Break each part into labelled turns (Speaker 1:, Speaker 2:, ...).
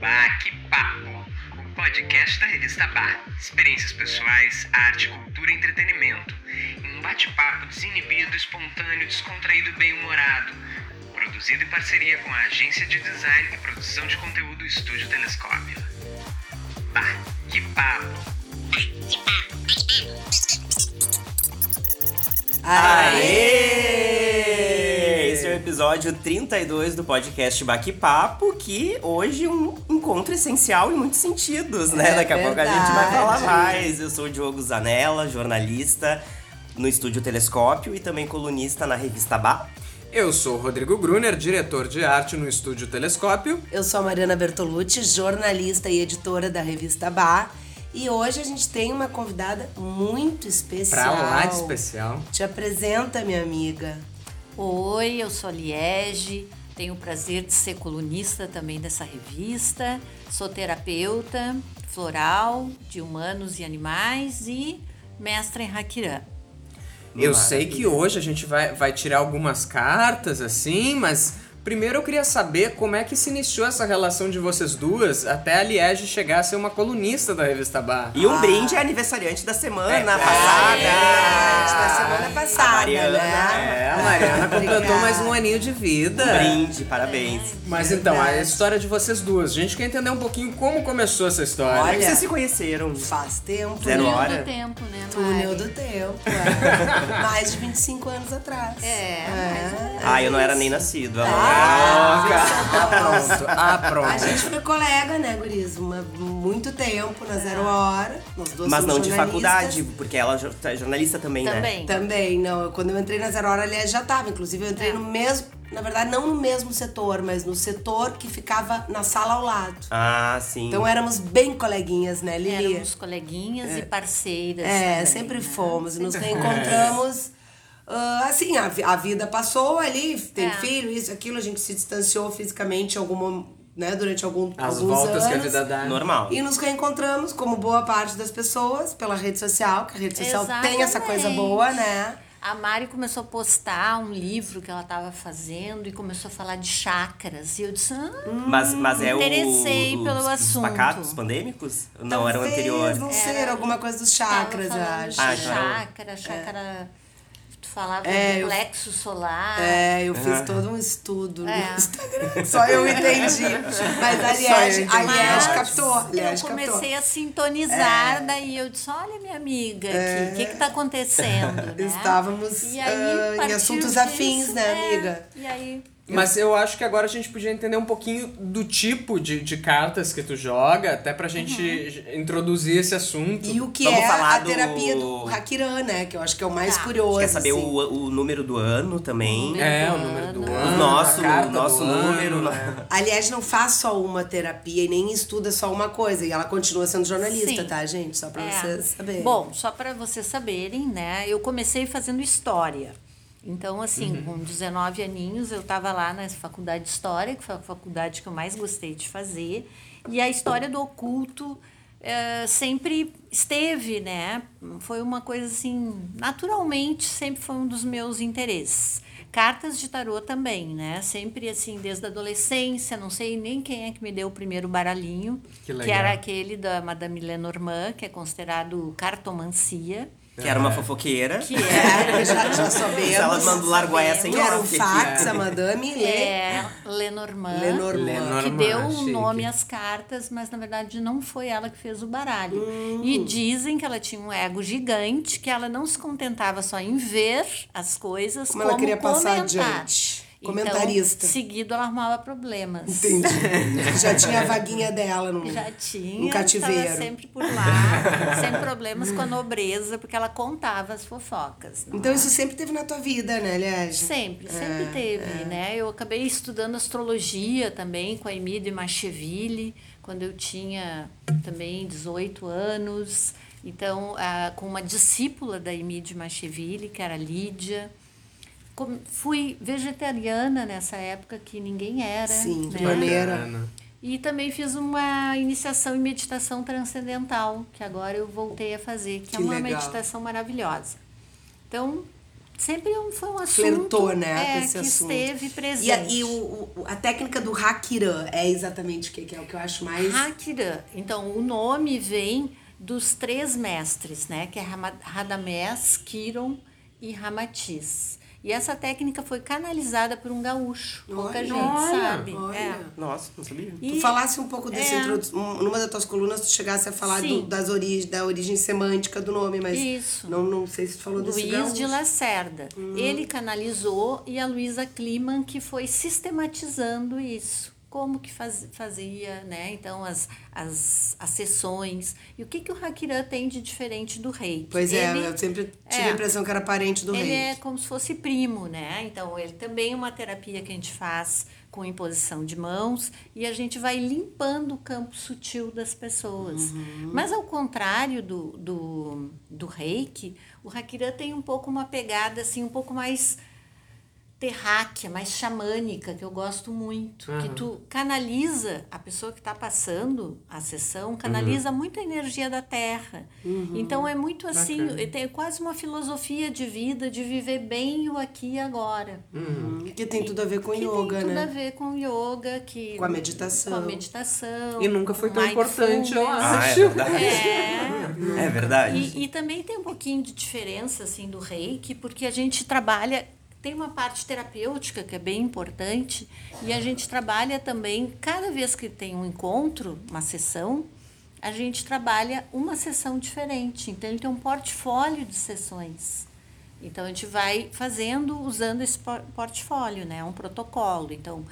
Speaker 1: Bah, que papo! O podcast da revista Bah. Experiências pessoais, arte, cultura e entretenimento. Em um bate-papo desinibido, espontâneo, descontraído e bem-humorado. Produzido em parceria com a agência de design e produção de conteúdo Estúdio Telescópio. Bah, que papo!
Speaker 2: Aê! Esse é o episódio 32 do podcast Baque-Papo, que hoje é um encontro essencial em muitos sentidos, né?
Speaker 3: É
Speaker 2: Daqui a pouco a gente vai
Speaker 3: verdade.
Speaker 2: falar mais. Eu sou o Diogo Zanella, jornalista no Estúdio Telescópio e também colunista na revista Ba.
Speaker 4: Eu sou o Rodrigo Gruner, diretor de arte no Estúdio Telescópio.
Speaker 3: Eu sou a Mariana Bertolucci, jornalista e editora da revista Bar. E hoje a gente tem uma convidada muito
Speaker 4: Pra
Speaker 3: especial.
Speaker 4: lá de especial.
Speaker 3: Te apresenta, minha amiga.
Speaker 5: Oi, eu sou a Liege, tenho o prazer de ser colunista também dessa revista, sou terapeuta floral de humanos e animais e mestra em Hakiran.
Speaker 4: Eu sei que hoje a gente vai, vai tirar algumas cartas, assim, mas primeiro eu queria saber como é que se iniciou essa relação de vocês duas até a Liege chegar a ser uma colunista da revista Bar.
Speaker 3: Ah.
Speaker 2: E um brinde à aniversariante da semana
Speaker 4: É
Speaker 2: passada!
Speaker 3: verdade, da É, semana passada,
Speaker 2: A Mariana,
Speaker 3: né?
Speaker 4: É, a Mariana completou
Speaker 3: Obrigada.
Speaker 4: mais um aninho de vida.
Speaker 2: Um brinde, parabéns.
Speaker 4: Mas então, a
Speaker 3: Verdade.
Speaker 4: história de vocês duas. A gente quer entender um pouquinho como começou essa história.
Speaker 2: Como é que
Speaker 3: Olha.
Speaker 2: vocês se conheceram?
Speaker 3: Faz tempo.
Speaker 2: Zero
Speaker 3: né?
Speaker 2: hora.
Speaker 5: do tempo, né, Mari?
Speaker 3: Túnel do tempo. é. Mais de 25 anos atrás.
Speaker 5: É,
Speaker 3: é.
Speaker 2: Ah, eu não era nem nascido. amor.
Speaker 4: Ah, pronto. Ah,
Speaker 3: A
Speaker 4: pronto.
Speaker 3: gente foi colega, né, Guris? Uma- muito tempo, na zero
Speaker 5: Ah.
Speaker 3: hora. Nós duas
Speaker 2: Mas
Speaker 3: somos
Speaker 2: não de
Speaker 3: jornalistas.
Speaker 2: faculdade, porque ela jo- é jornalista também, né?
Speaker 5: Também.
Speaker 3: Também, não. Eu- Quando eu entrei na Zero Hora, aliás, já tava. Inclusive, eu
Speaker 5: É.
Speaker 3: entrei no mesmo. Na verdade, não no mesmo setor, mas no setor que ficava na sala ao lado.
Speaker 2: Ah, sim.
Speaker 3: Então éramos bem coleguinhas, né, Lili?
Speaker 5: Éramos um coleguinhas e parceiras.
Speaker 3: É,
Speaker 5: também,
Speaker 3: sempre
Speaker 5: né?
Speaker 3: fomos. Nos reencontramos. ah, assim, a, vi- a vida passou ali, tem
Speaker 5: É.
Speaker 3: filho, isso, aquilo, a gente se distanciou fisicamente alguma, né, durante algum,
Speaker 4: As
Speaker 3: alguns
Speaker 4: voltas
Speaker 3: anos.
Speaker 4: que a vida dá.
Speaker 2: Normal.
Speaker 3: E nos reencontramos, como boa parte das pessoas, pela rede social, que a rede social tem essa coisa
Speaker 5: Exatamente.
Speaker 3: boa, né?
Speaker 5: A Mari começou a postar um livro que ela estava fazendo e começou a falar de chakras. E eu disse, ah,
Speaker 2: Mas, mas é o.
Speaker 5: Interessei
Speaker 2: os,
Speaker 5: pelo
Speaker 2: os
Speaker 5: assunto.
Speaker 2: pacatos pandêmicos? Não, era o
Speaker 3: Talvez, um
Speaker 2: anterior.
Speaker 3: Não sei, era alguma coisa dos chakras, eu
Speaker 5: Tava falando
Speaker 3: acho.
Speaker 5: de
Speaker 2: Ah, então era
Speaker 5: chácara, chácara. Tu falava
Speaker 3: É,
Speaker 5: do
Speaker 3: eu-
Speaker 5: plexo solar.
Speaker 3: É, eu
Speaker 2: Ah.
Speaker 3: fiz todo um estudo
Speaker 5: É.
Speaker 3: no Instagram. Só eu entendi. Mas a Liege, a
Speaker 5: Mas
Speaker 3: Liege captou. a
Speaker 5: Eu
Speaker 3: Liege captou. É.
Speaker 5: comecei a sintonizar, daí eu disse: Olha, minha amiga, o que, que, que tá acontecendo? né?
Speaker 3: Estávamos,
Speaker 5: E
Speaker 3: ah, em
Speaker 5: partiu
Speaker 3: assuntos
Speaker 5: disso,
Speaker 3: afins, né,
Speaker 5: é,
Speaker 3: amiga?
Speaker 5: E aí.
Speaker 4: Mas eu acho que agora a gente podia entender um pouquinho do tipo de, de cartas que tu joga, até pra gente
Speaker 5: Uhum.
Speaker 4: j- introduzir esse assunto.
Speaker 3: E o que
Speaker 2: Vamos
Speaker 3: é
Speaker 2: falar
Speaker 3: a
Speaker 2: do-
Speaker 3: terapia do Hakiran, né? Que eu acho que é o mais
Speaker 5: Tá.
Speaker 3: curioso.
Speaker 2: Quer saber
Speaker 3: assim.
Speaker 2: o, o número do ano também?
Speaker 4: É, o número do
Speaker 5: O
Speaker 4: ano.
Speaker 2: O nosso,
Speaker 4: a carta
Speaker 2: o
Speaker 4: do
Speaker 2: nosso
Speaker 4: ano,
Speaker 2: número.
Speaker 4: né?
Speaker 3: Aliás, não faz só uma terapia e nem estuda só uma coisa. E ela continua sendo jornalista,
Speaker 5: Sim.
Speaker 3: tá, gente? Só pra
Speaker 5: É.
Speaker 3: vocês saberem.
Speaker 5: Bom, só para vocês saberem, né? Eu comecei fazendo história. Então, assim,
Speaker 3: Uhum.
Speaker 5: com 19 aninhos, eu estava lá na faculdade de história, que foi a faculdade que eu mais gostei de fazer. E a história do oculto eh, sempre esteve, né? Foi uma coisa assim, naturalmente, sempre foi um dos meus interesses. Cartas de tarô também, né? Sempre assim, desde a adolescência, não sei nem quem é que me deu o primeiro baralhinho,
Speaker 4: Que
Speaker 5: que
Speaker 4: legal.
Speaker 5: era aquele da Madame Lenormand, que é considerado cartomancia,
Speaker 2: Que era uma fofoqueira.
Speaker 5: que
Speaker 3: É,
Speaker 5: é,
Speaker 3: já, já sabemos.
Speaker 2: Ela mandou largar essa em
Speaker 3: Que era
Speaker 2: off
Speaker 3: um
Speaker 2: aqui,
Speaker 3: fax,
Speaker 2: né?
Speaker 3: a madame, Lê.
Speaker 5: é Lenormand,
Speaker 3: Lenormand.
Speaker 5: que
Speaker 4: Lenormand,
Speaker 5: deu o
Speaker 4: é chique.
Speaker 5: nome às cartas, mas na verdade não foi ela que fez o baralho.
Speaker 3: Hum.
Speaker 5: E dizem que ela tinha um ego gigante, que ela não se contentava só em ver as coisas,
Speaker 3: Como
Speaker 5: como,
Speaker 3: ela queria passar
Speaker 5: comentar.
Speaker 3: adiante.
Speaker 5: Então,
Speaker 3: Comentarista.
Speaker 5: seguido, ela arrumava problemas.
Speaker 3: Entendi. Já tinha a vaguinha dela no.
Speaker 5: Já tinha.
Speaker 3: Um cativeiro.
Speaker 5: Tava sempre por lá, sem problemas com a nobreza, porque ela contava as fofocas. não
Speaker 3: Então
Speaker 5: é?
Speaker 3: isso sempre teve na tua vida, né, aliás?
Speaker 5: Sempre, sempre
Speaker 3: é.
Speaker 5: teve, né? Eu acabei estudando astrologia também com a Emília Macheville, quando eu tinha também 18 anos. Então, ah, com uma discípula da Emília Macheville, que era Lídia. Come- Fui vegetariana nessa época que ninguém era.
Speaker 3: Sim, que
Speaker 5: né?
Speaker 3: maneira.
Speaker 5: E também fiz uma iniciação em meditação transcendental, que agora eu voltei a fazer, que, é
Speaker 3: Que
Speaker 5: uma
Speaker 3: legal.
Speaker 5: meditação maravilhosa. Então, sempre um- foi um assunto
Speaker 3: Flertou, né,
Speaker 5: é,
Speaker 3: com esse
Speaker 5: que
Speaker 3: assunto.
Speaker 5: esteve presente.
Speaker 3: E, a, e o- o- a técnica do Hakiran é exatamente o que, que é o que eu acho mais.
Speaker 5: Hakira, então o nome vem dos três mestres, né? Que é Rama- Radamés, Kiron e Ramatiz. E essa técnica foi canalizada por um gaúcho. Pouca
Speaker 3: Olha,
Speaker 5: gente
Speaker 4: olha,
Speaker 5: sabe.
Speaker 3: olha.
Speaker 5: É.
Speaker 2: Nossa, não sabia.
Speaker 3: Tu falasse um pouco desse
Speaker 5: É.
Speaker 3: introdu- um- numa das tuas colunas, tu chegasse a falar
Speaker 5: Sim.
Speaker 3: do- das orig, da origem semântica do nome, mas
Speaker 5: Isso.
Speaker 3: Não, não sei se tu falou desse
Speaker 5: Luiz
Speaker 3: gaúcho. Uhum.
Speaker 5: de Lacerda. Ele canalizou e a Luísa Kliman que foi sistematizando isso. Como que faz- fazia, né? Então, as, as, as sessões. E o que, que o Hakirã tem de diferente do rei?
Speaker 3: Pois é, eu sempre tive a impressão que era parente do
Speaker 5: ele
Speaker 3: rei.
Speaker 5: é como se fosse primo, né? Então, ele também é uma terapia que a gente faz com imposição de mãos e a gente vai limpando o campo sutil das pessoas. Mas, ao contrário do, do, do reiki, o Hakirã tem um pouco uma pegada, assim, um pouco mais terráquea, mais xamânica, que eu gosto muito. Que tu canaliza a pessoa que está passando a sessão, canaliza muito a energia da terra. Então é muito assim,
Speaker 4: Uhum. Bacana.
Speaker 5: e tem quase uma filosofia de vida, de viver bem o aqui e agora.
Speaker 4: Um
Speaker 3: Uhum. Que tem tudo a ver com
Speaker 5: que
Speaker 3: yoga,
Speaker 5: tem tudo
Speaker 3: né?
Speaker 5: a ver com yoga, que
Speaker 3: Com a meditação.
Speaker 5: com a meditação,
Speaker 4: E nunca foi
Speaker 5: com
Speaker 4: tão importante, eu
Speaker 2: Ah,
Speaker 4: acho.
Speaker 5: mindfulness.
Speaker 2: é verdade.
Speaker 5: É.
Speaker 2: É verdade.
Speaker 5: E, e também tem um pouquinho de diferença assim do reiki, porque a gente trabalha tem uma parte terapêutica que é bem importante e a gente trabalha também cada vez que tem um encontro, uma sessão, a gente trabalha uma sessão diferente. Então ele tem um portfólio de sessões. Então a gente vai fazendo usando esse por- portfólio, né? Um protocolo. Então,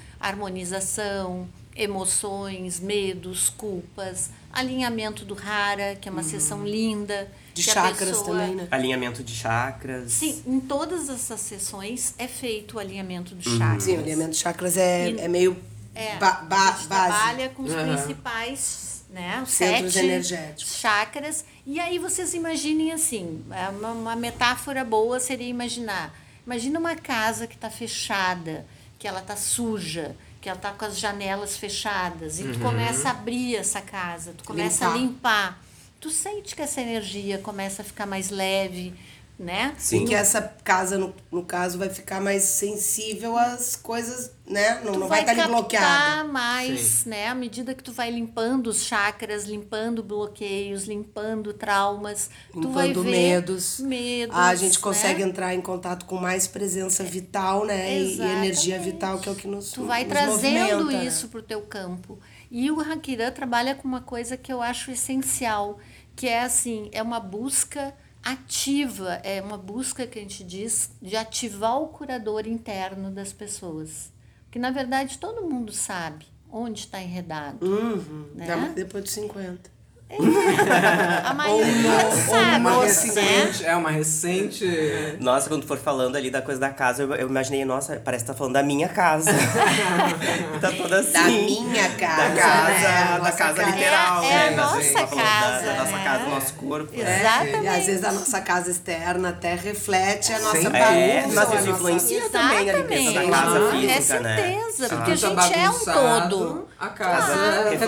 Speaker 5: harmonização, emoções, medos, culpas, alinhamento do Hara, que é uma sessão linda.
Speaker 3: De
Speaker 5: que a
Speaker 3: chakras
Speaker 5: pessoa-
Speaker 3: também, né?
Speaker 2: Alinhamento de chakras.
Speaker 5: Sim, em todas essas sessões é feito o alinhamento do chakras.
Speaker 3: Uhum. Sim, o alinhamento de chakras é,
Speaker 5: E-
Speaker 3: é meio
Speaker 5: É,
Speaker 3: ba ba-
Speaker 5: a
Speaker 3: base.
Speaker 5: gente trabalha com os
Speaker 4: Aham.
Speaker 5: principais, né, os
Speaker 3: Centros
Speaker 5: sete
Speaker 3: energéticos.
Speaker 5: chakras. E aí vocês imaginem assim, é uma, uma metáfora boa seria imaginar. Imagina uma casa que está fechada, que ela está suja, que ela está com as janelas fechadas e tu começa a abrir essa casa, tu começa a
Speaker 3: Uhum. Limpar.
Speaker 5: limpar. Tu sente que essa energia começa a ficar mais leve, né?
Speaker 2: Sim.
Speaker 3: E que essa casa, no, no caso, vai ficar mais sensível às coisas, né? Não,
Speaker 5: tu
Speaker 3: não vai estar ali
Speaker 5: captar
Speaker 3: bloqueada.
Speaker 5: mais, né? À medida que tu vai limpando os chakras, limpando bloqueios, limpando traumas, tu vai
Speaker 3: Limpando
Speaker 5: ver
Speaker 3: medos. Ah,
Speaker 5: medos,
Speaker 3: a gente consegue
Speaker 5: né? É.
Speaker 3: entrar em contato com mais presença vital, né? E- E,
Speaker 5: Exatamente.
Speaker 3: energia vital, que é o que nos
Speaker 5: Tu vai
Speaker 3: nos
Speaker 5: trazendo
Speaker 3: movimenta, né?
Speaker 5: isso pro teu campo. E o Hakirã trabalha com uma coisa que eu acho essencial, que é assim, é uma busca ativa, é uma busca que a gente diz de ativar o curador interno das pessoas. Que na verdade todo mundo sabe onde está enredado.
Speaker 3: Uhum.
Speaker 5: Né?
Speaker 3: Dá mais Depois dos 50.
Speaker 5: A maioria sabe,
Speaker 4: Uma
Speaker 5: né?
Speaker 4: recente, é uma recente.
Speaker 2: Nossa, quando tu for falando ali da coisa da casa, eu, eu imaginei, nossa, parece que tá falando da minha casa. tá toda assim.
Speaker 3: Da minha casa.
Speaker 2: Da casa,
Speaker 3: né?
Speaker 2: da
Speaker 3: Nossa
Speaker 2: casa
Speaker 3: casa.
Speaker 2: literal.
Speaker 5: É, é a
Speaker 2: né?
Speaker 5: nossa
Speaker 2: Mas, tá falando da-
Speaker 5: casa,
Speaker 2: Da, nossa
Speaker 5: né?
Speaker 2: casa, do nosso corpo. né?
Speaker 5: Exatamente.
Speaker 3: E às vezes a nossa casa externa até reflete a nossa
Speaker 4: Sempre
Speaker 2: É,
Speaker 3: bagunça.
Speaker 2: mas
Speaker 3: a
Speaker 2: isso
Speaker 3: nossa-
Speaker 2: influencia também a limpeza da
Speaker 5: Exatamente.
Speaker 2: casa
Speaker 5: Ah,
Speaker 2: física,
Speaker 5: é
Speaker 2: né?
Speaker 5: certeza,
Speaker 4: Se
Speaker 5: porque a
Speaker 4: tudo tá
Speaker 5: gente é um
Speaker 4: bagunçado,
Speaker 5: todo. Ah,
Speaker 4: A casa
Speaker 2: Casa reflete,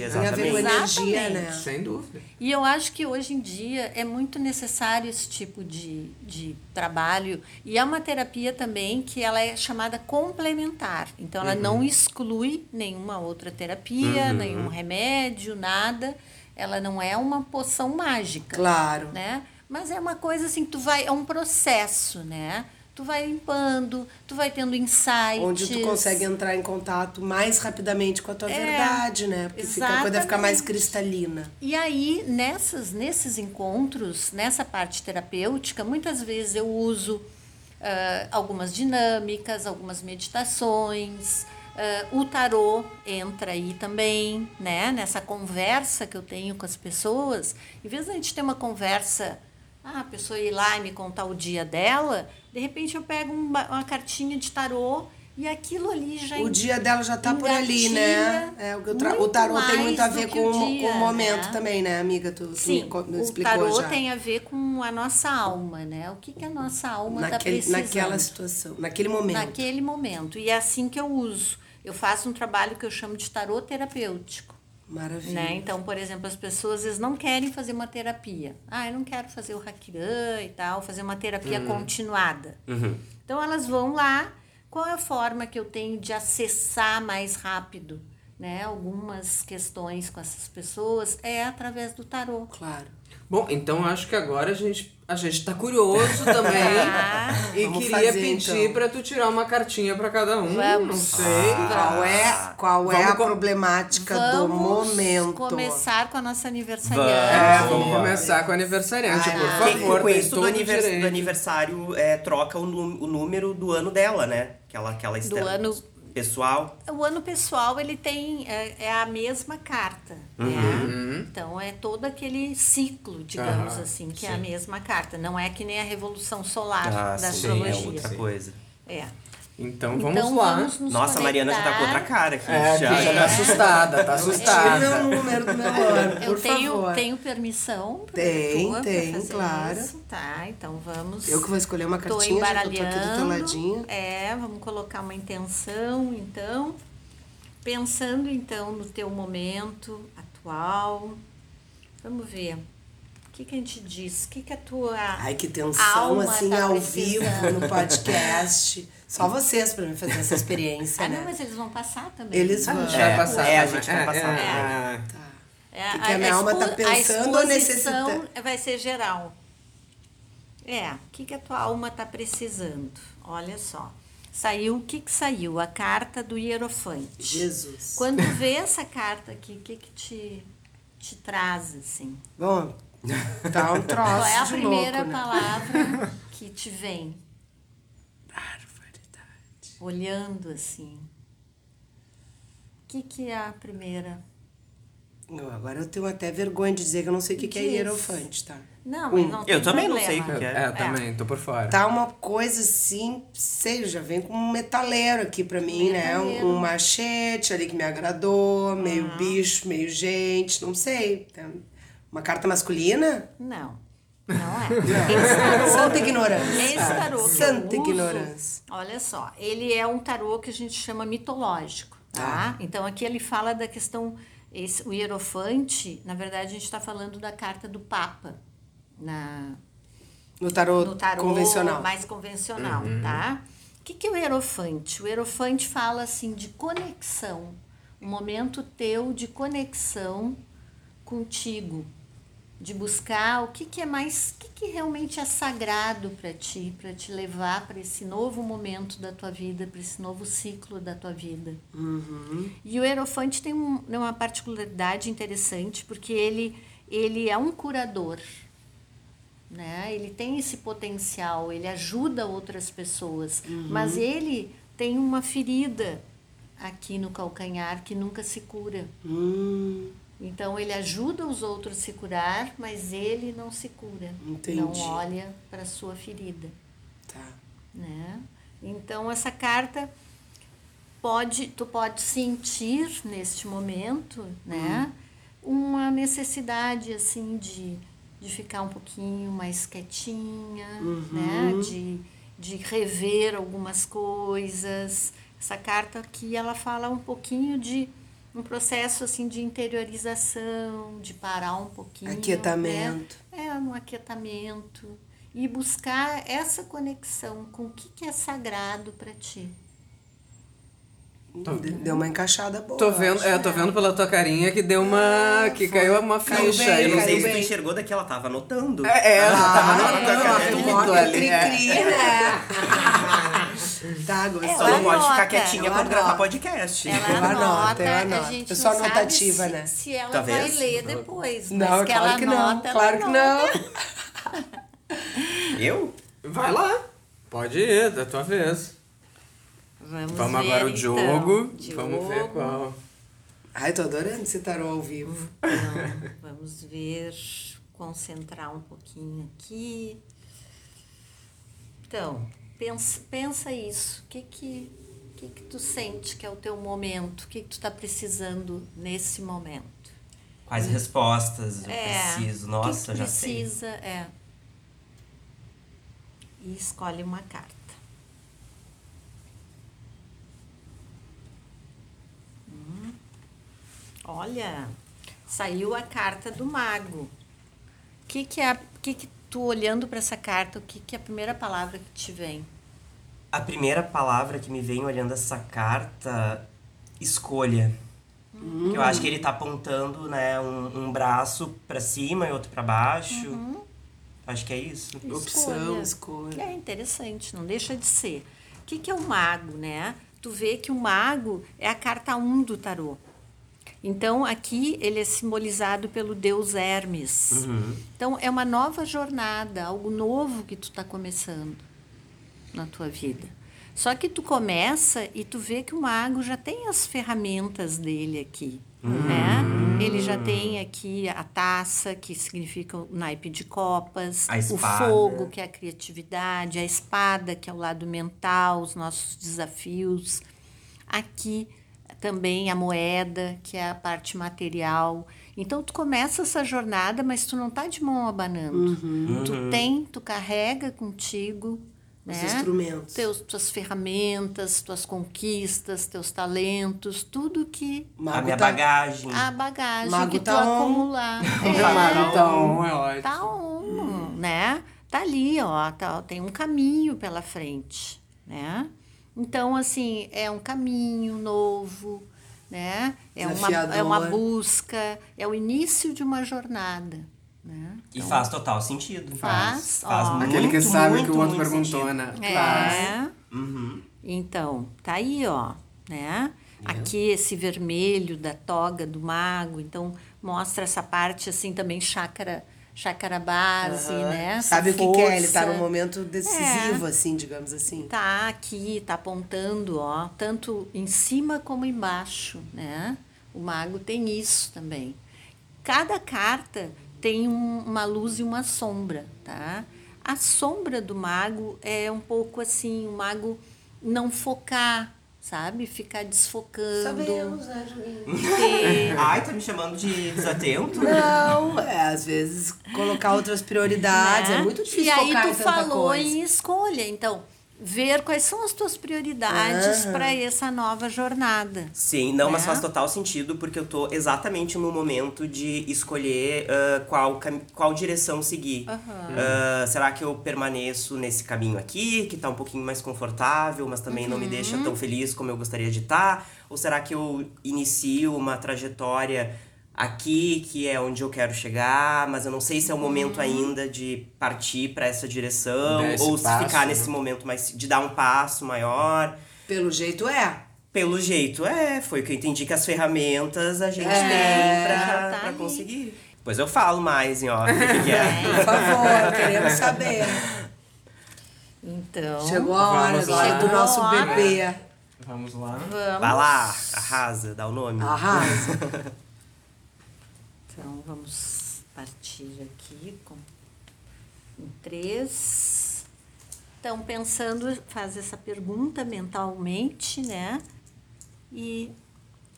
Speaker 4: reflete.
Speaker 3: Tem a ver com
Speaker 2: exatamente.
Speaker 3: energia,
Speaker 5: Exatamente.
Speaker 3: né?
Speaker 4: Sem dúvida.
Speaker 5: E eu acho que hoje em dia é muito necessário esse tipo de, de trabalho. E é uma terapia também que ela é chamada complementar. Então, ela
Speaker 2: Uhum.
Speaker 5: não exclui nenhuma outra terapia, nenhum remédio, nada. Ela não é uma poção mágica.
Speaker 3: Claro.
Speaker 5: né? Mas é uma coisa assim, que tu vai, é um processo, né? Tu vai limpando, tu vai tendo insights.
Speaker 3: Onde tu consegue entrar em contato mais rapidamente com a tua
Speaker 5: É,
Speaker 3: verdade, né? Porque fica, a coisa fica mais
Speaker 5: exatamente.
Speaker 3: cristalina.
Speaker 5: E aí, nessas, nesses encontros, nessa parte terapêutica, muitas vezes eu uso ah, algumas dinâmicas, algumas meditações. ah, o tarô entra aí também, né? Nessa conversa que eu tenho com as pessoas. Em vez da gente ter uma conversa, ah, a pessoa ir lá e me contar o dia dela, de repente eu pego um ba- uma cartinha de tarô e aquilo ali já
Speaker 3: O
Speaker 5: en-
Speaker 3: dia dela já tá por ali, né?
Speaker 5: engatilha
Speaker 3: É, o, que eu tra- o
Speaker 5: muito
Speaker 3: tarô tem
Speaker 5: mais
Speaker 3: muito a
Speaker 5: do
Speaker 3: ver
Speaker 5: que
Speaker 3: com,
Speaker 5: o
Speaker 3: o mo-
Speaker 5: dia,
Speaker 3: com o momento
Speaker 5: né?
Speaker 3: também, né, amiga? Tu, tu
Speaker 5: Sim,
Speaker 3: me, co- me
Speaker 5: o
Speaker 3: explicou
Speaker 5: tarô
Speaker 3: já.
Speaker 5: tem a ver com a nossa alma, né? O que, que a nossa alma está
Speaker 3: naquele,
Speaker 5: precisando
Speaker 3: naquela situação, naquele momento.
Speaker 5: naquele momento. E é assim que eu uso. Eu faço um trabalho que eu chamo de tarô terapêutico.
Speaker 3: Maravilha.
Speaker 5: Né? Então, por exemplo, as pessoas às vezes, não querem fazer uma terapia. Ah, eu não quero fazer o Hakiran e tal, fazer uma terapia
Speaker 3: Hum.
Speaker 5: continuada.
Speaker 3: Uhum.
Speaker 5: Então, elas vão lá. Qual é a forma que eu tenho de acessar mais rápido né? algumas questões com essas pessoas? É através do tarô.
Speaker 3: Claro.
Speaker 4: Bom, então acho que agora a gente, a gente tá curioso também
Speaker 5: Ah,
Speaker 4: e
Speaker 3: vamos
Speaker 4: queria
Speaker 3: fazer,
Speaker 4: pedir
Speaker 3: então.
Speaker 4: pra tu tirar uma cartinha pra cada um.
Speaker 5: Vamos.
Speaker 4: Não sei.
Speaker 3: Qual é, qual é
Speaker 4: Vamos
Speaker 3: a
Speaker 4: com-
Speaker 3: problemática do momento?
Speaker 5: começar com a nossa
Speaker 4: É,
Speaker 5: aniversariante.
Speaker 2: Vamos
Speaker 4: vamos
Speaker 2: embora.
Speaker 4: começar com o aniversariante,
Speaker 3: Vai
Speaker 4: por
Speaker 3: lá.
Speaker 2: Quem-
Speaker 4: favor.
Speaker 2: com
Speaker 4: tem
Speaker 2: isso do,
Speaker 4: todo o
Speaker 2: anivers-
Speaker 4: direito.
Speaker 2: do aniversário é, troca o, nu- o número do ano dela, né? Que ela, que ela está-
Speaker 5: ano-
Speaker 2: pessoal.
Speaker 5: O ano pessoal, ele tem... É, é a mesma carta,
Speaker 2: Uhum.
Speaker 5: né? Então, é todo aquele ciclo, digamos
Speaker 4: Aham,
Speaker 5: assim, que é a mesma carta. Não é que nem a Revolução Solar da
Speaker 2: é
Speaker 5: astrologia.
Speaker 2: outra coisa.
Speaker 5: É.
Speaker 4: Então vamos
Speaker 5: então,
Speaker 4: lá.
Speaker 5: vamos nos
Speaker 2: Nossa, a Mariana já tá com outra
Speaker 5: conectar.
Speaker 2: cara aqui.
Speaker 4: É,
Speaker 2: já.
Speaker 4: que já tá assustada, tá
Speaker 3: Tira o
Speaker 4: assustada.
Speaker 3: meu número do meu ano, por
Speaker 5: Eu tenho,
Speaker 3: favor.
Speaker 5: tenho permissão? pra-
Speaker 3: Tem,
Speaker 5: tua pra
Speaker 3: tem,
Speaker 5: fazer
Speaker 3: claro.
Speaker 5: isso? Tá, então vamos.
Speaker 3: Eu que vou escolher uma
Speaker 5: Tô
Speaker 3: cartinha, já que eu tô aqui do teu ladinho.
Speaker 5: embaralhando. É, vamos colocar uma intenção, então. Pensando, então, no teu momento atual. Vamos ver. O que, que a gente diz? O que, que a tua.
Speaker 3: Ai, que tensão,
Speaker 5: alma
Speaker 3: assim,
Speaker 5: tá
Speaker 3: ao
Speaker 5: precisando?
Speaker 3: vivo, no podcast. Só vocês pra me fazer essa experiência,
Speaker 5: Ah,
Speaker 3: né?
Speaker 5: não, mas eles vão passar também.
Speaker 3: Eles
Speaker 5: né?
Speaker 3: vão.
Speaker 4: A gente
Speaker 2: É,
Speaker 4: vai passar.
Speaker 2: é, a
Speaker 4: também.
Speaker 2: gente vai passar.
Speaker 4: é.
Speaker 3: Tá.
Speaker 5: É,
Speaker 3: Porque a minha alma tá
Speaker 5: expo-
Speaker 3: pensando ou
Speaker 5: a exposição
Speaker 3: necessita-
Speaker 5: vai ser geral. É, o que, que a tua alma tá precisando? Olha só. Saiu, o que que saiu? A carta do Hierofante.
Speaker 3: Jesus.
Speaker 5: Quando vê essa carta aqui, o que que te, te traz, assim?
Speaker 3: Bom, tá um troço
Speaker 5: Qual é a
Speaker 3: de
Speaker 5: primeira
Speaker 3: louco, né?
Speaker 5: palavra que te vem? Olhando, assim. O que que é a primeira?
Speaker 3: Não, agora eu tenho até vergonha de dizer que eu não sei o que, que é
Speaker 5: Diz.
Speaker 3: hierofante, tá?
Speaker 5: Não, mas não tem
Speaker 2: Um, Eu também não sei o
Speaker 5: problema.
Speaker 2: que
Speaker 4: É,
Speaker 2: É.
Speaker 4: também, tô por fora.
Speaker 3: Tá uma coisa assim, sei, já vem com um metaleiro aqui pra mim, né?
Speaker 5: Metaleiro.
Speaker 3: Um, um machete ali que me agradou, meio bicho, meio gente, não sei. Tá? Uma carta masculina?
Speaker 5: Não, não é.
Speaker 3: É Santa ignorância.
Speaker 5: Esse tarô que
Speaker 3: Santa
Speaker 5: eu uso,
Speaker 3: ignorância.
Speaker 5: Olha só, ele é um tarô que a gente chama mitológico, tá?
Speaker 3: Ah.
Speaker 5: Então aqui ele fala da questão esse, o hierofante, na verdade a gente está falando da carta do Papa na
Speaker 3: No tarô,
Speaker 5: no tarô
Speaker 3: convencional.
Speaker 5: mais convencional, tá? O que, que é o hierofante? O hierofante fala assim de conexão, um momento teu de conexão contigo, de buscar o que, que é mais, o que, que realmente é sagrado para ti, para te levar para esse novo momento da tua vida, para esse novo ciclo da tua vida. E o Hierofante tem um- uma particularidade interessante, porque ele, ele é um curador. Né? Ele tem esse potencial, ele ajuda outras pessoas,
Speaker 3: Uhum.
Speaker 5: mas ele tem uma ferida aqui no calcanhar que nunca se cura.
Speaker 3: Hum,
Speaker 5: Então ele ajuda os outros a se curar, mas ele não se cura. Não
Speaker 3: Entendi.
Speaker 5: olha para sua ferida
Speaker 3: tá.
Speaker 5: né? Então essa carta pode, tu pode sentir neste momento, né, uma necessidade assim de, de ficar um pouquinho mais quietinha, né, de, de rever algumas coisas. Essa carta aqui ela fala um pouquinho de um processo assim de interiorização, de parar um pouquinho, né?
Speaker 3: Aquietamento.
Speaker 5: É, um aquietamento. E buscar essa conexão com o que, que é sagrado para ti.
Speaker 3: De- Deu uma encaixada boa.
Speaker 4: Tô
Speaker 3: eu
Speaker 4: vendo,
Speaker 3: acho.
Speaker 4: é, tô vendo pela tua carinha que deu uma. que caiu uma
Speaker 3: Caiu
Speaker 4: ficha
Speaker 3: bem,
Speaker 4: aí.
Speaker 2: tá- Eu não sei
Speaker 3: Caiu
Speaker 2: se tu
Speaker 3: bem.
Speaker 2: enxergou daqui, ela tava anotando.
Speaker 4: É, ela tava
Speaker 3: Ah,
Speaker 4: anotando,
Speaker 3: é,
Speaker 4: ela
Speaker 3: é,
Speaker 4: fez um
Speaker 3: é,
Speaker 4: ritual
Speaker 3: é,
Speaker 4: ali, é.
Speaker 3: cri-cri, né? tá,
Speaker 5: É,
Speaker 2: Só
Speaker 5: ela
Speaker 3: gostei.
Speaker 2: não pode ficar
Speaker 5: anota,
Speaker 2: quietinha
Speaker 5: ela
Speaker 2: quando gravar
Speaker 5: anota.
Speaker 2: podcast.
Speaker 3: Eu
Speaker 5: Ela
Speaker 3: anoto,
Speaker 5: anota,
Speaker 3: eu
Speaker 5: a
Speaker 3: anoto.
Speaker 5: gente
Speaker 3: Eu sou
Speaker 5: não sabe
Speaker 3: anotativa,
Speaker 5: se,
Speaker 3: né?
Speaker 5: se ela
Speaker 4: Tá
Speaker 2: Talvez.
Speaker 5: vai ler depois, mas
Speaker 3: Não,
Speaker 5: que
Speaker 3: claro
Speaker 5: ela
Speaker 3: que não,
Speaker 5: anota,
Speaker 3: claro
Speaker 5: ela
Speaker 3: que
Speaker 5: anota.
Speaker 3: não.
Speaker 2: Eu?
Speaker 4: Vai lá. Pode ir, é da tua vez.
Speaker 5: Vamos,
Speaker 4: Vamos
Speaker 5: ver,
Speaker 4: agora o
Speaker 5: então.
Speaker 4: Diogo.
Speaker 5: Diogo.
Speaker 4: Vamos ver qual.
Speaker 3: Ai, tô adorando esse tarô ao vivo.
Speaker 5: Então, vamos ver, concentrar um pouquinho aqui. Então, pensa, pensa isso. O que que, o que que tu sente que é o teu momento? O que que tu tá precisando nesse momento?
Speaker 2: Quais respostas eu
Speaker 5: É,
Speaker 2: preciso?
Speaker 5: o que
Speaker 2: Nossa,
Speaker 5: que tu
Speaker 2: já sei.
Speaker 5: precisa, é. E escolhe uma carta. Hum. Olha, saiu a carta do mago. O que que é, a- que que tu olhando para essa carta, o que que é a primeira palavra que te vem?
Speaker 2: A primeira palavra que me vem olhando essa carta, escolha. Que eu acho que ele tá apontando, né, um, um braço pra cima e outro pra baixo.
Speaker 5: Uhum.
Speaker 2: Acho que é isso.
Speaker 3: Opção,
Speaker 5: Que
Speaker 3: escolha.
Speaker 5: é interessante, não deixa de ser. O que, que é o mago, né? Tu vê que o mago é a carta 1 do tarô. Então, aqui ele é simbolizado pelo deus Hermes.
Speaker 2: Uhum.
Speaker 5: Então, é uma nova jornada, algo novo que tu está começando na tua vida. Só que tu começa e tu vê que o mago já tem as ferramentas dele aqui,
Speaker 2: Uhum.
Speaker 5: né? Ele já tem aqui a taça, que significa o naipe de copas,
Speaker 2: A
Speaker 5: o
Speaker 2: espada.
Speaker 5: fogo, que é a criatividade, a espada, que é o lado mental, os nossos desafios. Aqui também a moeda, que é a parte material. Então tu começa essa jornada, mas tu não tá de mão abanando. Tu tem, tu carrega contigo
Speaker 3: Uhum. Os
Speaker 5: né?
Speaker 3: instrumentos.
Speaker 5: Teus, tuas ferramentas, tuas conquistas, teus talentos, tudo que
Speaker 2: a minha
Speaker 3: tá-
Speaker 2: bagagem.
Speaker 5: a bagagem
Speaker 3: Mago
Speaker 5: que tu
Speaker 3: tá on.
Speaker 5: acumular.
Speaker 2: um
Speaker 4: Tá então, é
Speaker 5: É,
Speaker 4: ótimo.
Speaker 5: tá
Speaker 3: Hum.
Speaker 5: on, né? Tá ali, ó, tá- tem um caminho pela frente, né? Então, assim, é um caminho novo, né? É uma, é uma
Speaker 3: Desafiador.
Speaker 5: busca, é o início de uma jornada, né?
Speaker 2: E faz total sentido.
Speaker 5: Faz,
Speaker 2: Faz
Speaker 5: ó.
Speaker 2: muito,
Speaker 4: Aquele que sabe
Speaker 2: muito,
Speaker 4: que o outro
Speaker 2: muito
Speaker 4: perguntou,
Speaker 2: sentido.
Speaker 4: né?
Speaker 5: É.
Speaker 3: Uhum.
Speaker 5: Então, tá aí, ó, né?
Speaker 3: É.
Speaker 5: Aqui esse vermelho da toga do mago, então mostra essa parte assim também chácara, chácara base, né? Essa
Speaker 3: Sabe o que, que é? Ele tá
Speaker 5: força. É.
Speaker 3: num momento decisivo, assim, digamos assim.
Speaker 5: Tá aqui, tá apontando, ó, tanto em cima como embaixo, né? O mago tem isso também. Cada carta tem um- uma luz e uma sombra, tá? A sombra do mago é um pouco assim, o mago não focar, sabe? Ficar desfocando.
Speaker 3: né, Julinho?
Speaker 5: ter-
Speaker 2: Ai, tá me chamando de desatento?
Speaker 3: Não, é, às vezes colocar outras prioridades.
Speaker 5: né?
Speaker 3: É muito difícil
Speaker 5: E aí
Speaker 3: focar
Speaker 5: tu
Speaker 3: em tanta
Speaker 5: falou
Speaker 3: coisa.
Speaker 5: em escolha, então, ver quais são as tuas prioridades
Speaker 3: Aham.
Speaker 5: para essa nova jornada.
Speaker 2: Sim, não, mas
Speaker 5: Né?
Speaker 2: faz total sentido porque eu tô exatamente no momento de escolher ah, qual, cam- qual direção seguir. Ah, será que eu permaneço nesse caminho aqui, que tá um pouquinho mais confortável, mas também não me deixa tão feliz como eu gostaria de estar? Ou será que eu inicio uma trajetória aqui, que é onde eu quero chegar, mas eu não sei se é o momento ainda de partir para essa direção,
Speaker 4: Dar esse
Speaker 2: ou se
Speaker 4: passo,
Speaker 2: ficar
Speaker 4: né?
Speaker 2: nesse momento mais de dar um passo maior.
Speaker 3: Pelo jeito é.
Speaker 2: Pelo jeito, é. Foi o que eu entendi que as ferramentas a
Speaker 3: É.
Speaker 2: gente tem
Speaker 5: já
Speaker 2: pra,
Speaker 5: tá
Speaker 2: pra
Speaker 5: ali.
Speaker 2: conseguir. Pois eu falo mais em off o que, que é.
Speaker 5: Né?
Speaker 3: Por favor, queremos saber.
Speaker 5: Então,
Speaker 3: Chegou a hora
Speaker 4: Vamos lá.
Speaker 3: agora do
Speaker 5: Chegou a
Speaker 3: nosso
Speaker 5: hora.
Speaker 3: bebê.
Speaker 4: Vamos lá.
Speaker 5: vamos.
Speaker 2: Vai lá, arrasa, dá o nome.
Speaker 3: Arrasa.
Speaker 5: Então vamos partir aqui com em três. Então pensando, faz essa pergunta mentalmente, né? E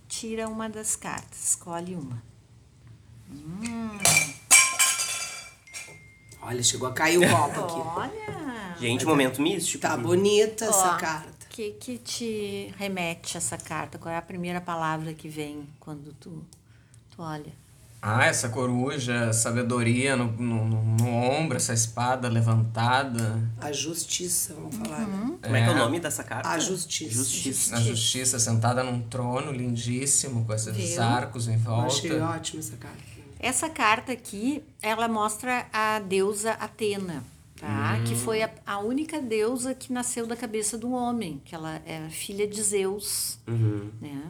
Speaker 5: tira uma das cartas, escolhe uma.
Speaker 3: Olha, chegou a cair o copo aqui.
Speaker 5: Olha,
Speaker 2: Gente, momento místico.
Speaker 3: Tá bonita essa
Speaker 5: Ó.
Speaker 3: carta.
Speaker 5: o que que te remete essa carta? Qual é a primeira palavra que vem quando tu tu olha?
Speaker 4: Ah, essa coruja, sabedoria no, no, no- no ombro, essa espada levantada,
Speaker 3: A justiça, vamos falar,
Speaker 5: Uhum.
Speaker 3: né?
Speaker 2: Como é que é o nome dessa carta?
Speaker 3: A justiça.
Speaker 2: Justiça.
Speaker 4: na justiça, sentada num trono lindíssimo, com esses
Speaker 5: Viu?
Speaker 4: arcos em
Speaker 3: Eu achei
Speaker 4: volta.
Speaker 3: ótima essa carta.
Speaker 5: Essa carta aqui, ela mostra a deusa Atena, tá? Que foi a, a única deusa que nasceu da cabeça do homem, que ela é filha de Zeus, né?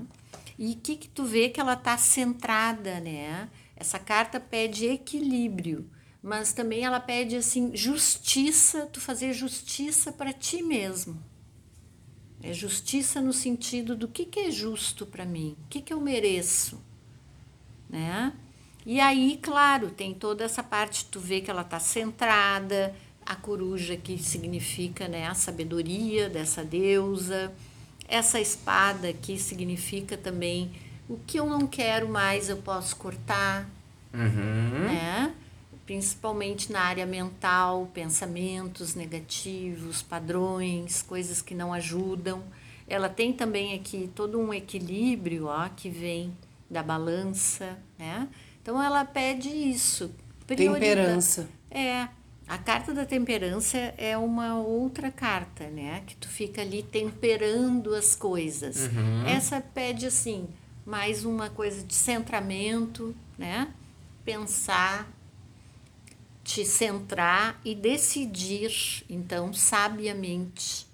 Speaker 5: E o que que tu vê que ela tá centrada, né? Essa carta pede equilíbrio, mas também ela pede assim justiça, tu fazer justiça para ti mesmo. É justiça no sentido do que que é justo para mim, o que que eu mereço né? E aí, claro, tem toda essa parte, tu vê que ela está centrada, a coruja que significa né, a sabedoria dessa deusa, essa espada que significa também o que eu não quero mais eu posso cortar, né? Principalmente na área mental, pensamentos negativos, padrões, coisas que não ajudam. Ela tem também aqui todo um equilíbrio, ó, que vem da balança, né? Então ela pede isso. prioridade.
Speaker 3: Temperança.
Speaker 5: É. A carta da temperança é uma outra carta, né? Que tu fica ali temperando as coisas.
Speaker 4: Uhum.
Speaker 5: Essa pede assim, mais uma coisa de centramento, né? Pensar, te centrar e decidir, então, sabiamente,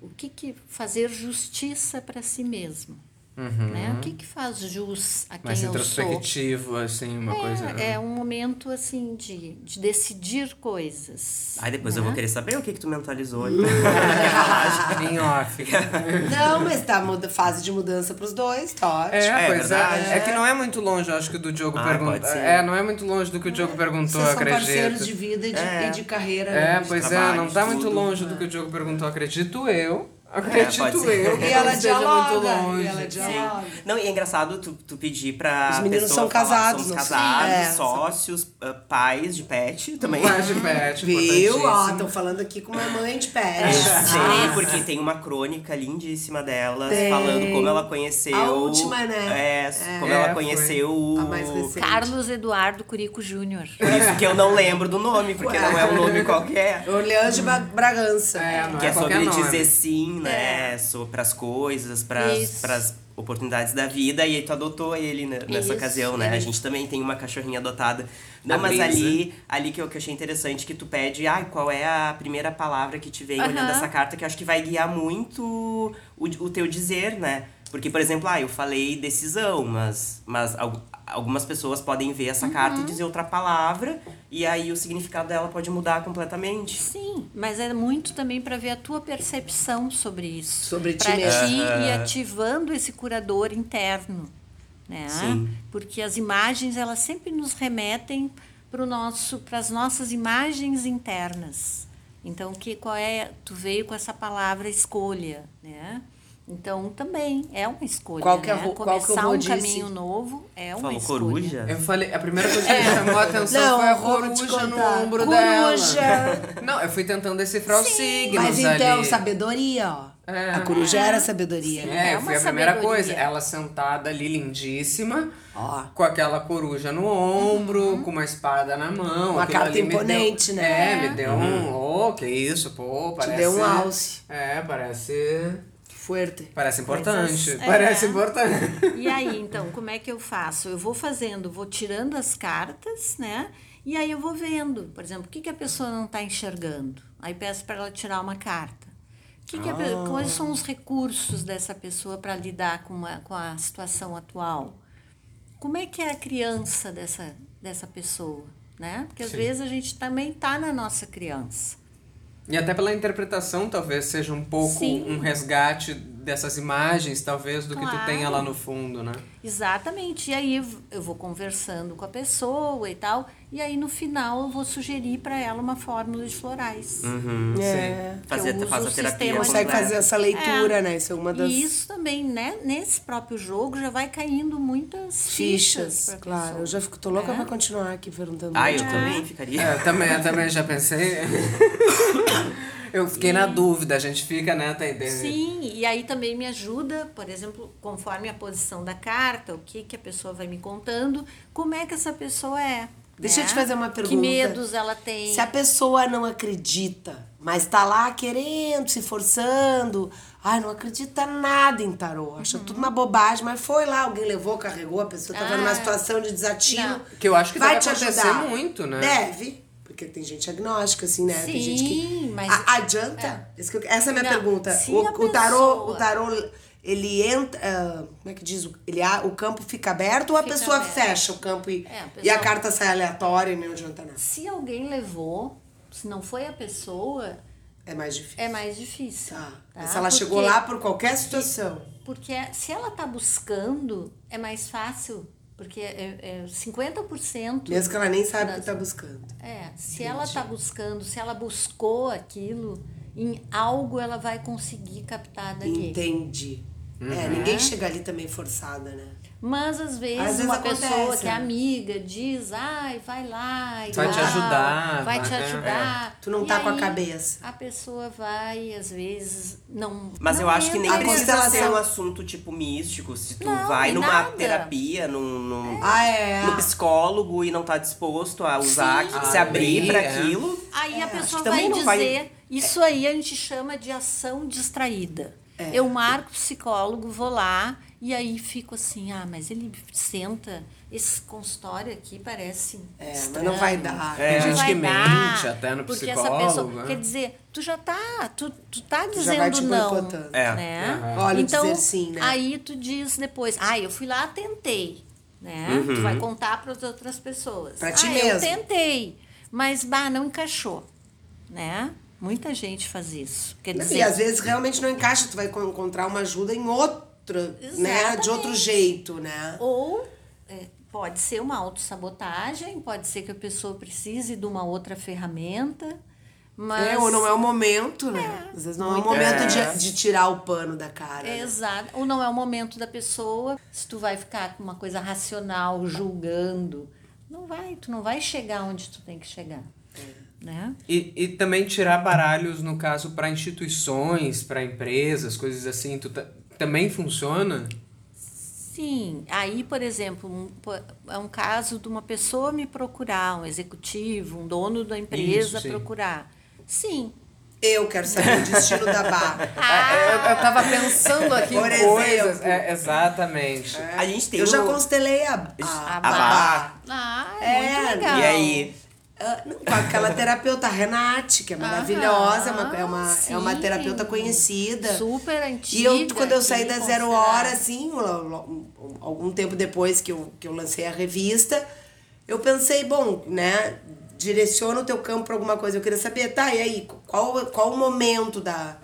Speaker 5: o que, que fazer justiça para si mesmo. Né? O que, que faz jus a quem
Speaker 4: Uhum. Mais
Speaker 5: eu um sou?
Speaker 4: introspectivo, assim, uma coisa.
Speaker 2: né?
Speaker 5: É, é um momento assim de, de decidir coisas.
Speaker 2: Aí depois eu
Speaker 5: né?
Speaker 3: Uhum.
Speaker 2: vou querer saber o que, que tu mentalizou. então.
Speaker 4: Em off.
Speaker 3: Não, mas tá muda, fase de mudança pros dois, tá ótimo.
Speaker 4: É,
Speaker 2: É
Speaker 4: pois
Speaker 2: verdade.
Speaker 4: é. É que não é muito longe, eu acho que do Diogo
Speaker 2: Ah, pode
Speaker 4: perguntou.
Speaker 2: ser.
Speaker 4: É, não é muito longe do que o Diogo perguntou,
Speaker 3: Vocês são
Speaker 4: acredito.
Speaker 3: parceiros de vida e de, e de carreira.
Speaker 4: É,
Speaker 3: né?
Speaker 4: pois é,
Speaker 2: trabalhos,
Speaker 4: não tá muito
Speaker 2: tudo,
Speaker 4: longe do que o Diogo perguntou, acredito eu. Acredito
Speaker 2: pode ser.
Speaker 4: eu. que
Speaker 3: E ela
Speaker 4: não seja
Speaker 3: dialoga.
Speaker 4: muito longe.
Speaker 3: E ela dialoga.
Speaker 2: Não, e é engraçado tu, tu pedir pra.
Speaker 3: Os meninos
Speaker 2: pessoa
Speaker 3: são
Speaker 2: falar,
Speaker 3: casados,
Speaker 2: Somos
Speaker 3: não sei.
Speaker 2: casados,
Speaker 3: É.
Speaker 2: sócios, ah, pais de pet também.
Speaker 4: Mas de pet,
Speaker 3: Viu? Ó,
Speaker 4: importantíssimo.
Speaker 3: estão falando aqui com uma mãe de pet.
Speaker 2: Sim,
Speaker 3: Ah,
Speaker 2: Né? porque tem uma crônica lindíssima delas
Speaker 3: Tem.
Speaker 2: falando como ela conheceu.
Speaker 3: A última, né?
Speaker 2: É, como
Speaker 4: É,
Speaker 2: ela
Speaker 4: foi.
Speaker 2: conheceu o.
Speaker 3: a Tá mais recente.
Speaker 5: Carlos Eduardo Curico Júnior.
Speaker 2: Por isso que eu não lembro do nome, porque não é um nome qualquer.
Speaker 3: Orleans de Ba- Bragança.
Speaker 4: É, não
Speaker 2: que é
Speaker 4: qualquer
Speaker 2: sobre
Speaker 4: nome.
Speaker 2: dizer sim, né? So, pras coisas, pras,
Speaker 5: Isso.
Speaker 2: pras oportunidades da vida. E aí tu adotou ele né, nessa
Speaker 5: Isso,
Speaker 2: ocasião, né?
Speaker 5: ele.
Speaker 2: A gente também tem uma cachorrinha adotada. Não,
Speaker 4: A
Speaker 2: mas
Speaker 4: Brisa.
Speaker 2: ali, ali que eu, que eu achei interessante, que tu pede, ai, qual é a primeira palavra que te veio
Speaker 5: Aham.
Speaker 2: olhando essa carta, que eu acho que vai guiar muito o, o teu dizer, né? Porque, por exemplo, ah, eu falei decisão, mas, mas al- algumas pessoas podem ver essa carta e dizer outra palavra, e aí o significado dela pode mudar completamente.
Speaker 5: Sim, mas é muito também para ver a tua percepção sobre isso.
Speaker 3: Sobre ti
Speaker 5: Pra
Speaker 3: mesmo. É,
Speaker 5: ti e ativando esse curador interno, né?
Speaker 2: Sim.
Speaker 5: Porque as imagens elas sempre nos remetem para nosso, para as nossas imagens internas. Então, que qual é? Tu veio com essa palavra escolha, né? Então também é uma escolha.
Speaker 3: Qual que é
Speaker 5: né?
Speaker 3: a ro- qual que
Speaker 5: Começar
Speaker 3: eu vou
Speaker 5: um
Speaker 3: disse?
Speaker 5: caminho novo é uma
Speaker 2: Falou
Speaker 5: escolha.
Speaker 2: coruja?
Speaker 4: Eu falei, a primeira coisa que me chamou a atenção
Speaker 3: É. Não,
Speaker 4: foi a
Speaker 3: eu vou te
Speaker 4: coruja no
Speaker 3: contar.
Speaker 4: ombro
Speaker 3: Coruja.
Speaker 4: dela. Não, eu fui tentando decifrar os signos
Speaker 3: Mas então,
Speaker 4: ali.
Speaker 3: sabedoria, ó.
Speaker 4: É.
Speaker 3: A coruja era sabedoria. né?
Speaker 5: É
Speaker 4: É,
Speaker 5: uma
Speaker 4: foi a primeira
Speaker 5: sabedoria.
Speaker 4: coisa. Ela sentada ali, lindíssima,
Speaker 3: Ó. Uhum.
Speaker 4: com aquela coruja no ombro, com uma espada na mão.
Speaker 3: Uma
Speaker 4: Aquilo
Speaker 3: carta
Speaker 4: ali me
Speaker 3: imponente,
Speaker 4: deu-
Speaker 3: né?
Speaker 4: É, me deu um. Oh, que isso, pô, parece.
Speaker 3: deu um alce.
Speaker 4: É, parece.
Speaker 3: Fuerte.
Speaker 4: Parece importante.
Speaker 5: Coisas- é.
Speaker 4: Parece importante.
Speaker 5: E aí, então, como é que eu faço? Eu vou fazendo, vou tirando as cartas, né? E aí eu vou vendo, por exemplo, o que, que a pessoa não está enxergando. Aí peço para ela tirar uma carta. O Que que a pe- Quais são os recursos dessa pessoa para lidar com a, com a situação atual? Como é que é a criança dessa, dessa pessoa? Né? Porque às
Speaker 4: Sim.
Speaker 5: vezes a gente também está na nossa criança.
Speaker 4: E até pela interpretação, talvez seja um pouco
Speaker 5: Sim.
Speaker 4: um resgate dessas imagens, talvez, do que tu
Speaker 5: Claro.
Speaker 4: tenha lá no fundo, né?
Speaker 5: Exatamente. E aí v- eu vou conversando com a pessoa e tal. E aí no final eu vou sugerir para ela uma fórmula de florais.
Speaker 3: É.
Speaker 2: Fazer,
Speaker 5: uso
Speaker 2: faz
Speaker 5: o
Speaker 2: a terapia.
Speaker 5: sistema de-
Speaker 3: Consegue
Speaker 2: completa.
Speaker 3: fazer essa leitura, né? Isso é uma das.
Speaker 5: E isso também, né? Nesse próprio jogo já vai caindo muitas fichas.
Speaker 3: Fichas,
Speaker 5: pra
Speaker 3: claro.
Speaker 5: pessoa.
Speaker 3: Eu já fico, tô louca
Speaker 5: É.
Speaker 3: pra continuar aqui perguntando.
Speaker 2: Ah, eu também ficaria.
Speaker 4: É, eu também, eu também já pensei. eu fiquei na dúvida, a gente fica, né, tá entendendo?
Speaker 5: Sim, e aí também me ajuda, por exemplo, conforme a posição da carta, o que, que a pessoa vai me contando, como é que essa pessoa é.
Speaker 3: Deixa
Speaker 5: né?
Speaker 3: eu te fazer uma
Speaker 5: Que
Speaker 3: pergunta.
Speaker 5: medos ela tem.
Speaker 3: Se a pessoa não acredita, mas tá lá querendo, se forçando, ai, não acredita nada em tarô, acha
Speaker 5: Uhum.
Speaker 3: tudo uma bobagem, mas foi lá, alguém levou, carregou, a pessoa tava
Speaker 5: Ah.
Speaker 3: numa situação de desatino.
Speaker 5: Não.
Speaker 4: Que eu acho que
Speaker 3: vai
Speaker 4: deve
Speaker 3: te
Speaker 4: acontecer
Speaker 3: ajudar.
Speaker 4: muito, né?
Speaker 3: Deve, porque tem gente agnóstica, assim, né? tem gente que.
Speaker 5: Sim, mas-
Speaker 3: A- adianta? Isso que eu- Essa é a minha
Speaker 5: Não,
Speaker 3: pergunta.
Speaker 5: se
Speaker 3: O,
Speaker 5: a
Speaker 3: o tarô, o
Speaker 5: pessoa-
Speaker 3: tarô, ele entra. ah, como é que diz? Ele, a- o campo fica aberto ou a
Speaker 5: Fica
Speaker 3: pessoa
Speaker 5: aberto.
Speaker 3: fecha o campo e,
Speaker 5: É, a pessoa-
Speaker 3: e a carta sai aleatória e não adianta nada?
Speaker 5: Se alguém levou, se não foi a pessoa,
Speaker 3: É mais difícil.
Speaker 5: é mais difícil.
Speaker 3: Tá.
Speaker 5: tá?
Speaker 3: Mas se ela chegou
Speaker 5: Porque-
Speaker 3: lá por qualquer situação.
Speaker 5: Porque se ela tá buscando, é mais fácil. Porque é, é 50%.
Speaker 3: Mesmo que ela nem sabe o que tá buscando.
Speaker 5: É, se ela tá buscando, se ela buscou aquilo, em algo ela vai conseguir captar daqui.
Speaker 4: Uhum.
Speaker 3: Entendi. É, ninguém chega ali também forçada, né?
Speaker 5: Mas às vezes
Speaker 3: Às vezes
Speaker 5: uma
Speaker 3: acontece,
Speaker 5: pessoa que é
Speaker 3: né?
Speaker 5: amiga diz, ai, vai lá e
Speaker 4: Vai te
Speaker 5: tal,
Speaker 4: ajudar,
Speaker 5: Vai te
Speaker 4: vai- é.
Speaker 5: ajudar.
Speaker 3: Tu não
Speaker 5: E
Speaker 3: tá com a
Speaker 5: aí,
Speaker 3: cabeça.
Speaker 5: A pessoa vai, e às vezes, não.
Speaker 2: Mas
Speaker 5: não
Speaker 2: eu acho que nem
Speaker 5: entra.
Speaker 3: A
Speaker 2: precisa ser
Speaker 3: constelação-
Speaker 2: um assunto, tipo, místico. Se tu
Speaker 5: Não,
Speaker 2: vai
Speaker 5: e
Speaker 2: numa
Speaker 5: nada.
Speaker 2: terapia, num, num,
Speaker 3: Ah, é.
Speaker 2: num psicólogo e não tá disposto a usar,
Speaker 5: Sim.
Speaker 2: aqui- se
Speaker 4: Ah,
Speaker 2: abrir
Speaker 4: bem,
Speaker 2: pra
Speaker 4: é.
Speaker 2: aquilo.
Speaker 5: Aí a pessoa
Speaker 2: que também
Speaker 5: vai
Speaker 2: não
Speaker 5: dizer,
Speaker 2: vai-
Speaker 5: isso aí a gente chama de ação distraída. Eu marco o psicólogo, vou lá e aí fico assim, ah, mas ele senta, esse consultório aqui parece
Speaker 3: É, mas
Speaker 5: estranho.
Speaker 3: não vai dar.
Speaker 4: Tem
Speaker 5: Não
Speaker 4: gente
Speaker 5: vai
Speaker 4: que
Speaker 5: dar,
Speaker 4: mente É, até no
Speaker 5: porque
Speaker 4: psicólogo,
Speaker 5: Essa pessoa,
Speaker 4: né?
Speaker 5: Quer dizer, tu já tá, tu, tu tá dizendo
Speaker 3: já vai te
Speaker 5: não.
Speaker 3: boicotando.
Speaker 2: É,
Speaker 5: Né?
Speaker 3: Olha, o
Speaker 5: então,
Speaker 3: dizer sim, né?
Speaker 5: aí tu diz depois, ah, eu fui lá, tentei. Né? Tu
Speaker 4: Uhum.
Speaker 5: vai contar para as outras pessoas.
Speaker 3: Pra ti
Speaker 5: ah, eu
Speaker 3: mesmo.
Speaker 5: tentei, mas bah, não encaixou. Né? Muita gente faz isso. Quer
Speaker 3: Não,
Speaker 5: dizer,
Speaker 3: E assim, às vezes realmente não encaixa, tu vai con- encontrar uma ajuda em outra, né?
Speaker 5: Exatamente.
Speaker 3: De outro jeito, né?
Speaker 5: Ou é, pode ser uma autossabotagem, pode ser que a pessoa precise de uma outra ferramenta, mas.
Speaker 3: É, ou não é o momento, né? Às vezes não é o momento de, de tirar o pano da cara. né?
Speaker 5: Exato. Ou não é o momento da pessoa. Se tu vai ficar com uma coisa racional, julgando, não vai, tu não vai chegar onde tu tem que chegar. Né?
Speaker 4: E, e também tirar baralhos, no caso, para instituições, para empresas, coisas assim, tu ta- também funciona?
Speaker 5: Sim, aí, por exemplo, um, po- é um caso de uma pessoa me procurar, um executivo, um dono da empresa
Speaker 4: Isso, sim.
Speaker 5: procurar. Sim.
Speaker 3: Eu quero saber o destino da barra.
Speaker 5: Ah.
Speaker 4: É, eu, eu tava pensando aqui
Speaker 3: Por
Speaker 4: em coisas.
Speaker 3: exemplo.
Speaker 4: É, exatamente.
Speaker 2: A gente tem
Speaker 3: Eu já
Speaker 2: um-
Speaker 3: constelei a, a,
Speaker 5: A
Speaker 2: Abá.
Speaker 5: barra. Ah, é,
Speaker 3: Ah, É,
Speaker 5: muito legal.
Speaker 2: E aí?
Speaker 3: Ah, não, com aquela terapeuta Renate, que é maravilhosa, é uma, é uma, é uma
Speaker 5: sim.
Speaker 3: terapeuta conhecida.
Speaker 5: Super antiga.
Speaker 3: E eu, quando eu saí
Speaker 5: que
Speaker 3: da Zero
Speaker 5: considerada.
Speaker 3: Hora, assim, lo- lo- um- algum tempo depois que eu, que eu lancei a revista, eu pensei, bom, né, direciona o teu campo pra alguma coisa. Eu queria saber, tá, e aí, qual, qual o momento da...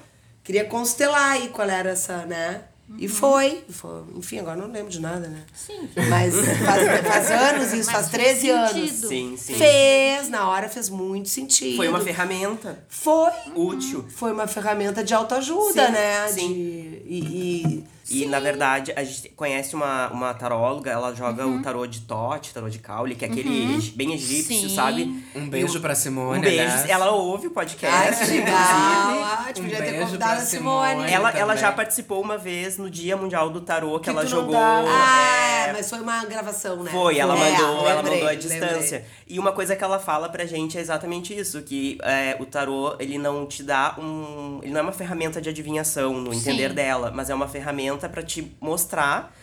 Speaker 3: Queria constelar aí qual era essa, né? E
Speaker 5: Uhum.
Speaker 3: foi, e foi. Enfim, agora não lembro de nada, né?
Speaker 5: Sim.
Speaker 3: Mas faz, faz anos isso,
Speaker 5: Mas
Speaker 3: faz
Speaker 5: fez
Speaker 3: 13 anos.
Speaker 5: sentido.
Speaker 2: Sim, sim.
Speaker 3: Fez, na hora fez muito sentido.
Speaker 2: Foi uma ferramenta
Speaker 3: Foi
Speaker 2: útil.
Speaker 3: foi uma ferramenta de autoajuda,
Speaker 2: Sim,
Speaker 3: né?
Speaker 2: sim.
Speaker 3: De, e,
Speaker 2: E, na verdade, a gente conhece uma, uma taróloga, ela joga
Speaker 5: Uhum.
Speaker 2: o tarô de Tote, tarô de Caule, que é aquele eg- bem egípcio,
Speaker 5: Sim.
Speaker 2: sabe?
Speaker 4: Um beijo pra Simone.
Speaker 2: Um beijo.
Speaker 4: aliás.
Speaker 2: Ela ouve o
Speaker 3: Ai,
Speaker 2: podcast.
Speaker 3: que
Speaker 2: inclusive.
Speaker 3: legal. Ah, a gente
Speaker 4: Um
Speaker 3: podia ter
Speaker 4: beijo
Speaker 3: convidado
Speaker 4: pra
Speaker 3: a Simone.
Speaker 4: Simone.
Speaker 2: Ela, ela
Speaker 4: também.
Speaker 2: já participou uma vez no Dia Mundial do Tarô, que,
Speaker 3: Que
Speaker 2: ela
Speaker 3: tu não
Speaker 2: jogou.
Speaker 3: dá-
Speaker 2: é,
Speaker 3: Ah, mas foi uma gravação, né?
Speaker 2: Foi, ela
Speaker 3: É,
Speaker 2: mandou, ela
Speaker 3: lembrei,
Speaker 2: mandou a
Speaker 3: lembrei.
Speaker 2: distância. E uma coisa que ela fala pra gente é exatamente isso: que é, o tarô, ele não te dá um. Ele não é uma ferramenta de adivinhação no entender
Speaker 5: Sim.
Speaker 2: dela, mas é uma ferramenta pra te mostrar.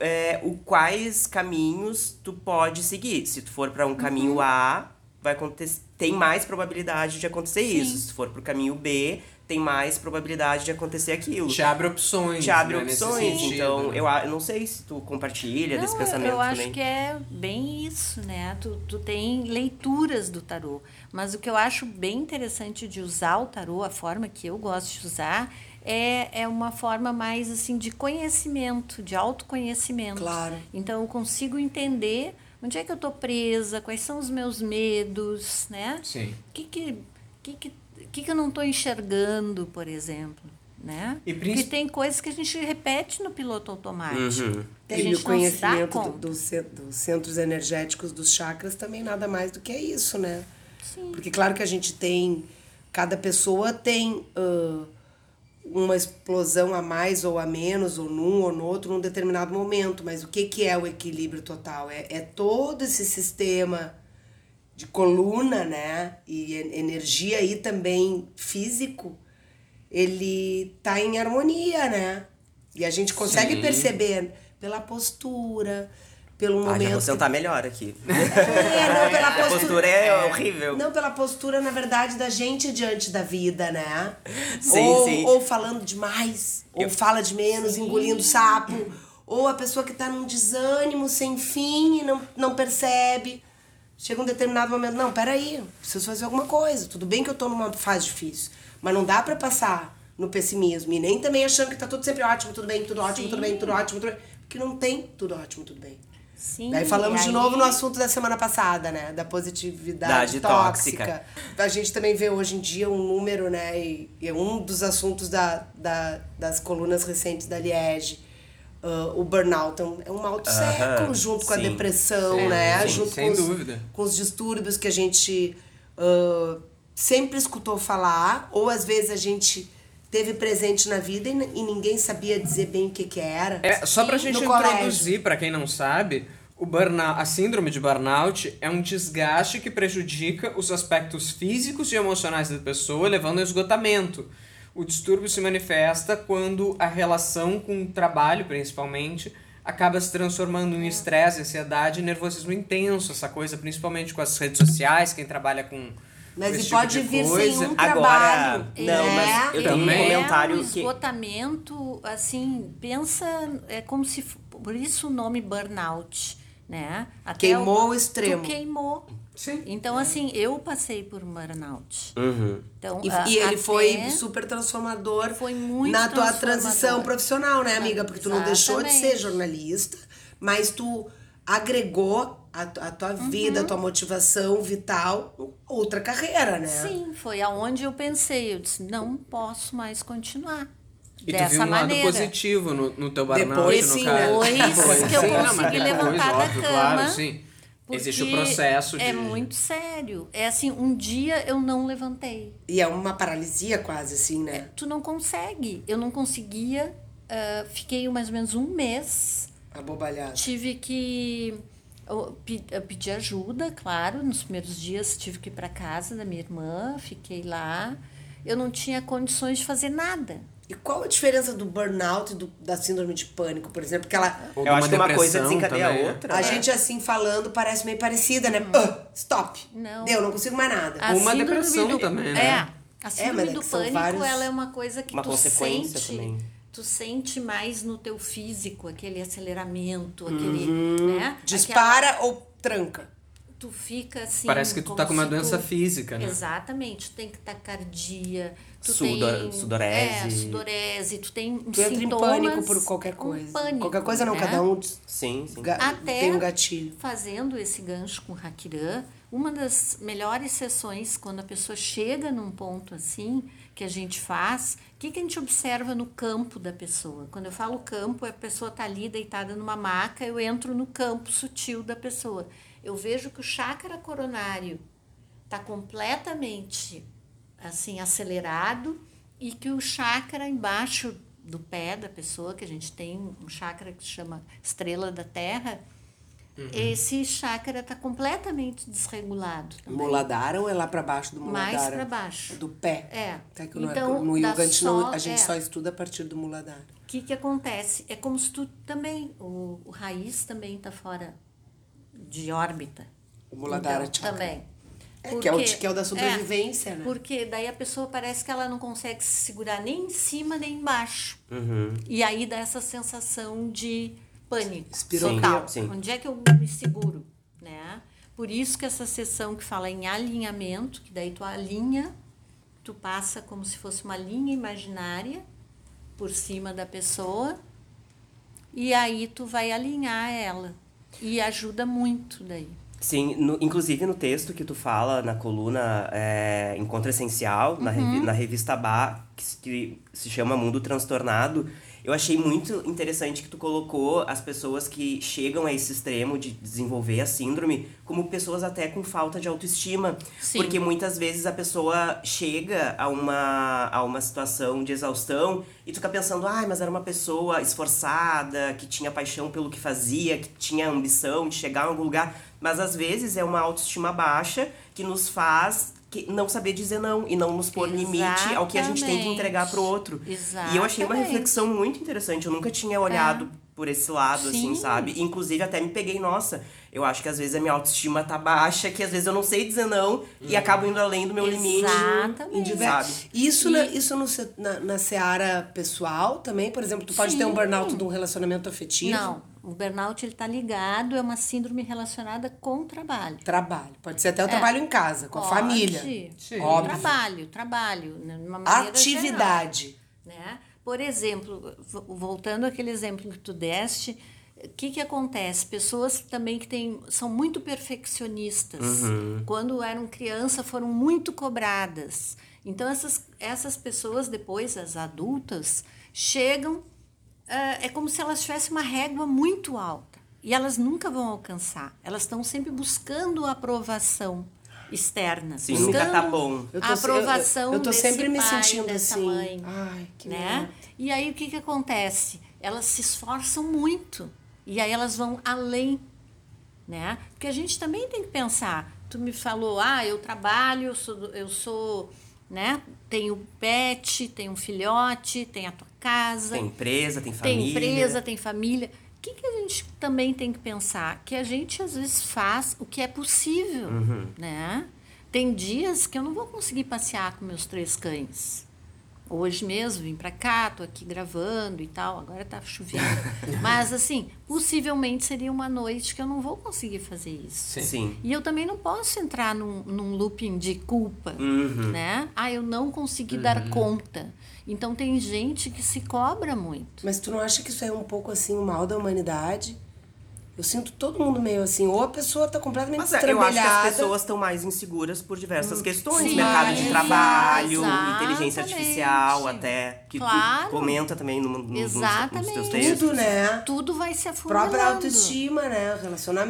Speaker 2: é, o quais caminhos tu pode seguir. Se tu for pra um caminho A, vai acontecer, tem mais probabilidade de acontecer isso. Se tu for pro caminho B, tem mais probabilidade de acontecer aquilo.
Speaker 4: Te abre opções.
Speaker 2: Te abre
Speaker 4: né, nesse
Speaker 2: opções,
Speaker 4: sentido,
Speaker 2: então
Speaker 4: né?
Speaker 2: eu, a- eu não sei se tu compartilha
Speaker 5: Não,
Speaker 2: desse
Speaker 5: eu-
Speaker 2: pensamento né?
Speaker 5: eu acho
Speaker 2: também.
Speaker 5: que é bem isso, né? Tu, tu tem leituras do tarô. Mas o que eu acho bem interessante de usar o tarô, a forma que eu gosto de usar, é, é uma forma mais assim de conhecimento, de autoconhecimento.
Speaker 3: Claro.
Speaker 5: Então eu consigo entender onde é que eu tô presa, quais são os meus medos, né?
Speaker 4: Sim.
Speaker 5: O que que, que, que, que, que eu não estou enxergando, por exemplo? Né?
Speaker 4: E princi-
Speaker 5: Porque tem coisas que a gente repete no piloto automático.
Speaker 2: Uhum.
Speaker 5: Que a
Speaker 3: E o
Speaker 5: gente não se dá
Speaker 3: conhecimento do-
Speaker 5: conta.
Speaker 3: do ce- dos centros energéticos dos chakras também nada mais do que é isso, né?
Speaker 5: Sim.
Speaker 3: Porque claro que a gente tem, cada pessoa tem ãh, uma explosão a mais ou a menos, ou num ou no outro, num determinado momento. Mas o que, que é o equilíbrio total? É, é todo esse sistema de coluna, né? E en- energia aí também físico, ele tá em harmonia, né? E a gente consegue perceber pela postura, pelo
Speaker 2: Ah,
Speaker 3: momento.
Speaker 2: já vou
Speaker 3: que-
Speaker 2: sentar melhor aqui.
Speaker 3: É, não, pela
Speaker 2: A
Speaker 3: postura.
Speaker 2: postura é horrível.
Speaker 3: Não, pela postura, na verdade, da gente diante da vida, né?
Speaker 2: Sim,
Speaker 3: ou,
Speaker 2: sim.
Speaker 3: ou falando demais, ou fala de menos, engolindo sapo. Ou a pessoa que tá num desânimo sem fim e não, não percebe. Chega um determinado momento, não, peraí, preciso fazer alguma coisa. Tudo bem que eu tô numa fase difícil, mas não dá pra passar no pessimismo. E nem também achando que tá tudo sempre ótimo, tudo bem, tudo ótimo, tudo bem, tudo ótimo, tudo bem. Porque não tem tudo ótimo, tudo bem.
Speaker 5: Sim,
Speaker 3: Daí falamos
Speaker 5: assim, e
Speaker 3: de
Speaker 5: aí-
Speaker 3: novo no assunto da semana passada, né? Da positividade
Speaker 2: Dade
Speaker 3: tóxica.
Speaker 2: tóxica.
Speaker 3: A gente também vê hoje em dia um número, né? E, e é um dos assuntos da, da- das colunas recentes da Liege. ah, o burnout é um- é um mal do século, junto com a
Speaker 2: sim.
Speaker 3: depressão,
Speaker 5: Sim,
Speaker 3: né?
Speaker 4: sim,
Speaker 3: junto
Speaker 4: sem
Speaker 3: com os,
Speaker 4: dúvida.
Speaker 3: com os distúrbios que a gente ah, sempre escutou falar, ou às vezes a gente teve presente na vida e, n- e ninguém sabia dizer bem o que, que era.
Speaker 4: É, só pra gente
Speaker 3: No colégio.
Speaker 4: introduzir, pra quem não sabe, o burnout, a síndrome de burnout é um desgaste que prejudica os aspectos físicos e emocionais da pessoa, levando ao esgotamento. O distúrbio se manifesta quando a relação com o trabalho, principalmente, acaba se transformando em estresse, ansiedade e nervosismo intenso, essa coisa, principalmente com as redes sociais, quem trabalha com.
Speaker 3: Mas
Speaker 4: esse
Speaker 3: e
Speaker 4: tipo
Speaker 3: pode
Speaker 4: de
Speaker 3: vir sem
Speaker 4: coisa.
Speaker 3: um-
Speaker 2: Agora,
Speaker 3: trabalho,
Speaker 2: não,
Speaker 5: É,
Speaker 2: mas eu tenho um
Speaker 5: é
Speaker 4: também.
Speaker 2: comentário
Speaker 5: um
Speaker 2: que.
Speaker 5: esgotamento, assim, pensa, é como se, f- por isso o nome burnout, né? Até
Speaker 3: Queimou o
Speaker 5: tu
Speaker 3: extremo.
Speaker 5: queimou.
Speaker 4: Sim.
Speaker 5: Então, assim, eu passei por um burnout.
Speaker 2: Uhum.
Speaker 5: Então,
Speaker 3: E,
Speaker 5: a-
Speaker 3: e Ah, ele
Speaker 5: até-
Speaker 3: foi super transformador
Speaker 5: Foi muito
Speaker 3: na tua
Speaker 5: transformador.
Speaker 3: transição profissional, né, amiga? Porque tu não deixou de ser
Speaker 5: Exatamente.
Speaker 3: jornalista, mas tu agregou a, tu- a tua
Speaker 5: Uhum.
Speaker 3: vida, a tua motivação vital, outra carreira, né?
Speaker 5: Sim, foi aonde eu pensei. Eu disse, não posso mais continuar.
Speaker 4: E
Speaker 5: dessa
Speaker 4: tu viu um lado
Speaker 5: maneira.
Speaker 4: positivo no, no teu burnout,
Speaker 3: Depois
Speaker 4: no
Speaker 3: sim,
Speaker 4: caso.
Speaker 5: né? Depois que eu
Speaker 4: não, mas
Speaker 5: consegui
Speaker 4: depois,
Speaker 5: levantar da
Speaker 4: óbvio,
Speaker 5: cama,
Speaker 4: Claro, sim. Existe o
Speaker 5: Porque
Speaker 4: processo de.
Speaker 5: É muito sério. É assim, um dia eu não levantei.
Speaker 3: E é uma paralisia quase, assim, né?
Speaker 5: Tu não consegue. Eu não conseguia. ah, fiquei mais ou menos um mês.
Speaker 3: Abobalhada.
Speaker 5: Tive que eu pe- eu pedir ajuda, claro. Nos primeiros dias tive que ir para casa da minha irmã. Fiquei lá. Eu não tinha condições de fazer nada.
Speaker 3: E qual a diferença do burnout e do, da síndrome de pânico, por exemplo? Porque ela,
Speaker 4: Ou de
Speaker 2: Eu acho que é uma coisa
Speaker 4: depressão
Speaker 2: desencadeia a
Speaker 4: também, né?
Speaker 2: outra.
Speaker 3: a
Speaker 2: né?
Speaker 3: gente assim falando parece meio parecida, né? Ah, stop.
Speaker 5: Uhum. Não.
Speaker 3: Deu, não consigo mais nada.
Speaker 5: A
Speaker 4: Ou uma
Speaker 5: síndrome
Speaker 4: depressão
Speaker 5: do-
Speaker 4: também,
Speaker 5: É.
Speaker 4: né?
Speaker 5: A
Speaker 3: mas
Speaker 5: síndrome
Speaker 3: é que
Speaker 5: do
Speaker 3: são
Speaker 5: pânico,
Speaker 3: vários-
Speaker 5: ela é uma coisa que
Speaker 2: uma
Speaker 5: tu
Speaker 2: consequência
Speaker 5: sente,
Speaker 2: também.
Speaker 5: tu sente mais no teu físico, aquele aceleramento, aquele,
Speaker 4: Uhum.
Speaker 5: né?
Speaker 3: Dispara ou tranca?
Speaker 5: Aquela- tu fica assim,
Speaker 4: Parece que tu
Speaker 5: como
Speaker 4: tá com uma
Speaker 5: se
Speaker 4: doença física, né?
Speaker 5: Exatamente, tu tem taquicardia, tu
Speaker 2: Sudor-
Speaker 5: tem
Speaker 2: sudorese.
Speaker 5: É, sudorese, tu tem
Speaker 3: Tu entra em
Speaker 5: sintomas,
Speaker 3: pânico por qualquer
Speaker 5: um
Speaker 3: coisa.
Speaker 5: pânico,
Speaker 3: qualquer coisa não,
Speaker 5: né?
Speaker 3: cada um
Speaker 2: Sim, sim.
Speaker 3: ga-
Speaker 5: Até-
Speaker 3: tem um gatilho.
Speaker 5: Fazendo esse gancho com o Hakiran, uma das melhores sessões, quando a pessoa chega num ponto assim, que a gente faz, o que, que a gente observa no campo da pessoa? Quando eu falo campo, a pessoa está ali deitada numa maca, eu entro no campo sutil da pessoa. Eu vejo que o chakra coronário está completamente assim acelerado e que o chakra embaixo do pé da pessoa, que a gente tem um chakra que se chama estrela da terra, esse chakra está completamente desregulado. também.
Speaker 3: Muladara ou é lá pra baixo do muladara?
Speaker 5: Mais pra baixo.
Speaker 3: Do pé.
Speaker 5: É.
Speaker 3: Tá que no-
Speaker 5: Então,
Speaker 3: no
Speaker 5: dá
Speaker 3: yoga a gente, não-
Speaker 5: só-
Speaker 3: a gente
Speaker 5: é.
Speaker 3: só estuda a partir do muladara.
Speaker 5: O que, que acontece? É como se tu também, o, o raiz também está fora de órbita.
Speaker 3: O muladara
Speaker 5: Então,
Speaker 3: chakra.
Speaker 5: também.
Speaker 3: É, que é o-
Speaker 5: Porque-
Speaker 3: que é o da sobrevivência, né?
Speaker 5: Porque daí a pessoa parece que ela não consegue se segurar nem em cima nem embaixo.
Speaker 2: Uhum.
Speaker 5: E aí dá essa sensação de pânico.
Speaker 3: Espiroquia.
Speaker 5: total.
Speaker 2: Sim.
Speaker 5: Onde é que eu me seguro, né? Por isso que essa sessão que fala em alinhamento, que daí tu alinha, tu passa como se fosse uma linha imaginária por cima da pessoa e aí tu vai alinhar ela. E ajuda muito daí.
Speaker 2: Sim, no- inclusive no texto que tu fala na coluna é, Encontro Essencial, na,
Speaker 3: Uhum.
Speaker 2: revi- na revista Bá, que, se- que se chama Mundo Transtornado, eu achei muito interessante que tu colocou as pessoas que chegam a esse extremo de desenvolver a síndrome como pessoas até com falta de autoestima.
Speaker 5: Sim.
Speaker 2: Porque muitas vezes a pessoa chega a uma, a uma situação de exaustão e tu fica pensando, ai, mas era uma pessoa esforçada, que tinha paixão pelo que fazia, que tinha ambição de chegar a algum lugar. Mas às vezes é uma autoestima baixa que nos faz que não saber dizer não e não nos pôr limite ao que a gente tem que
Speaker 5: Exatamente.
Speaker 2: entregar pro outro. E eu achei uma
Speaker 5: Exatamente.
Speaker 2: reflexão muito interessante, eu nunca tinha olhado. Por esse lado, assim,
Speaker 5: É. Sim.
Speaker 2: sabe? E, Inclusive, até me peguei, nossa, eu acho que às vezes a minha autoestima tá baixa, que às vezes eu não sei dizer não e acabo indo além do meu limite.
Speaker 5: Exatamente.
Speaker 2: em diversos- Sabe?
Speaker 3: Isso,
Speaker 5: E-
Speaker 3: na, isso no se- na, na seara pessoal também, por exemplo, tu pode
Speaker 5: Sim.
Speaker 3: ter um burnout de um relacionamento afetivo.
Speaker 5: Não, o burnout ele tá ligado, é uma síndrome relacionada com o trabalho.
Speaker 3: Trabalho. Pode ser até o
Speaker 5: É.
Speaker 3: trabalho em casa, com a família.
Speaker 4: Sim.
Speaker 5: Óbvio. Trabalho, trabalho, né, de uma maneira
Speaker 3: Atividade.
Speaker 5: geral, né? Por exemplo, vo- voltando àquele exemplo que tu deste, o que que acontece? Pessoas também que têm, são muito perfeccionistas. Quando eram criança foram muito cobradas. Então essas essas pessoas depois as adultas chegam é como se elas tivessem uma régua muito alta. E elas nunca vão alcançar. Elas estão sempre buscando a aprovação externa.
Speaker 2: Sim, nunca tá bom.
Speaker 3: Eu
Speaker 5: a
Speaker 3: eu,
Speaker 5: aprovação
Speaker 3: eu tô
Speaker 5: desse
Speaker 3: sempre me
Speaker 5: pai,
Speaker 3: sentindo
Speaker 5: dessa
Speaker 3: assim.
Speaker 5: mãe,
Speaker 3: Ai, que
Speaker 5: né?
Speaker 3: merda.
Speaker 5: E aí o que que acontece? Elas se esforçam muito e aí elas vão além, né? Porque a gente também tem que pensar. Tu me falou, ah, eu trabalho, eu sou, do- eu sou, né? Tenho pet, tenho um filhote, tenho a tua casa,
Speaker 2: Tem empresa, tem
Speaker 5: tem
Speaker 2: família.
Speaker 5: empresa, tem família. O que, que a gente também tem que pensar? Que a gente às vezes faz o que é possível,
Speaker 2: Uhum.
Speaker 5: né? Tem dias que eu não vou conseguir passear com meus três cães. Hoje mesmo vim pra cá, tô aqui gravando e tal, agora tá chovendo. Mas assim, possivelmente seria uma noite que eu não vou conseguir fazer isso.
Speaker 2: Sim.
Speaker 5: E eu também não posso entrar num, num looping de culpa,
Speaker 2: Uhum.
Speaker 5: né? Ah, eu não consegui dar conta. Então tem gente que se cobra muito.
Speaker 3: Mas tu não acha que isso é um pouco assim o mal da humanidade? Eu sinto todo mundo meio assim, ou a pessoa tá completamente
Speaker 2: Mas é, eu acho que as
Speaker 3: destrambelhada.
Speaker 2: pessoas estão mais inseguras por diversas questões.
Speaker 5: Hum, Sim,
Speaker 2: Mercado de
Speaker 5: exatamente.
Speaker 2: trabalho, inteligência artificial até. Que tu
Speaker 5: Claro.
Speaker 2: comenta também no, no, nos, nos teus
Speaker 5: Exatamente.
Speaker 2: textos.
Speaker 3: Tudo, né?
Speaker 5: Tudo vai se afunilando.
Speaker 3: Própria autoestima, né?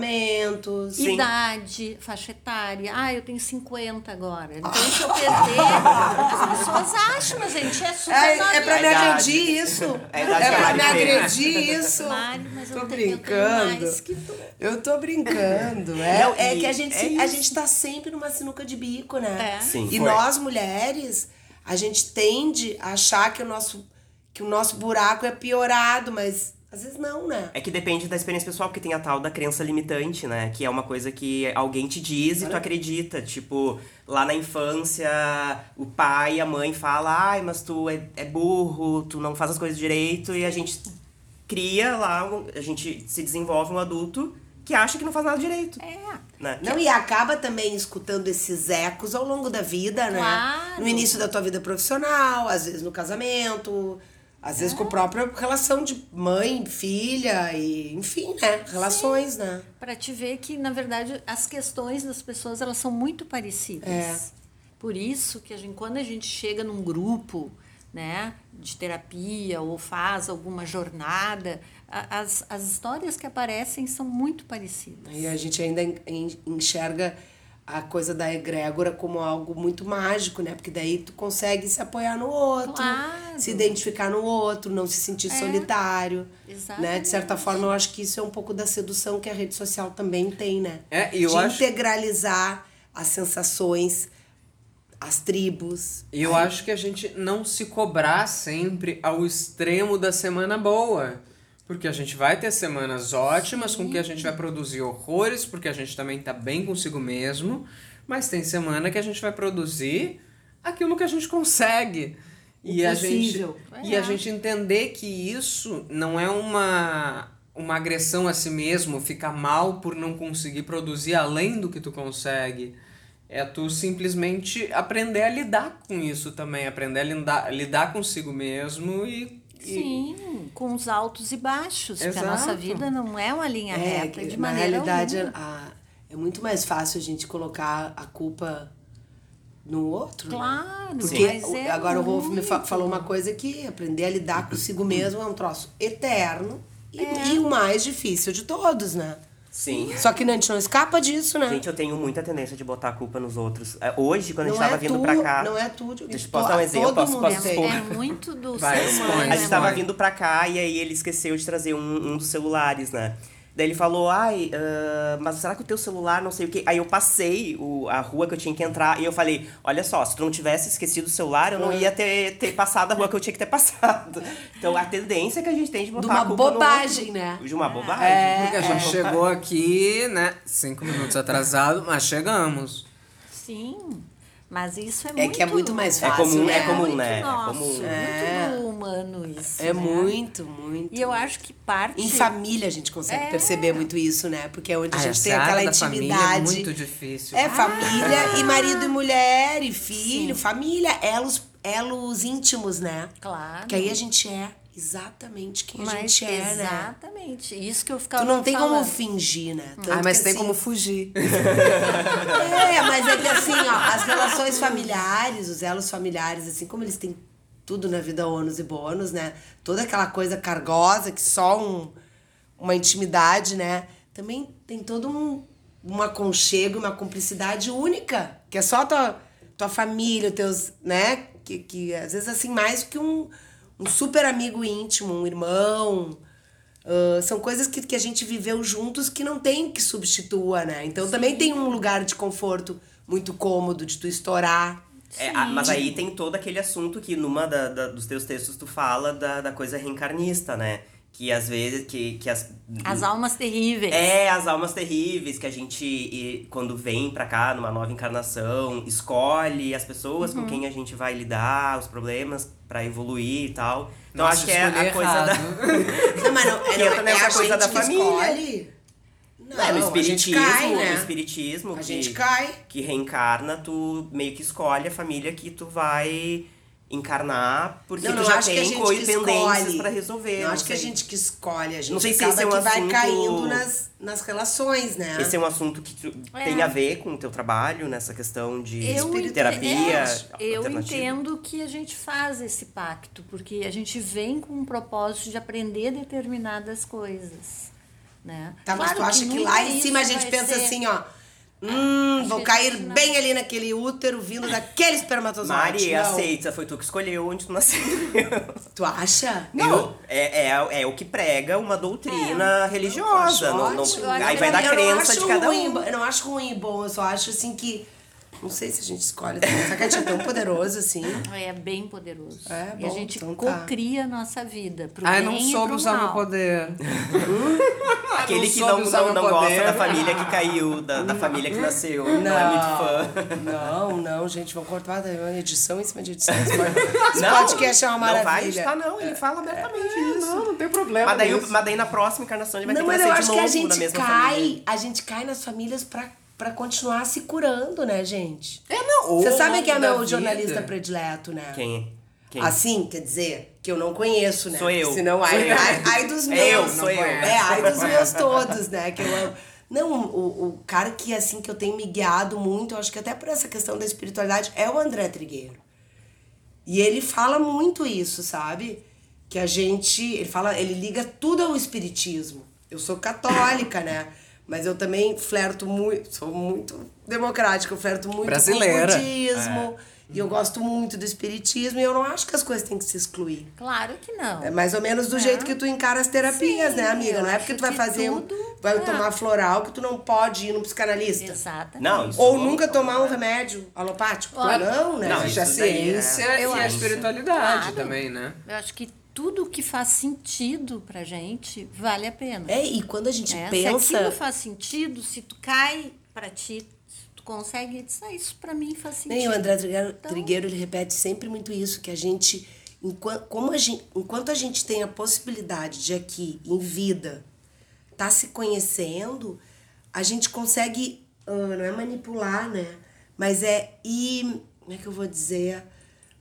Speaker 3: Relacionamentos.
Speaker 2: Sim.
Speaker 5: Idade, faixa etária. Ah, eu tenho 50 agora. Então,
Speaker 3: Ah.
Speaker 5: se eu perder, as pessoas acham, mas a gente é super
Speaker 3: É, é
Speaker 5: novinha.
Speaker 3: pra me
Speaker 2: É idade.
Speaker 3: agredir isso.
Speaker 2: É
Speaker 3: É,
Speaker 2: idade
Speaker 3: pra
Speaker 2: Mari
Speaker 3: me
Speaker 2: Ferreira.
Speaker 3: agredir isso.
Speaker 5: Mari, mas eu
Speaker 3: tô
Speaker 5: tenho- eu tenho
Speaker 3: brincando.
Speaker 5: mais que tu.
Speaker 3: Eu tô brincando. É,
Speaker 2: Não,
Speaker 3: é
Speaker 2: e
Speaker 3: que a gente,
Speaker 2: é
Speaker 3: se-
Speaker 2: isso.
Speaker 3: a gente tá sempre numa sinuca de bico, né?
Speaker 5: É.
Speaker 2: Sim,
Speaker 3: E
Speaker 2: foi.
Speaker 3: nós mulheres, a gente tende a achar que o nosso, que o nosso buraco é piorado, mas às vezes não, né?
Speaker 2: É que depende da experiência pessoal, porque tem a tal da crença limitante, né? Que é uma coisa que alguém te diz e tu acredita. Tipo, lá na infância, o pai e a mãe falam, ai, mas tu é, é burro, tu não faz as coisas direito, e a gente cria lá, um- a gente se desenvolve um adulto que acha que não faz nada direito.
Speaker 5: É.
Speaker 2: Né?
Speaker 3: Não, e acaba também escutando esses ecos ao longo da vida, né?
Speaker 5: Claro.
Speaker 3: No início da tua vida profissional, às vezes no casamento, às vezes
Speaker 5: É.
Speaker 3: com a própria relação de mãe, filha, e enfim, né? Relações, né?
Speaker 5: Pra te ver que, na verdade, as questões das pessoas elas são muito parecidas.
Speaker 3: É.
Speaker 5: Por isso que a gente, quando a gente chega num grupo né, de terapia ou faz alguma jornada, a- as, as histórias que aparecem são muito parecidas.
Speaker 3: E né, a gente ainda en- en- enxerga a coisa da egrégora como algo muito mágico, né? Porque daí tu consegue se apoiar no outro,
Speaker 5: Claro. É.
Speaker 3: se identificar no outro, não se sentir solitário. Né?
Speaker 5: Exatamente.
Speaker 3: De certa forma, eu acho que isso é um pouco da sedução que a rede social também tem, né?
Speaker 4: É, e eu
Speaker 3: De
Speaker 4: acho-
Speaker 3: integralizar as sensações, as tribos.
Speaker 4: E eu acho que a gente não se cobrar sempre ao extremo da semana boa. Porque a gente vai ter semanas ótimas, com que a gente vai produzir horrores, porque a gente também tá bem consigo mesmo. Mas tem semana que a gente vai produzir aquilo que a gente consegue. E a gente,
Speaker 3: possível.
Speaker 4: e
Speaker 5: É.
Speaker 4: a gente entender que isso não é uma, uma agressão a si mesmo, ficar mal por não conseguir produzir além do que tu consegue. É tu simplesmente aprender a lidar com isso também, aprender a lidar, lidar consigo mesmo e. e-
Speaker 5: Sim, com os altos e baixos, porque a
Speaker 4: Exato.
Speaker 5: nossa vida não é uma linha reta, de
Speaker 3: na
Speaker 5: maneira
Speaker 3: realidade,
Speaker 5: alguma.
Speaker 3: a- é muito mais fácil a gente colocar a culpa no outro. né?
Speaker 5: Claro,
Speaker 3: Porque
Speaker 5: mas
Speaker 3: o-
Speaker 5: é
Speaker 3: agora o Rolf me fa-
Speaker 5: muito.
Speaker 3: falou uma coisa que aprender a lidar consigo mesmo é um troço eterno e, e o mais difícil de todos, né?
Speaker 2: Sim.
Speaker 3: Só que a gente não escapa disso, né?
Speaker 2: Gente, eu tenho muita tendência de botar a culpa nos outros. É, Hoje, quando a gente
Speaker 3: Não é
Speaker 2: tava vindo
Speaker 3: tu,
Speaker 2: pra cá.
Speaker 3: não é tu, de-
Speaker 2: Deixa eu posso dar um exemplo,
Speaker 3: todo
Speaker 2: posso,
Speaker 3: mundo
Speaker 2: posso
Speaker 3: tem.
Speaker 2: expor.
Speaker 5: É muito do
Speaker 4: Vai,
Speaker 5: ser
Speaker 4: expõe,
Speaker 3: É,
Speaker 5: humano,
Speaker 2: A
Speaker 5: né,
Speaker 2: gente
Speaker 4: Mas
Speaker 2: tava
Speaker 4: mãe.
Speaker 2: vindo pra cá e aí ele esqueceu de trazer um, um dos celulares, né? Daí ele falou, ai, ah, mas será que o teu celular, não sei o quê? Aí eu passei o, a rua que eu tinha que entrar e eu falei, olha só, se tu não tivesse esquecido o celular, eu
Speaker 3: Hum.
Speaker 2: não ia ter, ter passado a rua que eu tinha que ter passado. Então a tendência que a gente tem de botar
Speaker 3: De
Speaker 2: a
Speaker 3: uma
Speaker 2: culpa no
Speaker 3: bobagem,
Speaker 2: outro.
Speaker 3: né? É,
Speaker 2: De uma bobagem.
Speaker 4: Porque a gente chegou aqui, né? Cinco minutos atrasado, mas chegamos.
Speaker 5: Sim, mas isso é,
Speaker 3: É
Speaker 5: muito...
Speaker 3: que é muito mais
Speaker 2: É
Speaker 3: fácil.
Speaker 2: comum,
Speaker 3: né?
Speaker 2: é comum,
Speaker 5: muito
Speaker 2: né? É
Speaker 5: nosso,
Speaker 2: comum.
Speaker 5: muito do humano isso.
Speaker 3: É
Speaker 5: né?
Speaker 3: muito, muito.
Speaker 5: E eu acho que parte...
Speaker 3: Em família a gente consegue perceber muito isso, né? Porque é onde a
Speaker 4: Ai,
Speaker 3: gente tem
Speaker 4: essa
Speaker 3: aquela
Speaker 4: área Ah, da família É
Speaker 3: intimidade.
Speaker 4: muito difícil.
Speaker 3: É família e marido e mulher e filho, família, elos, elos íntimos, né?
Speaker 5: Claro.
Speaker 3: Que aí a gente é exatamente quem a
Speaker 5: Mas
Speaker 3: gente é, né?
Speaker 5: exatamente. Isso que eu ficava
Speaker 3: Tu não tem como
Speaker 5: falando.
Speaker 3: fingir, né? Tanto
Speaker 4: Ah, mas
Speaker 3: que,
Speaker 4: tem
Speaker 3: assim,
Speaker 4: como fugir.
Speaker 3: É, mas é que assim, ó, as relações familiares, os elos familiares, assim, como eles têm tudo na vida ônus e bônus, né? Toda aquela coisa cargosa que só um, uma intimidade, né? Também tem todo um, um aconchego, uma cumplicidade única, que é só tua, tua família, teus, né? Que, que às vezes assim, mais que um, um super amigo íntimo, um irmão. ah, são coisas que, que a gente viveu juntos que não tem que substitua, né? Então também tem um lugar de conforto muito cômodo de tu estourar.
Speaker 2: É, a- mas aí tem todo aquele assunto que numa da- da- dos teus textos tu fala da, da coisa reencarnista, né? Que às vezes, que, que as...
Speaker 5: As almas terríveis.
Speaker 2: É, as almas terríveis que a gente, e, quando vem pra cá numa nova encarnação, escolhe as pessoas
Speaker 3: Uhum.
Speaker 2: com quem a gente vai lidar, os problemas pra evoluir e tal. Então
Speaker 4: Nossa,
Speaker 2: acho que é
Speaker 4: escolhi
Speaker 2: a coisa
Speaker 4: errado.
Speaker 2: da.
Speaker 3: Não, mas não, é
Speaker 2: Que entra nessa coisa da família.
Speaker 3: escolhe. Não,
Speaker 2: é, no espiritismo,
Speaker 3: a gente cai,
Speaker 2: no
Speaker 3: né?
Speaker 2: espiritismo
Speaker 3: A
Speaker 2: que,
Speaker 3: gente cai.
Speaker 2: que reencarna, tu meio que escolhe a família que tu vai encarnar, porque
Speaker 3: Não,
Speaker 2: tu
Speaker 3: não
Speaker 2: já
Speaker 3: acho que a
Speaker 2: tem
Speaker 3: gente que
Speaker 2: pendências
Speaker 3: escolhe.
Speaker 2: pra resolver.
Speaker 3: Não, acho que a
Speaker 2: sei.
Speaker 3: gente que escolhe, a gente
Speaker 2: sei se
Speaker 3: acaba
Speaker 2: esse é um
Speaker 3: que vai
Speaker 2: assunto-
Speaker 3: caindo nas, nas relações, né?
Speaker 2: Esse é um assunto que tu-
Speaker 5: É.
Speaker 2: tem a ver com o teu trabalho, nessa questão de
Speaker 5: ente-
Speaker 2: terapia.
Speaker 5: é, eu
Speaker 2: alternativa.
Speaker 5: entendo que a gente faz esse pacto, porque a gente vem com um propósito de aprender determinadas coisas. Né?
Speaker 3: Tá, mas
Speaker 5: Claro
Speaker 3: tu acha que,
Speaker 5: nunca
Speaker 3: lá em
Speaker 5: isso
Speaker 3: cima a gente
Speaker 5: vai
Speaker 3: pensa
Speaker 5: ser-
Speaker 3: assim, ó. Hum,
Speaker 5: acho
Speaker 3: vou
Speaker 5: que a
Speaker 3: cair
Speaker 5: gente não-
Speaker 3: bem ali naquele útero vindo daquele espermatozoide.
Speaker 2: Mari,
Speaker 3: Não.
Speaker 2: aceita, foi tu que escolheu onde tu nasceu.
Speaker 3: Tu acha?
Speaker 2: Eu- é, é, é o que prega uma doutrina religiosa. não- não-
Speaker 3: É. Ótimo.
Speaker 2: aí
Speaker 5: Eu
Speaker 2: vai da
Speaker 5: acho-
Speaker 3: eu não
Speaker 2: crença
Speaker 3: acho
Speaker 2: de cada
Speaker 3: ruim,
Speaker 2: um.
Speaker 3: bo- Eu não acho ruim e bom, eu só acho assim que. Não sei se a gente escolhe. também. Só que a gente é tão poderoso assim.
Speaker 5: É bem poderoso.
Speaker 3: É,
Speaker 5: e a
Speaker 3: bom,
Speaker 5: gente
Speaker 3: então tá.
Speaker 5: cocria a nossa vida. Pro
Speaker 4: Ah,
Speaker 5: bem
Speaker 4: eu não
Speaker 5: e
Speaker 4: soube
Speaker 5: pro
Speaker 4: usar
Speaker 5: mal.
Speaker 4: meu poder.
Speaker 2: Aquele
Speaker 4: não
Speaker 2: que
Speaker 4: soube
Speaker 2: não,
Speaker 4: usar
Speaker 2: não,
Speaker 4: meu
Speaker 2: não gosta
Speaker 4: poder.
Speaker 2: da família que caiu, da, da família que nasceu. Não, é muito fã.
Speaker 3: Não, não, gente, vão cortar tá, uma edição em cima de edição. Esse
Speaker 2: Não,
Speaker 3: podcast é uma
Speaker 2: Não vai
Speaker 3: maravilha. É,
Speaker 2: editar, não. Ele fala abertamente isso.
Speaker 4: Não, não tem problema.
Speaker 2: Mas daí, o-
Speaker 4: nisso.
Speaker 2: mas daí na próxima encarnação ele vai
Speaker 3: não,
Speaker 2: ter que
Speaker 3: mas eu
Speaker 2: nascer de
Speaker 3: acho que
Speaker 2: novo
Speaker 3: a
Speaker 2: na
Speaker 3: gente
Speaker 2: mesma
Speaker 3: cai,
Speaker 2: família.
Speaker 3: a gente cai nas famílias pra, pra continuar se curando, né, gente?
Speaker 4: É, não. ou
Speaker 3: Você
Speaker 4: ao
Speaker 3: sabe
Speaker 4: longo
Speaker 3: quem é
Speaker 4: da
Speaker 3: meu
Speaker 4: vida.
Speaker 3: jornalista predileto, né?
Speaker 2: Quem? é? Quem?
Speaker 3: Assim, quer dizer, que eu não conheço, né?
Speaker 2: Sou eu.
Speaker 3: Senão,
Speaker 2: Sou
Speaker 3: ai,
Speaker 2: eu.
Speaker 3: ai, ai dos
Speaker 2: É
Speaker 3: meus.
Speaker 2: eu, sou
Speaker 3: não
Speaker 2: eu.
Speaker 3: conheço. É, ai dos meus todos, né? Que eu amo. Não, o, o cara que, assim, que eu tenho me guiado muito, eu acho que até por essa questão da espiritualidade, é o André Trigueiro. E ele fala muito isso, sabe? Que a gente, ele fala, ele liga tudo ao espiritismo. Eu sou católica, né? Mas eu também flerto muito, sou muito democrática, eu flerto muito
Speaker 4: Brasileira.
Speaker 3: com o
Speaker 2: É.
Speaker 3: budismo. E eu gosto muito do espiritismo e eu não acho que as coisas têm que se excluir.
Speaker 5: Claro que não.
Speaker 3: É mais ou menos do jeito que tu encara as terapias,
Speaker 5: Sim,
Speaker 3: né, amiga?
Speaker 5: eu
Speaker 3: Não é
Speaker 5: acho
Speaker 3: porque tu vai
Speaker 5: que
Speaker 3: fazer, um-
Speaker 5: tudo-
Speaker 3: vai
Speaker 5: é.
Speaker 3: tomar floral que tu não pode ir num psicanalista.
Speaker 5: Exatamente.
Speaker 2: Não, isso é
Speaker 3: Ou
Speaker 2: não-
Speaker 3: nunca tomar um
Speaker 2: né?
Speaker 3: remédio alopático.
Speaker 5: Olha-
Speaker 3: Não, né?
Speaker 2: Não,
Speaker 3: gente? é
Speaker 4: Existe a
Speaker 2: isso daí, né?
Speaker 4: ciência
Speaker 5: Eu
Speaker 4: e a
Speaker 5: acho.
Speaker 4: espiritualidade
Speaker 5: Claro.
Speaker 4: também, né?
Speaker 5: Eu acho que tudo que faz sentido pra gente vale a pena.
Speaker 3: É, e quando a gente
Speaker 5: né? Se
Speaker 3: pensa.
Speaker 5: aquilo faz sentido, se tu cai pra ti, se tu consegue dizer, ah, isso pra mim faz sentido.
Speaker 3: Nem o André Trigueiro,
Speaker 5: Então-
Speaker 3: Trigueiro, ele repete sempre muito isso, que a gente, enquanto, como a gente, enquanto a gente tem a possibilidade de aqui, em vida, tá se conhecendo, a gente consegue, ah, não é manipular, né? Mas é ir, como é que eu vou dizer?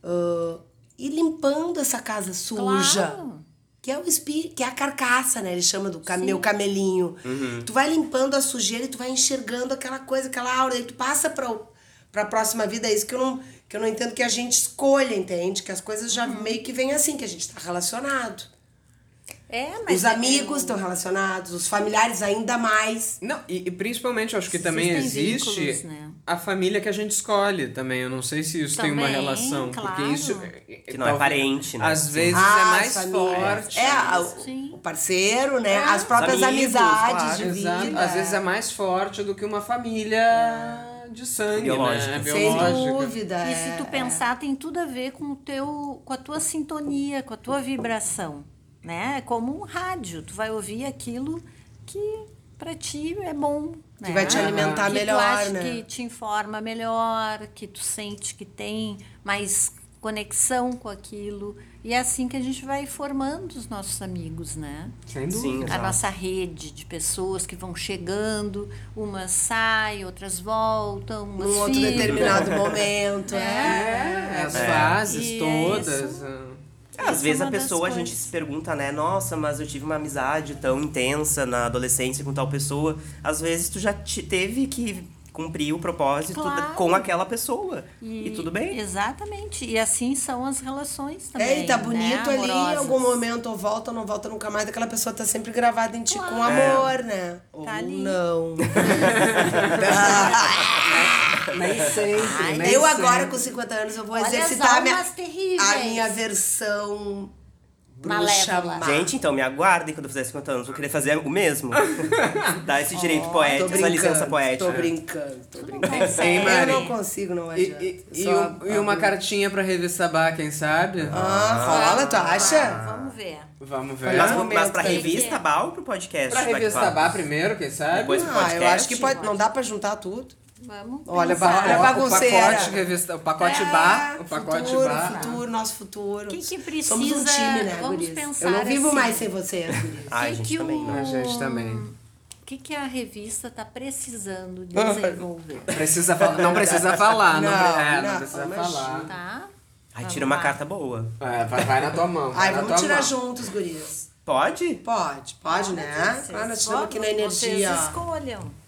Speaker 3: Ah, ir limpando essa casa suja.
Speaker 5: Claro.
Speaker 3: Que é o espírito, que é a carcaça, né? Ele chama do cam- meu camelinho.
Speaker 4: Uhum.
Speaker 3: Tu vai limpando a sujeira e tu vai enxergando aquela coisa, aquela aura, e tu passa pra, o- pra próxima vida. É isso que eu, não, que eu não entendo que a gente escolha, entende? Que as coisas já meio que vêm assim, que a gente tá relacionado.
Speaker 5: É, mas
Speaker 3: os
Speaker 5: é-
Speaker 3: amigos estão relacionados, os familiares ainda mais.
Speaker 4: Não, e, e principalmente eu acho que também
Speaker 5: Existem
Speaker 4: existe
Speaker 5: vínculos, né?
Speaker 4: a família que a gente escolhe também. Eu não sei se isso tem uma
Speaker 5: Também,
Speaker 4: relação, porque
Speaker 5: claro.
Speaker 4: isso
Speaker 2: Que não é parente, né?
Speaker 4: Às vezes é
Speaker 3: Ah,
Speaker 4: mais
Speaker 3: as famílias.
Speaker 4: forte.
Speaker 3: É, a-
Speaker 5: Sim.
Speaker 3: o parceiro, né? As próprias
Speaker 2: amigos,
Speaker 3: amizades
Speaker 2: claro,
Speaker 3: de vida. Ah.
Speaker 4: Exato. Às vezes é mais forte do que uma família de sangue,
Speaker 2: Biológica.
Speaker 4: né?
Speaker 3: Sem
Speaker 4: Biológica.
Speaker 3: dúvida.
Speaker 5: E
Speaker 3: é.
Speaker 5: se tu pensar, tem tudo a ver com o teu, com a tua sintonia, com a tua vibração, né? É como um rádio, tu vai ouvir aquilo que pra ti é bom, né?
Speaker 3: Que vai te alimentar
Speaker 5: Que tu
Speaker 3: melhor,
Speaker 5: acha
Speaker 3: né?
Speaker 5: Que te informa melhor, que tu sente que tem mais conexão com aquilo. E é assim que a gente vai formando os nossos amigos, né?
Speaker 4: Sem dúvida.
Speaker 2: Sim,
Speaker 5: a
Speaker 2: exato.
Speaker 5: nossa rede de pessoas que vão chegando, umas saem, outras voltam, umas
Speaker 3: Num Um outro
Speaker 5: ficam.
Speaker 3: determinado momento. é.
Speaker 4: É, as fases
Speaker 5: E é
Speaker 4: todas.
Speaker 2: Às
Speaker 5: Isso
Speaker 2: vezes
Speaker 5: é
Speaker 2: a
Speaker 5: uma das
Speaker 2: pessoa, a gente
Speaker 5: coisas.
Speaker 2: se pergunta, né? Nossa, mas eu tive uma amizade tão intensa na adolescência com tal pessoa. Às vezes tu já te teve que cumprir o propósito
Speaker 5: Claro.
Speaker 2: com aquela pessoa. E, tudo bem?
Speaker 5: Exatamente. E assim são as relações também.
Speaker 3: É, e tá
Speaker 5: né,
Speaker 3: bonito ali, em
Speaker 5: amorosas.
Speaker 3: algum momento, ou volta, ou não volta nunca mais, aquela pessoa tá sempre gravada em ti com
Speaker 2: É.
Speaker 3: amor, né? ou
Speaker 5: ali.
Speaker 3: não. Ah,
Speaker 4: Nem sempre, né?
Speaker 3: eu agora, com 50 anos, eu vou
Speaker 5: Olha as
Speaker 3: exercitar a minha,
Speaker 5: almas terríveis.
Speaker 3: a minha versão bruxa
Speaker 5: Malévola.
Speaker 3: má.
Speaker 2: Gente, então me aguardem quando eu fizer 50 anos. Vou querer fazer o mesmo. Dar esse direito
Speaker 3: Tô
Speaker 2: poético, essa
Speaker 3: brincando,
Speaker 4: é
Speaker 2: licença
Speaker 3: Tô
Speaker 2: poética.
Speaker 3: brincando, tô brincando.
Speaker 5: consegue.
Speaker 4: Hein, Mari?
Speaker 3: Eu não consigo, não
Speaker 4: Ah. E,
Speaker 3: adianta.
Speaker 4: e- e
Speaker 3: Só
Speaker 4: um- e uma cartinha pra revista Bar, quem sabe?
Speaker 3: Ah, fala, tu acha?
Speaker 5: Vamos ver.
Speaker 4: Vamos ver.
Speaker 2: Mas,
Speaker 4: Pra
Speaker 2: mas pra
Speaker 3: Momento,
Speaker 5: que que
Speaker 2: revista
Speaker 5: é?
Speaker 2: Bal ou pro podcast? Vai que
Speaker 4: revista
Speaker 2: fala?
Speaker 4: Bar primeiro, quem sabe?
Speaker 2: Depois-
Speaker 3: Ah,
Speaker 2: podcast?
Speaker 3: eu acho que pode, não dá pra juntar tudo.
Speaker 5: Vamos
Speaker 3: Olha,
Speaker 5: pensar.
Speaker 3: ba- olha a bagunceira.
Speaker 4: O pacote, revista, o pacote bar, o pacote
Speaker 3: É, Ah, futuro,
Speaker 4: bar.
Speaker 3: futuro, nosso futuro.
Speaker 5: Quem que
Speaker 3: Somos um
Speaker 5: precisa-
Speaker 3: time, né,
Speaker 5: vamos
Speaker 3: gurias?
Speaker 5: pensar
Speaker 3: Eu não vivo
Speaker 5: assim.
Speaker 3: mais sem vocês, gurias.
Speaker 2: Ai,
Speaker 5: Que
Speaker 2: gente,
Speaker 5: que
Speaker 2: também não.
Speaker 4: A gente também.
Speaker 5: O que, que a revista está precisando desenvolver?
Speaker 4: Precisa fal- não precisa falar, não,
Speaker 3: Não,
Speaker 4: pre- é, não
Speaker 3: não,
Speaker 4: precisa
Speaker 3: imagina.
Speaker 4: falar.
Speaker 5: Tá?
Speaker 2: Ai,
Speaker 5: Vamos
Speaker 2: tira uma
Speaker 5: lá.
Speaker 2: carta boa.
Speaker 4: É, vai, vai na tua mão. vai
Speaker 3: Ai,
Speaker 4: na
Speaker 3: vamos
Speaker 4: tua
Speaker 3: tirar
Speaker 4: mão.
Speaker 3: juntos, gurias.
Speaker 2: Pode?
Speaker 3: Pode, pode, né?
Speaker 5: Vocês
Speaker 3: Ah, nós tiramos aqui na
Speaker 5: votam,
Speaker 3: energia.
Speaker 5: Vocês
Speaker 3: ó.
Speaker 5: escolham.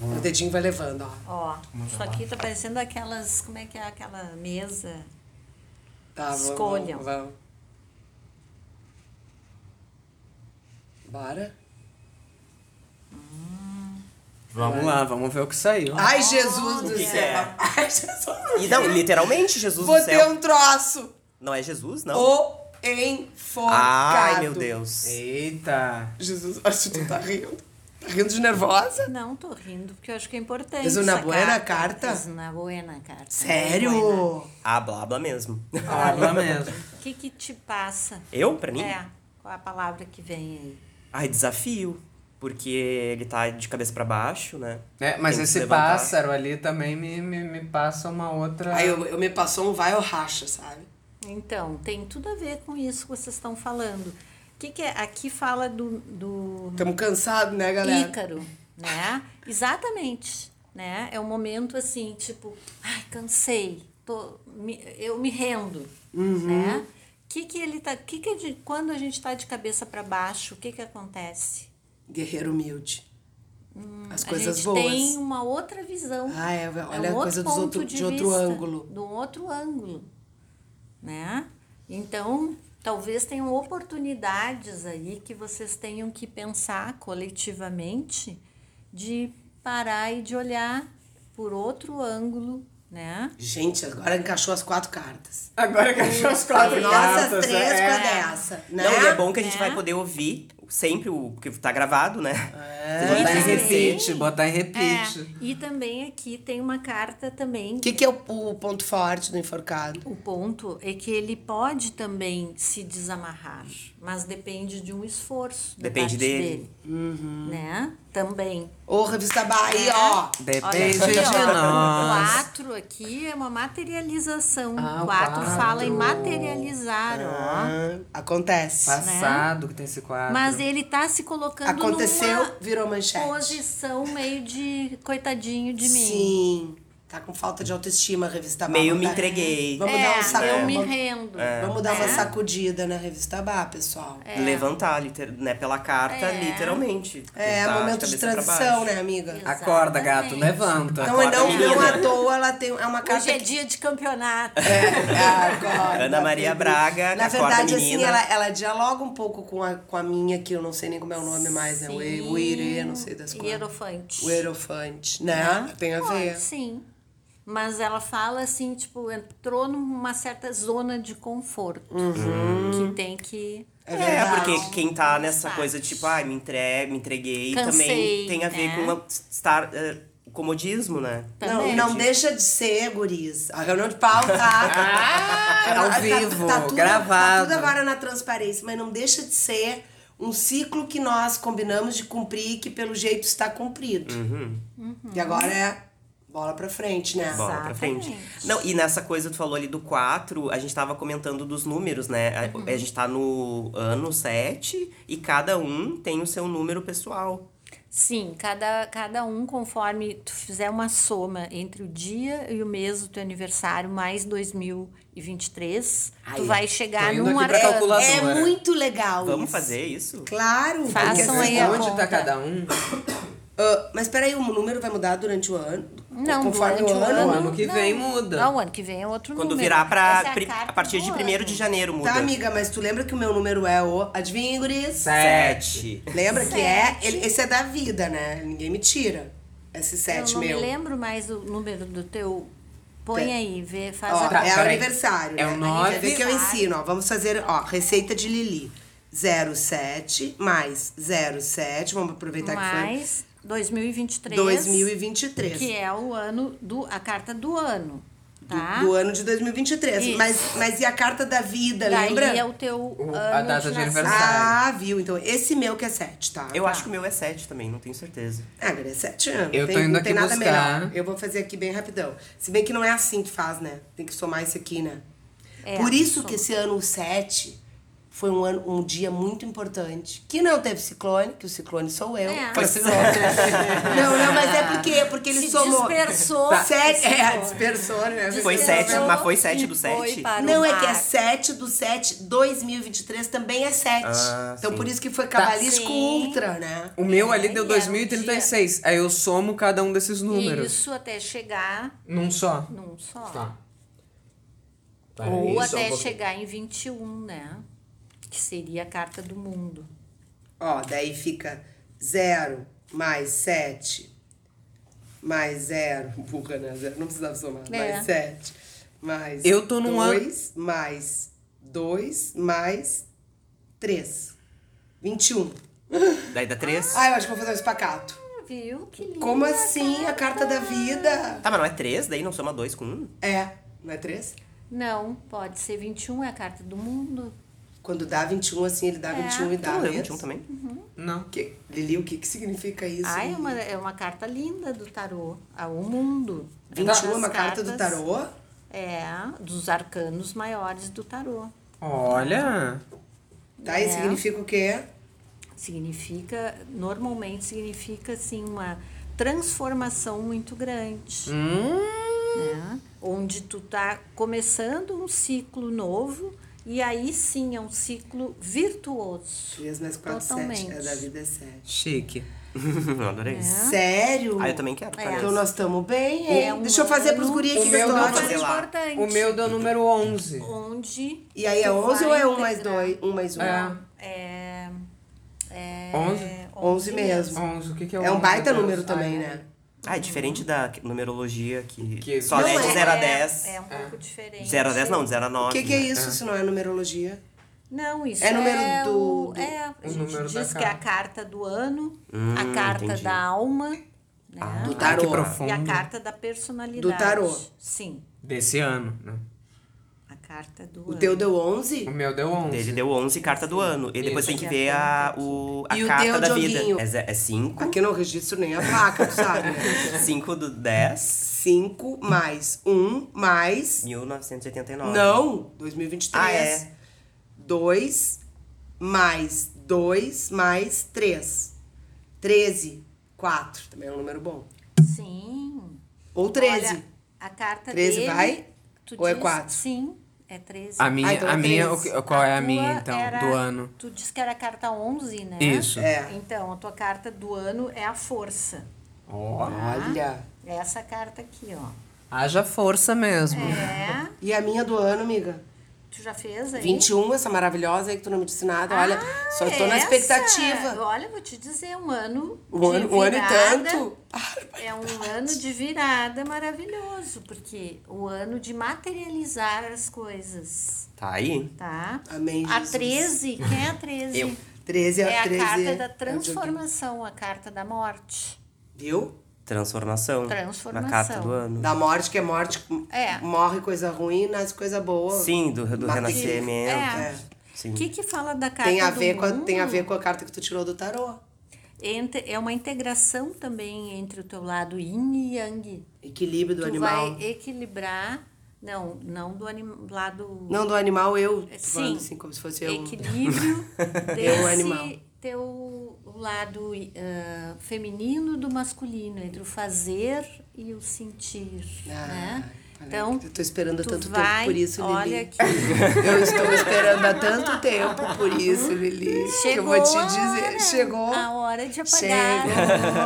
Speaker 3: O dedinho vai levando, ó.
Speaker 5: Ó, isso aqui tá parecendo aquelas. Como é que é aquela mesa?
Speaker 3: Tá, vamos,
Speaker 5: Escolham.
Speaker 3: Vamos, vamos. Bora.
Speaker 4: Vamos lá, vamos ver o que saiu.
Speaker 3: Ai, Jesus do
Speaker 2: que que
Speaker 3: céu.
Speaker 2: é?
Speaker 3: Ai, Jesus.
Speaker 2: E não, literalmente, Jesus
Speaker 3: Vou
Speaker 2: do céu.
Speaker 3: ter um troço.
Speaker 2: Não é Jesus, não?
Speaker 3: O enforcado.
Speaker 2: Ai, meu Deus.
Speaker 4: Eita.
Speaker 3: Jesus, acho que tu tá rindo. Tá rindo de nervosa?
Speaker 5: Não, tô rindo, porque eu acho que é importante.
Speaker 3: Fez uma
Speaker 5: essa
Speaker 3: buena carta?
Speaker 5: Fez uma buena carta. Uma
Speaker 3: Sério?
Speaker 2: Ah, blá, blá mesmo.
Speaker 4: Fala Ah, mesmo.
Speaker 5: buena. O que que te passa?
Speaker 2: Eu, pra mim?
Speaker 5: É, qual a palavra que vem aí?
Speaker 2: Ai, desafio. Porque ele tá de cabeça pra baixo, né?
Speaker 4: É, mas
Speaker 2: Tem que
Speaker 4: esse
Speaker 2: levantar.
Speaker 4: pássaro ali também me, me, me passa uma outra.
Speaker 3: Aí eu, eu me passou um vai ou racha, sabe?
Speaker 5: Então, tem tudo a ver com isso que vocês estão falando. O que, que é? Aqui fala do, do
Speaker 3: Tamo cansado, né, galera?
Speaker 5: Ícaro, né? Exatamente, né? É um momento assim, tipo, ai, cansei, tô, me- eu me rendo, né? Que que ele tá, que que de- quando a gente tá de cabeça para baixo, o que que acontece?
Speaker 3: Guerreiro humilde. As
Speaker 5: a
Speaker 3: coisas
Speaker 5: gente
Speaker 3: boas.
Speaker 5: tem um uma outra visão. um
Speaker 3: Ah, é, olha a
Speaker 5: outro
Speaker 3: coisa dos
Speaker 5: ponto
Speaker 3: outro- de outro
Speaker 5: vista,
Speaker 3: ângulo.
Speaker 5: De um outro ângulo, né? Então, talvez tenham oportunidades aí que vocês tenham que pensar coletivamente de parar e de olhar por outro ângulo, né?
Speaker 3: Gente, agora encaixou as quatro cartas.
Speaker 4: Agora que achou as quatro
Speaker 3: Nossa,
Speaker 4: cartas,
Speaker 3: três
Speaker 4: é.
Speaker 3: com a dessa. Né?
Speaker 2: Não, e é bom que a gente
Speaker 5: Né?
Speaker 2: vai poder ouvir sempre o que tá gravado, né? É.
Speaker 4: Botar em
Speaker 5: Sim.
Speaker 4: repeat, botar em repeat.
Speaker 5: É, e também aqui tem uma carta também
Speaker 3: O que, que é o, o ponto forte do enforcado?
Speaker 5: O ponto é que ele pode também se desamarrar, mas depende de um esforço. da
Speaker 2: Depende
Speaker 5: parte
Speaker 2: dele.
Speaker 3: Uhum.
Speaker 5: Né? Também.
Speaker 3: Ô, revista Bahia, ó.
Speaker 5: Né?
Speaker 4: Depende
Speaker 5: Olha aqui,
Speaker 4: de
Speaker 5: ó,
Speaker 4: nós.
Speaker 5: Quatro aqui é uma materialização.
Speaker 4: Ah, o
Speaker 5: quatro,
Speaker 4: quatro.
Speaker 5: fala em materializar, ó.
Speaker 3: Ah, acontece.
Speaker 4: Passado que tem esse quadro.
Speaker 5: Mas ele tá se colocando
Speaker 3: Aconteceu,
Speaker 5: numa
Speaker 3: virou manchete.
Speaker 5: posição meio de coitadinho de mim.
Speaker 3: Sim. Tá com falta de autoestima a revista Bá.
Speaker 2: Meio
Speaker 3: Vamos
Speaker 2: me
Speaker 3: dar-
Speaker 2: entreguei.
Speaker 3: Vamos dar
Speaker 5: É,
Speaker 3: um saco.
Speaker 5: eu me
Speaker 3: vamos- é.
Speaker 5: rendo.
Speaker 2: É.
Speaker 3: Vamos dar uma
Speaker 5: né?
Speaker 3: sacudida na revista Bá, pessoal. É,
Speaker 2: Levantar, liter- né? Pela carta,
Speaker 5: É.
Speaker 2: literalmente. Tá
Speaker 3: é momento de
Speaker 2: cabeça pra
Speaker 3: transição,
Speaker 2: baixo.
Speaker 3: né, amiga?
Speaker 4: É. Acorda, gato,
Speaker 5: Exatamente.
Speaker 4: levanta.
Speaker 3: Então, e não,
Speaker 2: menina.
Speaker 3: não à toa, ela tem, é uma carta
Speaker 5: Hoje é
Speaker 3: que- é,
Speaker 5: dia de campeonato.
Speaker 3: Agora,
Speaker 2: Ana Maria Braga,
Speaker 3: Na
Speaker 2: acorda,
Speaker 3: verdade, assim,
Speaker 2: menina.
Speaker 3: ela, ela dialoga um pouco com a, com a minha, que eu não sei nem como é o nome mais, né? O, E- o Irê, não sei das coisas.
Speaker 5: Hierofante.
Speaker 3: O Hierofante, né? Tem a
Speaker 5: Pode,
Speaker 3: ver.
Speaker 5: Sim. Mas ela fala assim, tipo, entrou numa certa zona de conforto. Que tem que.
Speaker 3: Uhum. É
Speaker 2: É,
Speaker 3: verdade.
Speaker 2: porque quem tá nessa
Speaker 5: Faz.
Speaker 2: coisa tipo, ai, me, entre... me entreguei,
Speaker 5: Cansei,
Speaker 2: também tem a ver
Speaker 5: né?
Speaker 2: com a- estar. eh, o comodismo, né?
Speaker 3: Não,
Speaker 5: Também.
Speaker 3: não deixa de ser, guris. A reunião de tá, pauta. ah,
Speaker 4: ao vivo, gravado.
Speaker 3: Tá tudo agora na transparência, mas não deixa de ser um ciclo que nós combinamos de cumprir e que pelo jeito está cumprido. E agora é bola pra frente, né?
Speaker 2: Bola pra frente.
Speaker 5: Exatamente.
Speaker 2: Não, e nessa coisa, tu falou ali do 4, a gente tava comentando dos números, né? A,
Speaker 5: Uhum.
Speaker 2: a gente tá no ano 7 e cada um tem o seu número pessoal.
Speaker 5: Sim, cada, cada um, conforme tu fizer uma soma entre o dia e o mês do teu aniversário, mais 2023, tu vai chegar
Speaker 4: Tô indo
Speaker 5: num
Speaker 4: aqui pra
Speaker 5: arcano.
Speaker 4: calcular.
Speaker 3: É
Speaker 4: Agora.
Speaker 3: muito legal
Speaker 2: Vamos
Speaker 3: isso.
Speaker 2: fazer isso?
Speaker 3: Claro.
Speaker 5: Façam
Speaker 3: porque
Speaker 5: aí
Speaker 3: senão-
Speaker 5: a
Speaker 4: Onde
Speaker 5: conta.
Speaker 4: tá cada um?
Speaker 3: Ah, mas peraí, o número vai mudar durante o ano?
Speaker 5: Não,
Speaker 3: conforme
Speaker 5: durante
Speaker 3: o ano?
Speaker 4: ano que vem muda.
Speaker 5: Não, o ano que vem é outro
Speaker 2: Quando
Speaker 5: número.
Speaker 2: virar pra.
Speaker 5: Essa é
Speaker 2: pri- a
Speaker 5: carta
Speaker 2: partir
Speaker 5: do
Speaker 2: de
Speaker 5: ano.
Speaker 2: 1 de janeiro muda.
Speaker 3: Tá, amiga, mas tu lembra que o meu número é o. Adivinha, guris?
Speaker 4: Sete.
Speaker 3: Lembra que é?
Speaker 5: Sete.
Speaker 3: Ele, esse é da vida, né? Ninguém me tira. Esse
Speaker 5: Eu
Speaker 3: 7
Speaker 5: não
Speaker 3: meu.
Speaker 5: me lembro mais do número do teu. Põe
Speaker 3: Tá.
Speaker 5: aí, vê, faz
Speaker 3: Ó,
Speaker 5: a
Speaker 4: Tá,
Speaker 3: é
Speaker 4: peraí.
Speaker 3: aniversário.
Speaker 4: É
Speaker 3: né?
Speaker 4: o nove.
Speaker 3: Quer ver que eu ensino, ó. Vamos fazer, ó, receita de Lili. 07 mais 07, vamos aproveitar
Speaker 5: mais
Speaker 3: que foi
Speaker 5: 2023.
Speaker 3: 2023.
Speaker 5: Que é o ano do. a carta do ano. Tá?
Speaker 3: Do ano de 2023.
Speaker 5: Isso.
Speaker 3: Mas, mas e a carta da vida,
Speaker 5: Daí
Speaker 3: lembra?
Speaker 5: é o teu.
Speaker 4: O-
Speaker 5: ano
Speaker 4: a data de
Speaker 5: nascimento.
Speaker 4: aniversário.
Speaker 3: Ah, viu? Então, esse meu que é 7, tá?
Speaker 2: Eu acho que o meu é 7 também, não tenho certeza.
Speaker 3: Ah, agora é 7 anos.
Speaker 4: Eu tô
Speaker 3: tem,
Speaker 4: indo
Speaker 3: não tem
Speaker 4: aqui
Speaker 3: nada
Speaker 4: buscar.
Speaker 3: melhor. Eu vou fazer aqui bem rapidão. Se bem que não é assim que faz, né? Tem que somar isso aqui, né?
Speaker 5: É,
Speaker 3: Por isso
Speaker 5: soma.
Speaker 3: que esse ano o 7 foi um, ano, um dia muito importante. Que não teve ciclone, que o ciclone sou eu.
Speaker 5: É.
Speaker 3: Foi não, não, mas é porque, porque ele
Speaker 5: Se
Speaker 3: somou.
Speaker 5: dispersou
Speaker 3: Sete,
Speaker 5: esse
Speaker 3: é,
Speaker 5: ciclone.
Speaker 3: dispersou, né?
Speaker 2: Foi
Speaker 5: Dispersou
Speaker 2: sete, mas foi sete
Speaker 5: e
Speaker 2: do sete?
Speaker 5: foi para o
Speaker 3: Não, é que é
Speaker 5: mar.
Speaker 3: 7 do 7, 2023 também é 7.
Speaker 2: Ah,
Speaker 3: então
Speaker 2: sim.
Speaker 3: por isso que foi cabalístico
Speaker 5: Sim.
Speaker 3: ultra, né?
Speaker 4: O meu ali deu
Speaker 5: E era um
Speaker 4: 2036. Aí eu somo cada um desses números.
Speaker 5: Isso até chegar
Speaker 4: Num só.
Speaker 5: num só.
Speaker 4: Tá.
Speaker 5: Ou
Speaker 4: Isso,
Speaker 5: até
Speaker 4: um pouquinho.
Speaker 5: chegar em 21, né? Que seria a carta do mundo.
Speaker 3: Ó, daí fica 0 mais 7 mais 0. Burra, né? Zero, não precisava somar.
Speaker 5: É.
Speaker 3: Mais 7. Mais
Speaker 4: Eu tô num ano-
Speaker 3: 2 mais 2 mais 3. 21.
Speaker 2: Daí dá 3.
Speaker 3: Ah, eu acho que vou fazer um espacato.
Speaker 5: Viu? Que lindo.
Speaker 3: Como assim? A carta da vida?
Speaker 2: Tá, mas não é 3, daí não soma 2 com 1.
Speaker 3: É, não é 3?
Speaker 5: Não, pode ser 21, é a carta do mundo.
Speaker 3: Quando dá 21, assim, ele dá
Speaker 5: É.
Speaker 3: 21 e dá
Speaker 2: Tá, deu
Speaker 3: mesmo.
Speaker 2: 21 também.
Speaker 4: Não.
Speaker 3: Que, Lili, o que, que significa isso?
Speaker 5: Ah, é uma, é uma carta linda do tarô. Ah, o mundo. É
Speaker 3: 21 é uma
Speaker 5: das
Speaker 3: carta do
Speaker 5: cartas-
Speaker 3: tarô?
Speaker 5: É, dos arcanos maiores do tarô.
Speaker 4: Olha.
Speaker 3: Tá? E
Speaker 5: É.
Speaker 3: significa o quê?
Speaker 5: Significa, normalmente significa assim uma transformação muito grande,
Speaker 4: Hum.
Speaker 5: né? Onde tu tá começando um ciclo novo e aí sim é um ciclo virtuoso.
Speaker 3: 3 mais 4, 7.
Speaker 5: Totalmente.
Speaker 3: É da vida 7.
Speaker 4: Chique.
Speaker 2: Eu
Speaker 3: É.
Speaker 2: Adorei isso.
Speaker 3: Sério?
Speaker 2: Ah, eu também quero.
Speaker 5: É.
Speaker 3: Então
Speaker 2: É.
Speaker 3: nós estamos bem, hein?
Speaker 5: É um
Speaker 3: Deixa eu fazer pros
Speaker 5: ano-
Speaker 3: guri aqui
Speaker 4: O
Speaker 3: que eu
Speaker 4: meu
Speaker 3: tô
Speaker 4: não
Speaker 3: ótima.
Speaker 2: fazer lá.
Speaker 5: importante.
Speaker 4: O meu deu número 11.
Speaker 5: Onde
Speaker 3: E aí é
Speaker 5: tu
Speaker 3: 11 ou
Speaker 5: vai
Speaker 3: é 1 mais
Speaker 5: integrar-
Speaker 3: 2? 1 mais 1?
Speaker 4: É.
Speaker 5: É, é,
Speaker 4: 11?
Speaker 3: 11 mesmo.
Speaker 4: 11. O que, que é o
Speaker 3: É um
Speaker 4: 11,
Speaker 3: baita
Speaker 4: meu Deus?
Speaker 3: número também,
Speaker 4: Ah, é.
Speaker 3: né?
Speaker 2: Ah, é diferente da numerologia que,
Speaker 4: Que-
Speaker 2: só
Speaker 3: Não
Speaker 2: é de
Speaker 3: é.
Speaker 2: 0 a 10.
Speaker 5: É, um pouco diferente.
Speaker 2: 0 a 10 não, de 0 a
Speaker 3: O
Speaker 2: 9.
Speaker 3: que, que é isso se não é numerologia?
Speaker 5: Não, isso
Speaker 3: É número
Speaker 5: é
Speaker 3: do-
Speaker 5: o-
Speaker 3: do-
Speaker 5: é, a
Speaker 4: o
Speaker 5: gente
Speaker 4: número da
Speaker 5: diz que é a carta do ano,
Speaker 4: Hum,
Speaker 5: a carta
Speaker 2: entendi.
Speaker 5: da alma, né?
Speaker 2: Ah,
Speaker 3: Do
Speaker 2: que
Speaker 3: tarô.
Speaker 4: profundo.
Speaker 5: e a carta da personalidade.
Speaker 3: Do tarô.
Speaker 5: Sim,
Speaker 4: Desse ano, né?
Speaker 5: a carta do
Speaker 3: O
Speaker 5: ano.
Speaker 3: teu deu 11?
Speaker 4: O meu deu
Speaker 2: Ele
Speaker 4: 11.
Speaker 2: deu 11 carta do ano. E depois tem
Speaker 4: Isso.
Speaker 2: que ver a, o, a
Speaker 3: E o
Speaker 2: carta
Speaker 3: teu,
Speaker 2: da
Speaker 3: Dioguinho?
Speaker 2: vida. É ze- É 5.
Speaker 3: Aqui eu não registro nem a placa, tu sabe?
Speaker 2: 5 do 10,
Speaker 3: 5 mais 1 mais
Speaker 2: 1989.
Speaker 3: Não, 2023.
Speaker 2: Ah, é.
Speaker 3: 2 mais 2 mais 3. 13. 4. Também é um número bom.
Speaker 5: Sim.
Speaker 3: Ou 13.
Speaker 5: Olha, a carta
Speaker 3: 13
Speaker 5: dele,
Speaker 3: vai?
Speaker 5: tu
Speaker 3: Ou é
Speaker 5: diz-
Speaker 3: quatro?
Speaker 5: Sim, é 13.
Speaker 4: A minha,
Speaker 3: Ah, então é
Speaker 4: a minha
Speaker 3: três.
Speaker 4: o que- qual é a
Speaker 5: tua
Speaker 4: minha, então,
Speaker 5: era-
Speaker 4: do ano?
Speaker 5: Tu disse que era a carta 11, né?
Speaker 4: Isso.
Speaker 3: É.
Speaker 5: Então, a tua carta do ano é a força.
Speaker 4: Ó.
Speaker 3: Olha.
Speaker 5: É essa carta aqui, ó.
Speaker 4: Haja força mesmo.
Speaker 5: É.
Speaker 3: E a minha do ano, amiga?
Speaker 5: Tu já fez aí?
Speaker 3: 21, essa maravilhosa aí que tu não me disse nada. Olha,
Speaker 5: Ah,
Speaker 3: um. só tô na
Speaker 5: essa?
Speaker 3: expectativa.
Speaker 5: Olha, vou te dizer, um ano.
Speaker 3: Um
Speaker 5: de
Speaker 3: ano, um ano e
Speaker 5: virada
Speaker 3: tanto.
Speaker 5: É um ano de virada maravilhoso, porque o ano de materializar as coisas,
Speaker 2: Tá aí.
Speaker 5: tá?
Speaker 3: Amém,
Speaker 5: A
Speaker 3: Jesus.
Speaker 5: 13, quem é a 13?
Speaker 2: Eu.
Speaker 3: 13
Speaker 5: É a
Speaker 3: 13,
Speaker 5: carta da
Speaker 3: é o joguinho.
Speaker 5: transformação, a carta da morte.
Speaker 3: Viu?
Speaker 2: Transformação.
Speaker 5: Transformação.
Speaker 2: Na carta do ano.
Speaker 3: Da morte, que é morte.
Speaker 5: É.
Speaker 3: Morre coisa ruim, nasce coisa boa.
Speaker 2: Sim, do, do
Speaker 3: Matiz.
Speaker 2: renascimento.
Speaker 5: É.
Speaker 2: Sim.
Speaker 5: O que, que fala da carta
Speaker 3: Tem a,
Speaker 5: do
Speaker 3: ver com a,
Speaker 5: mundo?
Speaker 3: tem a ver com a carta que tu tirou do tarô.
Speaker 5: Entre- é uma integração também entre o teu lado yin e yang.
Speaker 3: Equilíbrio do
Speaker 5: tu
Speaker 3: animal.
Speaker 5: vai equilibrar, não, não do anim, lado
Speaker 3: Não do animal, eu. Tô
Speaker 5: Sim.
Speaker 3: falando assim, como se fosse eu.
Speaker 5: equilíbrio
Speaker 3: É
Speaker 5: desse
Speaker 3: um animal.
Speaker 5: teu lado ah, feminino do masculino, entre o fazer e o sentir,
Speaker 3: Ah,
Speaker 5: né? Então,
Speaker 3: Eu tô esperando há
Speaker 5: tu
Speaker 3: tanto
Speaker 5: vai,
Speaker 3: tempo por isso, Lili.
Speaker 5: olha que
Speaker 3: Eu estou esperando há tanto tempo por isso, Lili. que eu
Speaker 5: chegou
Speaker 3: vou te dizer. Chegou.
Speaker 5: a hora de apagar.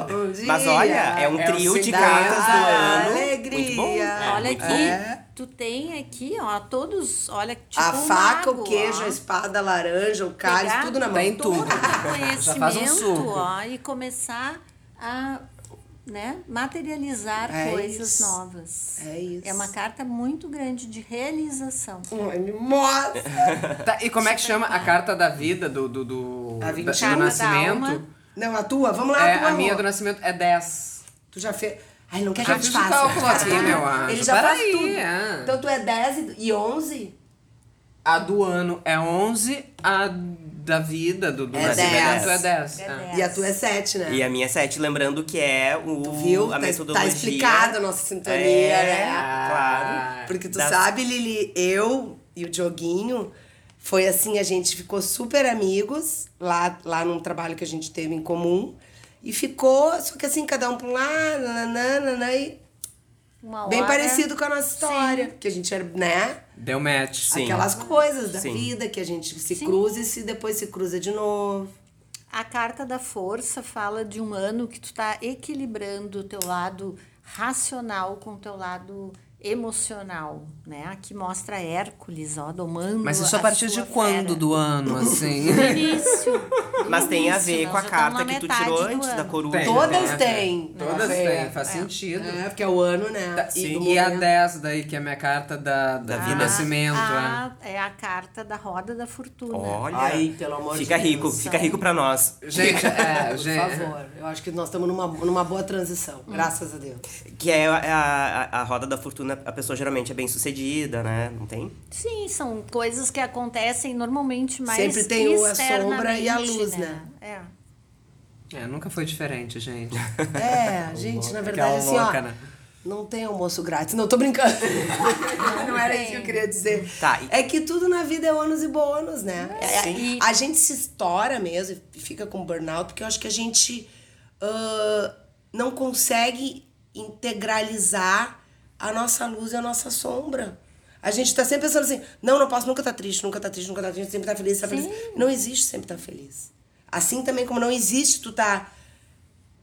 Speaker 3: Chegou. o dia
Speaker 2: Mas olha, é um
Speaker 4: É o
Speaker 2: trio de
Speaker 4: sinal
Speaker 2: cartas do
Speaker 4: da
Speaker 3: Ah,
Speaker 2: ano.
Speaker 3: alegria.
Speaker 2: Muito bom.
Speaker 3: É,
Speaker 5: Olha
Speaker 2: muito
Speaker 5: aqui,
Speaker 2: bom.
Speaker 3: É.
Speaker 5: tu tem aqui, ó, todos, olha, tipo
Speaker 3: A
Speaker 5: um
Speaker 3: faca,
Speaker 5: mago,
Speaker 3: o queijo,
Speaker 5: ó.
Speaker 3: a espada, a laranja, o cálice,
Speaker 5: Pegar
Speaker 3: tudo na mão.
Speaker 2: Tá
Speaker 4: Tem
Speaker 5: todo
Speaker 4: tudo.
Speaker 5: o conhecimento,
Speaker 4: Já faz um suco.
Speaker 5: ó, e começar a né, materializar
Speaker 3: É
Speaker 5: coisas
Speaker 3: isso.
Speaker 5: novas.
Speaker 3: É isso.
Speaker 5: É uma carta muito grande de realização.
Speaker 3: Ai, mimosa!
Speaker 4: Tá, e como é que chama a carta da vida do, do, do,
Speaker 3: A
Speaker 4: da-
Speaker 3: vinte- um.
Speaker 4: do
Speaker 5: Carta da
Speaker 4: nascimento?
Speaker 5: alma.
Speaker 3: Não, a tua, vamos lá,
Speaker 4: É,
Speaker 3: a tua.
Speaker 4: a minha do
Speaker 3: amor.
Speaker 4: nascimento é 10.
Speaker 3: Tu já fez. Ai, não quer
Speaker 4: Já
Speaker 3: que eu te
Speaker 4: fiz o
Speaker 3: faça.
Speaker 4: cálculo
Speaker 3: faz
Speaker 4: aqui,
Speaker 3: tudo.
Speaker 4: meu anjo.
Speaker 3: Ele já
Speaker 4: Para
Speaker 3: faz
Speaker 4: aí,
Speaker 3: tudo.
Speaker 4: é.
Speaker 3: Então tu é 10 e e 11?
Speaker 4: A do ano é 11, a da vida do, do
Speaker 3: É
Speaker 4: nascimento
Speaker 3: 10.
Speaker 4: é 10.
Speaker 5: É
Speaker 4: é.
Speaker 5: 10.
Speaker 3: E a tua é 7, né?
Speaker 2: E a minha é 7, lembrando que é o,
Speaker 3: Viu?
Speaker 2: a
Speaker 3: Tá,
Speaker 2: metodologia.
Speaker 3: tá explicada a nossa sintonia,
Speaker 2: É,
Speaker 3: né?
Speaker 2: claro.
Speaker 3: Porque tu
Speaker 2: Das-
Speaker 3: sabe, Lili, eu e o Dioguinho, foi assim, a gente ficou super amigos lá, lá num trabalho que a gente teve em comum. E ficou, só que assim, cada um pra um lado, nananana, e
Speaker 5: Uma
Speaker 3: bem
Speaker 5: hora-
Speaker 3: parecido com a nossa história.
Speaker 5: Sim.
Speaker 3: Que a gente era, né?
Speaker 4: Deu match.
Speaker 2: Sim.
Speaker 3: Aquelas coisas da
Speaker 2: Sim.
Speaker 3: vida que a gente se cruza e se depois se cruza de novo.
Speaker 5: A carta da força fala de um ano que tu tá equilibrando o teu lado racional com o teu lado emocional, né? Aqui mostra Hércules, ó, domando
Speaker 4: Mas isso a partir de
Speaker 5: sua
Speaker 4: quando
Speaker 5: fera.
Speaker 4: do ano, assim?
Speaker 5: No início. no
Speaker 2: Mas tem a
Speaker 5: início,
Speaker 2: ver
Speaker 5: nós
Speaker 2: com a
Speaker 5: já estamos
Speaker 2: carta
Speaker 5: na
Speaker 2: que tu
Speaker 5: metade
Speaker 2: tirou
Speaker 5: do
Speaker 2: antes da
Speaker 5: ano.
Speaker 2: coruja.
Speaker 4: Tem,
Speaker 3: Todas
Speaker 4: né?
Speaker 3: têm.
Speaker 4: Todas
Speaker 3: né?
Speaker 4: têm, faz sentido.
Speaker 3: É, porque é o ano, né?
Speaker 4: Tá,
Speaker 3: do
Speaker 4: e, e a
Speaker 3: momento.
Speaker 4: 10 daí, que é a minha carta da, da,
Speaker 2: Da
Speaker 4: do
Speaker 2: vida.
Speaker 4: nascimento. é.
Speaker 5: A- é a carta da roda da fortuna.
Speaker 2: Olha,
Speaker 3: Ai, pelo amor de
Speaker 2: fica
Speaker 3: Deus,
Speaker 2: rico,
Speaker 3: são-
Speaker 2: fica rico pra nós.
Speaker 4: Gente, é,
Speaker 3: Por
Speaker 4: gente.
Speaker 3: favor, eu acho que nós estamos numa, numa boa transição, graças a Deus.
Speaker 2: Que é a, a, a roda da fortuna, a pessoa geralmente é bem sucedida, né? Não tem?
Speaker 5: Sim, são coisas que acontecem normalmente mais
Speaker 3: Sempre tem o- a
Speaker 5: externamente,
Speaker 3: sombra e a luz, né?
Speaker 5: É.
Speaker 4: É, nunca foi diferente, gente.
Speaker 3: É, gente, na verdade, assim,
Speaker 4: louca,
Speaker 3: ó,
Speaker 4: né?
Speaker 3: não tem almoço grátis. Não, tô brincando. não era isso que eu queria dizer.
Speaker 2: Tá, e-
Speaker 3: É que tudo na vida é ônus e bônus, né? É,
Speaker 5: Sim.
Speaker 3: a gente se estoura mesmo e fica com burnout, porque eu acho que a gente ah, não consegue integralizar a nossa luz e a nossa sombra. A gente tá sempre pensando assim, não, não posso nunca tá triste, nunca tá triste, nunca tá triste, sempre tá feliz, tá feliz. Não existe sempre tá feliz. Assim também como não existe tu tá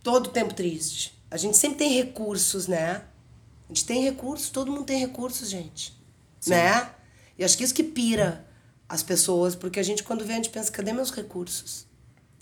Speaker 3: todo tempo triste. A gente sempre tem recursos, né? A gente tem recursos, todo mundo tem recursos, gente. Né? E acho que isso que pira as pessoas, porque a gente quando vê, a gente pensa, cadê meus recursos?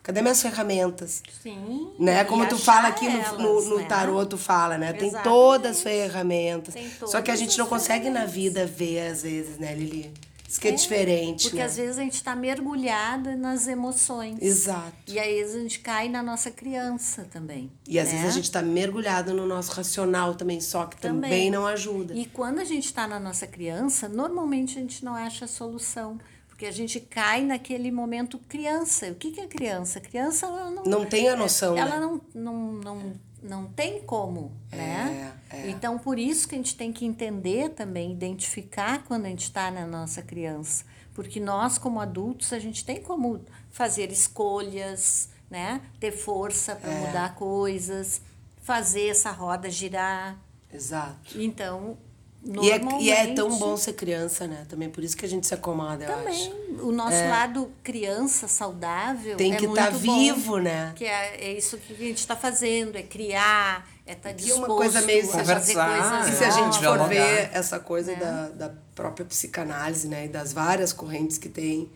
Speaker 3: Cadê minhas ferramentas?
Speaker 5: Sim.
Speaker 3: Né?
Speaker 5: e
Speaker 3: Como tu
Speaker 5: achar
Speaker 3: fala aqui no,
Speaker 5: elas,
Speaker 3: no, no
Speaker 5: né?
Speaker 3: tarô, tu fala, né? Tem
Speaker 5: Exatamente.
Speaker 3: todas as ferramentas.
Speaker 5: Tem
Speaker 3: Só que a
Speaker 5: todas
Speaker 3: gente
Speaker 5: as
Speaker 3: não consegue na
Speaker 5: ferramentas.
Speaker 3: vida ver, às vezes, né, Lili? Isso que é, diferente.
Speaker 5: Porque
Speaker 3: né?
Speaker 5: às vezes a gente está mergulhada nas emoções.
Speaker 3: Exato.
Speaker 5: E aí a gente cai na nossa criança também.
Speaker 3: E às
Speaker 5: né?
Speaker 3: vezes a gente tá mergulhado no nosso racional também, só que também,
Speaker 5: Também.
Speaker 3: não ajuda.
Speaker 5: E quando a gente está na nossa criança, normalmente a gente não acha solução. Porque a gente cai naquele momento criança. O que, que é criança? Criança, ela não.
Speaker 3: Não tem a noção, né?
Speaker 5: Ela não, não, não, não tem como, né?
Speaker 3: é.
Speaker 5: Então, por isso que a gente tem que entender também, identificar quando a gente está na nossa criança. Porque nós, como adultos, a gente tem como fazer escolhas, né? Ter força para
Speaker 3: É.
Speaker 5: mudar coisas, fazer essa roda girar.
Speaker 3: Exato.
Speaker 5: Então,
Speaker 3: E é,
Speaker 5: normalmente...
Speaker 3: e é tão bom ser criança, né? Também por isso que a gente se acomoda,
Speaker 5: Também.
Speaker 3: eu acho. É.
Speaker 5: O nosso lado criança saudável
Speaker 3: Tem
Speaker 5: é
Speaker 3: que
Speaker 5: muito
Speaker 3: estar
Speaker 5: bom.
Speaker 3: vivo, né?
Speaker 5: Que é, é isso que a gente está fazendo, é criar, é estar
Speaker 3: Que é uma
Speaker 5: disposto
Speaker 3: coisa meio
Speaker 5: a fazer
Speaker 4: conversar,
Speaker 5: coisas É.
Speaker 3: E
Speaker 4: né?
Speaker 3: se a gente
Speaker 5: novas.
Speaker 3: for
Speaker 4: Dialogar.
Speaker 3: ver essa coisa da, da própria psicanálise, né? E das várias correntes que tem,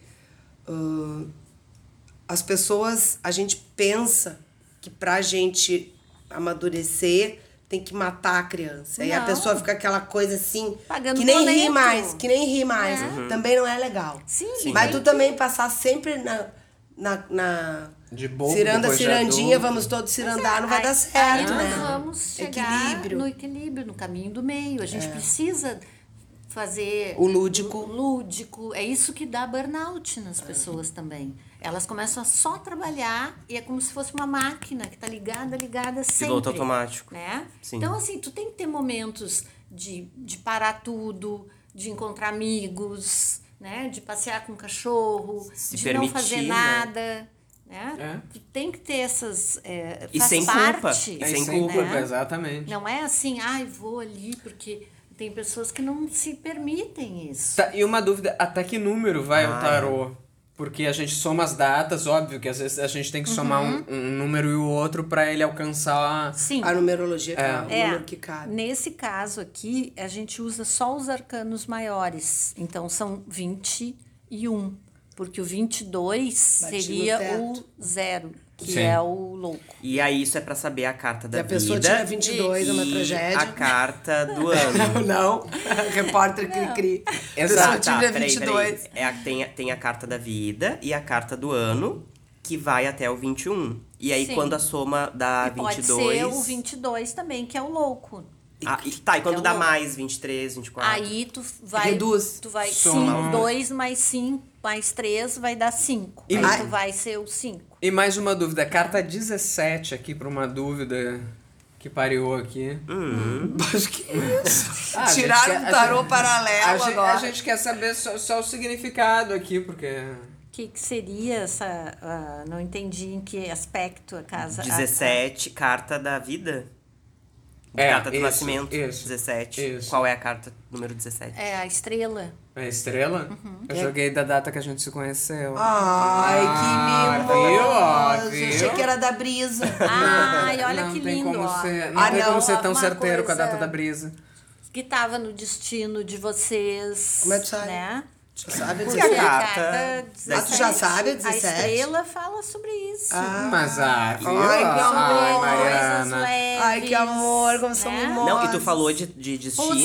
Speaker 3: ah, as pessoas, a gente pensa que pra gente amadurecer tem que matar a criança. E a
Speaker 5: Não.
Speaker 3: pessoa fica aquela coisa assim,
Speaker 5: Pagando
Speaker 3: que nem ri
Speaker 5: boleto.
Speaker 3: mais, que nem ri mais.
Speaker 5: É.
Speaker 4: Uhum.
Speaker 3: Também não é legal.
Speaker 5: Sim, Sim.
Speaker 3: Mas
Speaker 5: tem
Speaker 3: tu também passar sempre na. na, na
Speaker 4: De bobo,
Speaker 3: ciranda,
Speaker 4: depois de
Speaker 3: cirandinha,
Speaker 4: adulto.
Speaker 3: vamos todos cirandar, ah, não vai
Speaker 5: é, Aí-
Speaker 3: dar certo,
Speaker 5: aí
Speaker 3: né?
Speaker 5: Nós então vamos chegar no equilíbrio, no caminho do meio. A gente precisa fazer
Speaker 3: É. O lúdico.
Speaker 5: lú- lúdico. É isso que dá burnout nas pessoas também. Elas começam a só trabalhar e é como se fosse uma máquina que tá ligada, ligada sempre.
Speaker 2: Piloto automático.
Speaker 5: Né?
Speaker 2: Sim.
Speaker 5: Então, assim, tu tem que ter momentos de, de parar tudo, de encontrar amigos, né? De passear com o cachorro,
Speaker 2: Se
Speaker 5: de
Speaker 2: permitir,
Speaker 5: não fazer
Speaker 2: né?
Speaker 5: nada. Né?
Speaker 4: É.
Speaker 5: Tu tem que ter essas. é,
Speaker 2: E
Speaker 5: faz
Speaker 2: sem culpa.
Speaker 5: parte,
Speaker 2: E sem
Speaker 4: sem
Speaker 2: culpa,
Speaker 4: culpa,
Speaker 5: né?
Speaker 4: exatamente.
Speaker 5: Não é assim, ai, vou ali porque tem pessoas que não se permitem isso.
Speaker 4: Tá, e uma dúvida, até que número vai
Speaker 2: Ah,
Speaker 4: o tarô?
Speaker 5: é.
Speaker 4: Porque a gente soma as datas, óbvio que às vezes a gente tem que somar
Speaker 3: Uhum.
Speaker 4: um, um número e o outro pra ele alcançar.
Speaker 5: Sim.
Speaker 2: Ah,
Speaker 3: A numerologia é, o
Speaker 5: É,
Speaker 3: número que cabe.
Speaker 5: nesse caso aqui, a gente usa só os arcanos maiores. Então, são 21. Porque o 22
Speaker 3: Bati no
Speaker 5: seria
Speaker 3: teto.
Speaker 5: o zero, que
Speaker 4: Sim.
Speaker 5: é o louco.
Speaker 2: E aí, isso é pra saber a carta
Speaker 3: Se
Speaker 2: da
Speaker 3: a
Speaker 2: vida.
Speaker 3: pessoa tiver 22, é uma
Speaker 2: e
Speaker 3: tragédia.
Speaker 2: a carta do ano. Tá,
Speaker 3: Não, não. Repórter Cri-Cri. Pessoa
Speaker 4: Exato.
Speaker 3: tiver
Speaker 2: peraí,
Speaker 3: 22.
Speaker 2: peraí. É a- tem, a- tem a carta da vida e a carta do ano, que vai até o 21. E aí,
Speaker 5: Sim.
Speaker 2: quando a soma
Speaker 4: Ah,
Speaker 2: dá
Speaker 5: e
Speaker 2: 22...
Speaker 5: pode ser o 22 também, que é o louco.
Speaker 2: Ah, e- tá, e quando
Speaker 5: É o
Speaker 2: dá
Speaker 5: ano.
Speaker 2: mais 23, 24?
Speaker 5: Aí tu vai.
Speaker 3: Reduz.
Speaker 5: Tu vai
Speaker 4: Soma. um.
Speaker 5: 2 mais 5 mais 3 vai dar 5.
Speaker 4: E
Speaker 5: Aí
Speaker 4: mais-
Speaker 5: tu vai ser o 5.
Speaker 4: E mais uma dúvida, carta 17 aqui pra uma dúvida que pareou aqui.
Speaker 5: Hum.
Speaker 3: Mas que isso?
Speaker 4: Ah,
Speaker 3: Tiraram
Speaker 4: gente,
Speaker 3: o
Speaker 4: a
Speaker 3: tarô
Speaker 4: gente-
Speaker 3: paralelo
Speaker 4: a, gente,
Speaker 3: agora.
Speaker 4: a gente quer saber só, só o significado aqui, porque.
Speaker 5: O que, que seria essa. ah, não entendi em que aspecto a casa. a-
Speaker 2: 17, carta da vida?
Speaker 4: É,
Speaker 2: carta do
Speaker 4: isso,
Speaker 2: nascimento?
Speaker 4: isso,
Speaker 2: 17.
Speaker 4: isso.
Speaker 2: Qual é a carta número 17?
Speaker 5: É a estrela.
Speaker 4: É estrela?
Speaker 3: Uhum.
Speaker 4: Eu joguei da data que a gente se conheceu.
Speaker 3: Ai,
Speaker 4: Ah,
Speaker 3: que
Speaker 4: viu, ó,
Speaker 3: mimoso.
Speaker 4: viu?
Speaker 3: Achei que era da brisa.
Speaker 5: Ah. Ai, olha
Speaker 4: não
Speaker 5: que
Speaker 4: tem
Speaker 5: lindo,
Speaker 4: como
Speaker 5: ó.
Speaker 4: ser- não
Speaker 3: Ah,
Speaker 4: tem
Speaker 3: não,
Speaker 4: como ser tão
Speaker 5: uma
Speaker 4: certeiro com a data
Speaker 5: coisa-
Speaker 4: da brisa.
Speaker 5: Que tava no destino de vocês.
Speaker 3: Como é que sai?
Speaker 5: Né?
Speaker 3: Tu Sabe
Speaker 2: Por
Speaker 5: Porque
Speaker 2: a
Speaker 3: dizer?
Speaker 2: carta
Speaker 3: Ah, tu já
Speaker 5: 17,
Speaker 3: sabe a
Speaker 5: A
Speaker 3: 17?
Speaker 5: estrela fala sobre isso.
Speaker 4: Mas ah, viu?
Speaker 3: Ai, que
Speaker 4: Ai,
Speaker 3: amor.
Speaker 5: Coisas
Speaker 4: Mariana.
Speaker 5: leves.
Speaker 3: Ai, que amor, como são
Speaker 5: é né?
Speaker 3: mimosas.
Speaker 2: Não, e tu falou de, de destino.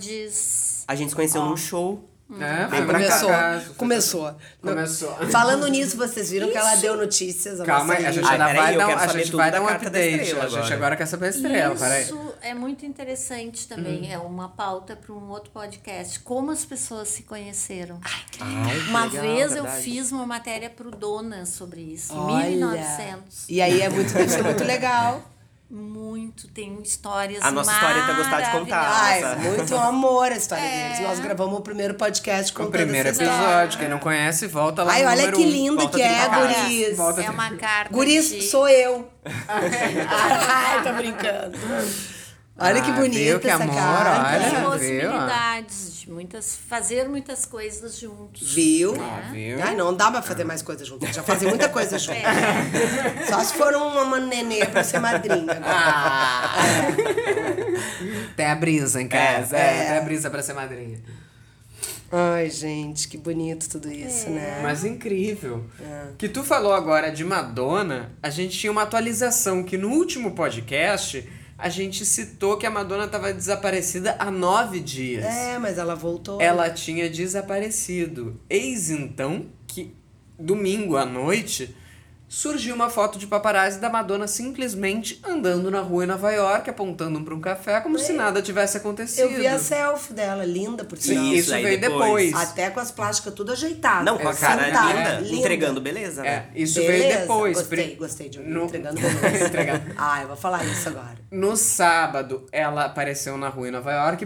Speaker 5: Possibilidades.
Speaker 2: A gente se conheceu num show.
Speaker 4: É,
Speaker 2: Vem pra
Speaker 4: foi pra
Speaker 2: cá.
Speaker 3: Começou.
Speaker 4: casa.
Speaker 3: Começou.
Speaker 4: Começou.
Speaker 3: Falando nisso, vocês viram que ela deu notícias. A
Speaker 4: Calma,
Speaker 3: nossa
Speaker 4: a gente
Speaker 3: linda.
Speaker 2: Ai, Ah,
Speaker 4: ainda
Speaker 2: peraí,
Speaker 4: vai
Speaker 2: eu
Speaker 4: dar,
Speaker 2: quero
Speaker 4: a
Speaker 2: saber
Speaker 4: gente
Speaker 2: tudo
Speaker 4: vai
Speaker 2: da
Speaker 4: dar um
Speaker 2: carta da
Speaker 4: update.
Speaker 2: estrela
Speaker 4: A gente
Speaker 2: agora.
Speaker 4: agora quer saber a estrela, peraí.
Speaker 5: Isso é muito interessante
Speaker 2: Hum.
Speaker 5: também. É uma pauta para um outro podcast. Como as pessoas se conheceram.
Speaker 2: Ai, que
Speaker 5: uma
Speaker 2: legal,
Speaker 5: vez eu
Speaker 2: verdade.
Speaker 5: fiz uma matéria pro Dona sobre isso.
Speaker 3: Olha.
Speaker 5: 1900.
Speaker 3: E aí é muito, deve ser muito legal.
Speaker 5: Muito, tem histórias
Speaker 2: A nossa história tá gostar de contar.
Speaker 5: maravilhosas.
Speaker 3: Ai,
Speaker 2: Nossa.
Speaker 3: muito amor a história
Speaker 5: É.
Speaker 3: deles. Nós gravamos o primeiro podcast com
Speaker 4: O primeiro
Speaker 3: essa história.
Speaker 4: episódio, quem não conhece, volta lá
Speaker 3: Ai,
Speaker 4: no
Speaker 3: olha
Speaker 4: número
Speaker 3: que
Speaker 4: um.
Speaker 3: lindo
Speaker 2: Volta
Speaker 3: que é,
Speaker 2: trinta horas.
Speaker 3: guris.
Speaker 4: Volta
Speaker 5: É uma carta de...
Speaker 3: Guris, sou eu. Ai, tô brincando. Olha que
Speaker 4: Ah,
Speaker 3: bonita
Speaker 4: viu? Que
Speaker 3: essa
Speaker 4: amor,
Speaker 3: carta.
Speaker 5: de
Speaker 4: olha.
Speaker 5: possibilidades, de muitas, fazer muitas coisas juntos.
Speaker 3: Viu?
Speaker 4: Ah, viu?
Speaker 3: Ai, não dá pra fazer mais coisa junto. Já fazem muita coisa junto. Só se for uma uma nenê pra ser madrinha.
Speaker 4: Ah. Tem a brisa em casa.
Speaker 2: É,
Speaker 4: É,
Speaker 3: é.
Speaker 4: Tem a brisa pra ser madrinha.
Speaker 3: Ai, gente, que bonito tudo isso, né?
Speaker 4: Mas incrível.
Speaker 3: É.
Speaker 4: Que tu falou agora de Madonna, a gente tinha uma atualização que no último podcast a gente citou que a Madonna tava desaparecida há nove dias.
Speaker 3: É, mas ela voltou.
Speaker 4: Ela tinha desaparecido. Eis então que domingo à noite surgiu uma foto de paparazzi da Madonna simplesmente andando na rua em Nova York, apontando pra um café como se nada tivesse acontecido.
Speaker 3: Eu vi a selfie dela, linda, por
Speaker 4: Sim,
Speaker 3: sinal.
Speaker 4: isso
Speaker 2: aí
Speaker 4: veio
Speaker 2: depois.
Speaker 4: depois.
Speaker 3: Até com as plásticas tudo
Speaker 4: Ah,
Speaker 3: ajeitadas.
Speaker 2: Não, com a
Speaker 3: Sentada,
Speaker 2: cara linda, entregando beleza,
Speaker 4: É,
Speaker 2: né?
Speaker 4: isso veio
Speaker 3: tá. Beleza,
Speaker 4: depois.
Speaker 3: Gostei,
Speaker 4: pri-
Speaker 3: gostei de
Speaker 4: no-
Speaker 3: entregando beleza.
Speaker 4: Entregando.
Speaker 3: Ah, eu vou falar isso agora.
Speaker 4: No sábado, ela apareceu na rua em Nova York,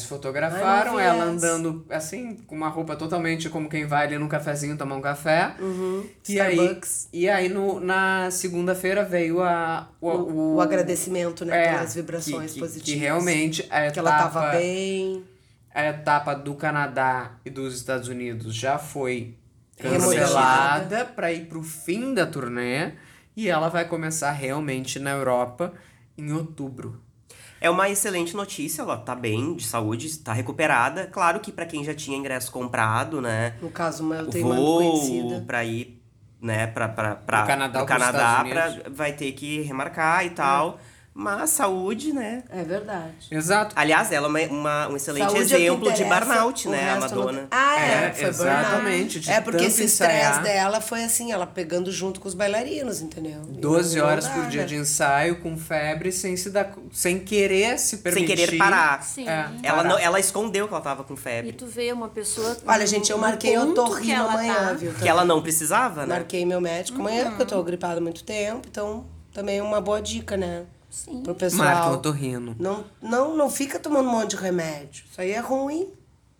Speaker 3: Ai, não
Speaker 4: fotografaram
Speaker 3: vi
Speaker 4: ela
Speaker 3: essa.
Speaker 4: andando, assim, com uma roupa totalmente como quem vai ali num cafezinho tomar um café. E aí,
Speaker 3: Uhum. Starbucks.
Speaker 4: e aí no, na segunda-feira veio a, o,
Speaker 3: O,
Speaker 4: o-
Speaker 3: agradecimento, né,
Speaker 4: é,
Speaker 3: pelas vibrações
Speaker 4: que, que,
Speaker 3: positivas.
Speaker 4: Que realmente a etapa,
Speaker 3: Que ela tava bem.
Speaker 4: a etapa do Canadá e dos Estados Unidos já foi
Speaker 3: Removida.
Speaker 4: cancelada pra ir pro fim da turnê. E ela vai começar realmente na Europa em outubro.
Speaker 2: É uma excelente notícia, ela tá bem, de saúde, tá recuperada. Claro que pra quem já tinha ingresso comprado, né?
Speaker 3: No caso, uma, eu
Speaker 2: O
Speaker 3: tenho uma
Speaker 2: voo
Speaker 3: conhecida.
Speaker 2: pra ir, né, pra, pra, pra,
Speaker 4: Do Canadá
Speaker 2: pro
Speaker 4: pros
Speaker 2: Canadá
Speaker 4: Estados
Speaker 2: pra, vai ter que remarcar e tal. Mas saúde, né?
Speaker 3: É verdade.
Speaker 4: Exato.
Speaker 2: Aliás, ela é uma, uma- um excelente
Speaker 3: Saúde é o que
Speaker 2: exemplo de
Speaker 3: interessa,
Speaker 2: burnout,
Speaker 3: o
Speaker 2: né, a
Speaker 3: resto não
Speaker 2: Madonna.
Speaker 3: tem- Ah, é,
Speaker 4: É,
Speaker 3: foi
Speaker 4: exatamente,
Speaker 3: burnout.
Speaker 4: de
Speaker 3: É porque
Speaker 4: tanto
Speaker 3: esse
Speaker 4: ensaiar.
Speaker 3: estresse dela foi assim, ela pegando junto com os bailarinos, entendeu? E
Speaker 4: 12
Speaker 3: não
Speaker 4: horas
Speaker 3: dá,
Speaker 4: por dia
Speaker 3: né?
Speaker 4: de ensaio, com febre, sem se dar. sem querer se permitir.
Speaker 2: Sem querer parar.
Speaker 5: Sim.
Speaker 4: É,
Speaker 2: Ela,
Speaker 4: parar.
Speaker 2: não- ela escondeu que ela tava com febre.
Speaker 5: E tu vê uma pessoa.
Speaker 3: Olha, gente, eu
Speaker 5: no
Speaker 3: marquei o
Speaker 5: ponto que
Speaker 3: torrinho
Speaker 5: ela
Speaker 3: amanhã,
Speaker 5: tá.
Speaker 3: viu?
Speaker 2: Que ela não precisava, né?
Speaker 3: Marquei meu médico amanhã, porque eu tô
Speaker 5: Uhum.
Speaker 3: gripada há muito tempo, então também é uma boa dica, né?
Speaker 5: Sim.
Speaker 3: Pro pessoal.
Speaker 4: Marca o torrino.
Speaker 3: Não, não, não fica tomando um monte de remédio. Isso aí é ruim.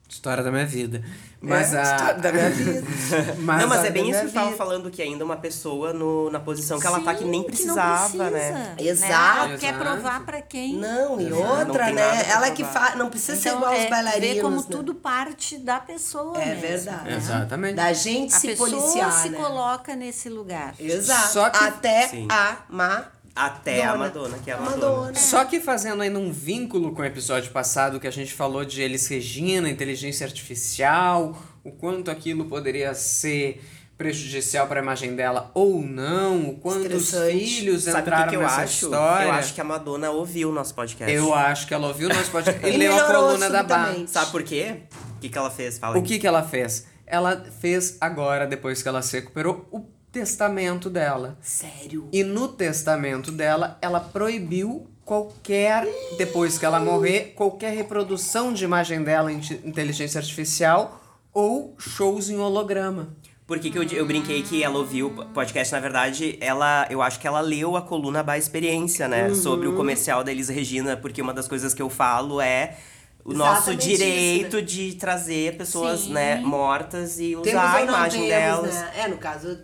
Speaker 4: História da minha vida. Mas
Speaker 3: É,
Speaker 4: a.
Speaker 3: história da minha vida.
Speaker 4: mas né,
Speaker 2: não, mas
Speaker 4: a-
Speaker 2: é bem isso
Speaker 3: minha
Speaker 2: que eu tava
Speaker 3: vida.
Speaker 2: falando, que ainda uma pessoa no, na posição que ela tá que
Speaker 5: Sim,
Speaker 2: nem precisava,
Speaker 5: não precisa,
Speaker 2: né?
Speaker 3: Exato.
Speaker 5: Ela quer
Speaker 4: Exato.
Speaker 5: provar para quem.
Speaker 3: Não, e
Speaker 2: Exato.
Speaker 3: outra,
Speaker 2: Não tem nada
Speaker 3: né?
Speaker 2: pra
Speaker 3: Ela que
Speaker 2: provar.
Speaker 3: faz. Não precisa ser
Speaker 5: Então,
Speaker 3: igual
Speaker 5: é,
Speaker 3: aos bailarinos.
Speaker 5: Ver como
Speaker 3: né?
Speaker 5: tudo parte da pessoa.
Speaker 3: É
Speaker 5: mesmo,
Speaker 3: verdade.
Speaker 5: né?
Speaker 4: Exatamente.
Speaker 3: Da gente
Speaker 5: A
Speaker 3: se
Speaker 5: pessoa
Speaker 3: policiar.
Speaker 5: se
Speaker 3: né?
Speaker 5: coloca nesse lugar.
Speaker 3: Exato.
Speaker 4: Só que-
Speaker 3: Até
Speaker 2: Sim.
Speaker 3: a Ma.
Speaker 2: Até a Madonna, que é a Madonna.
Speaker 4: Só que fazendo ainda um vínculo com o episódio passado que a gente falou de Elis Regina, inteligência artificial, o quanto aquilo poderia ser prejudicial para a imagem dela ou não, o quanto os
Speaker 3: Estressante.
Speaker 4: filhos
Speaker 2: Sabe o
Speaker 4: entraram
Speaker 2: que, que eu
Speaker 4: nessa
Speaker 2: acho?
Speaker 4: história.
Speaker 2: Eu acho que a Madonna ouviu o nosso podcast.
Speaker 4: Eu acho que ela ouviu o nosso podcast e
Speaker 3: E
Speaker 4: leu a
Speaker 3: melhorou
Speaker 4: coluna da Bar.
Speaker 3: subitamente.
Speaker 2: Sabe por quê? O que, que ela fez? Fala
Speaker 4: O
Speaker 2: aí.
Speaker 4: que que ela fez? Ela fez agora, depois que ela se recuperou, o testamento dela.
Speaker 3: Sério.
Speaker 4: E no testamento dela, ela proibiu qualquer, depois que ela morrer, qualquer reprodução de imagem dela em ti- inteligência artificial ou shows em holograma.
Speaker 2: Por que, que eu, di- eu brinquei que ela ouviu o podcast? Na verdade, ela, eu acho que ela leu a coluna By Experiência, né?
Speaker 3: Uhum.
Speaker 2: Sobre o comercial da Elisa Regina, porque uma das coisas que eu falo é o nosso
Speaker 3: Exatamente isso,
Speaker 2: direito de trazer pessoas,
Speaker 5: Sim.
Speaker 2: né, mortas e usar
Speaker 3: Temos
Speaker 2: a
Speaker 3: ou não
Speaker 2: imagem
Speaker 3: temos,
Speaker 2: delas. É.
Speaker 3: né? É, no caso,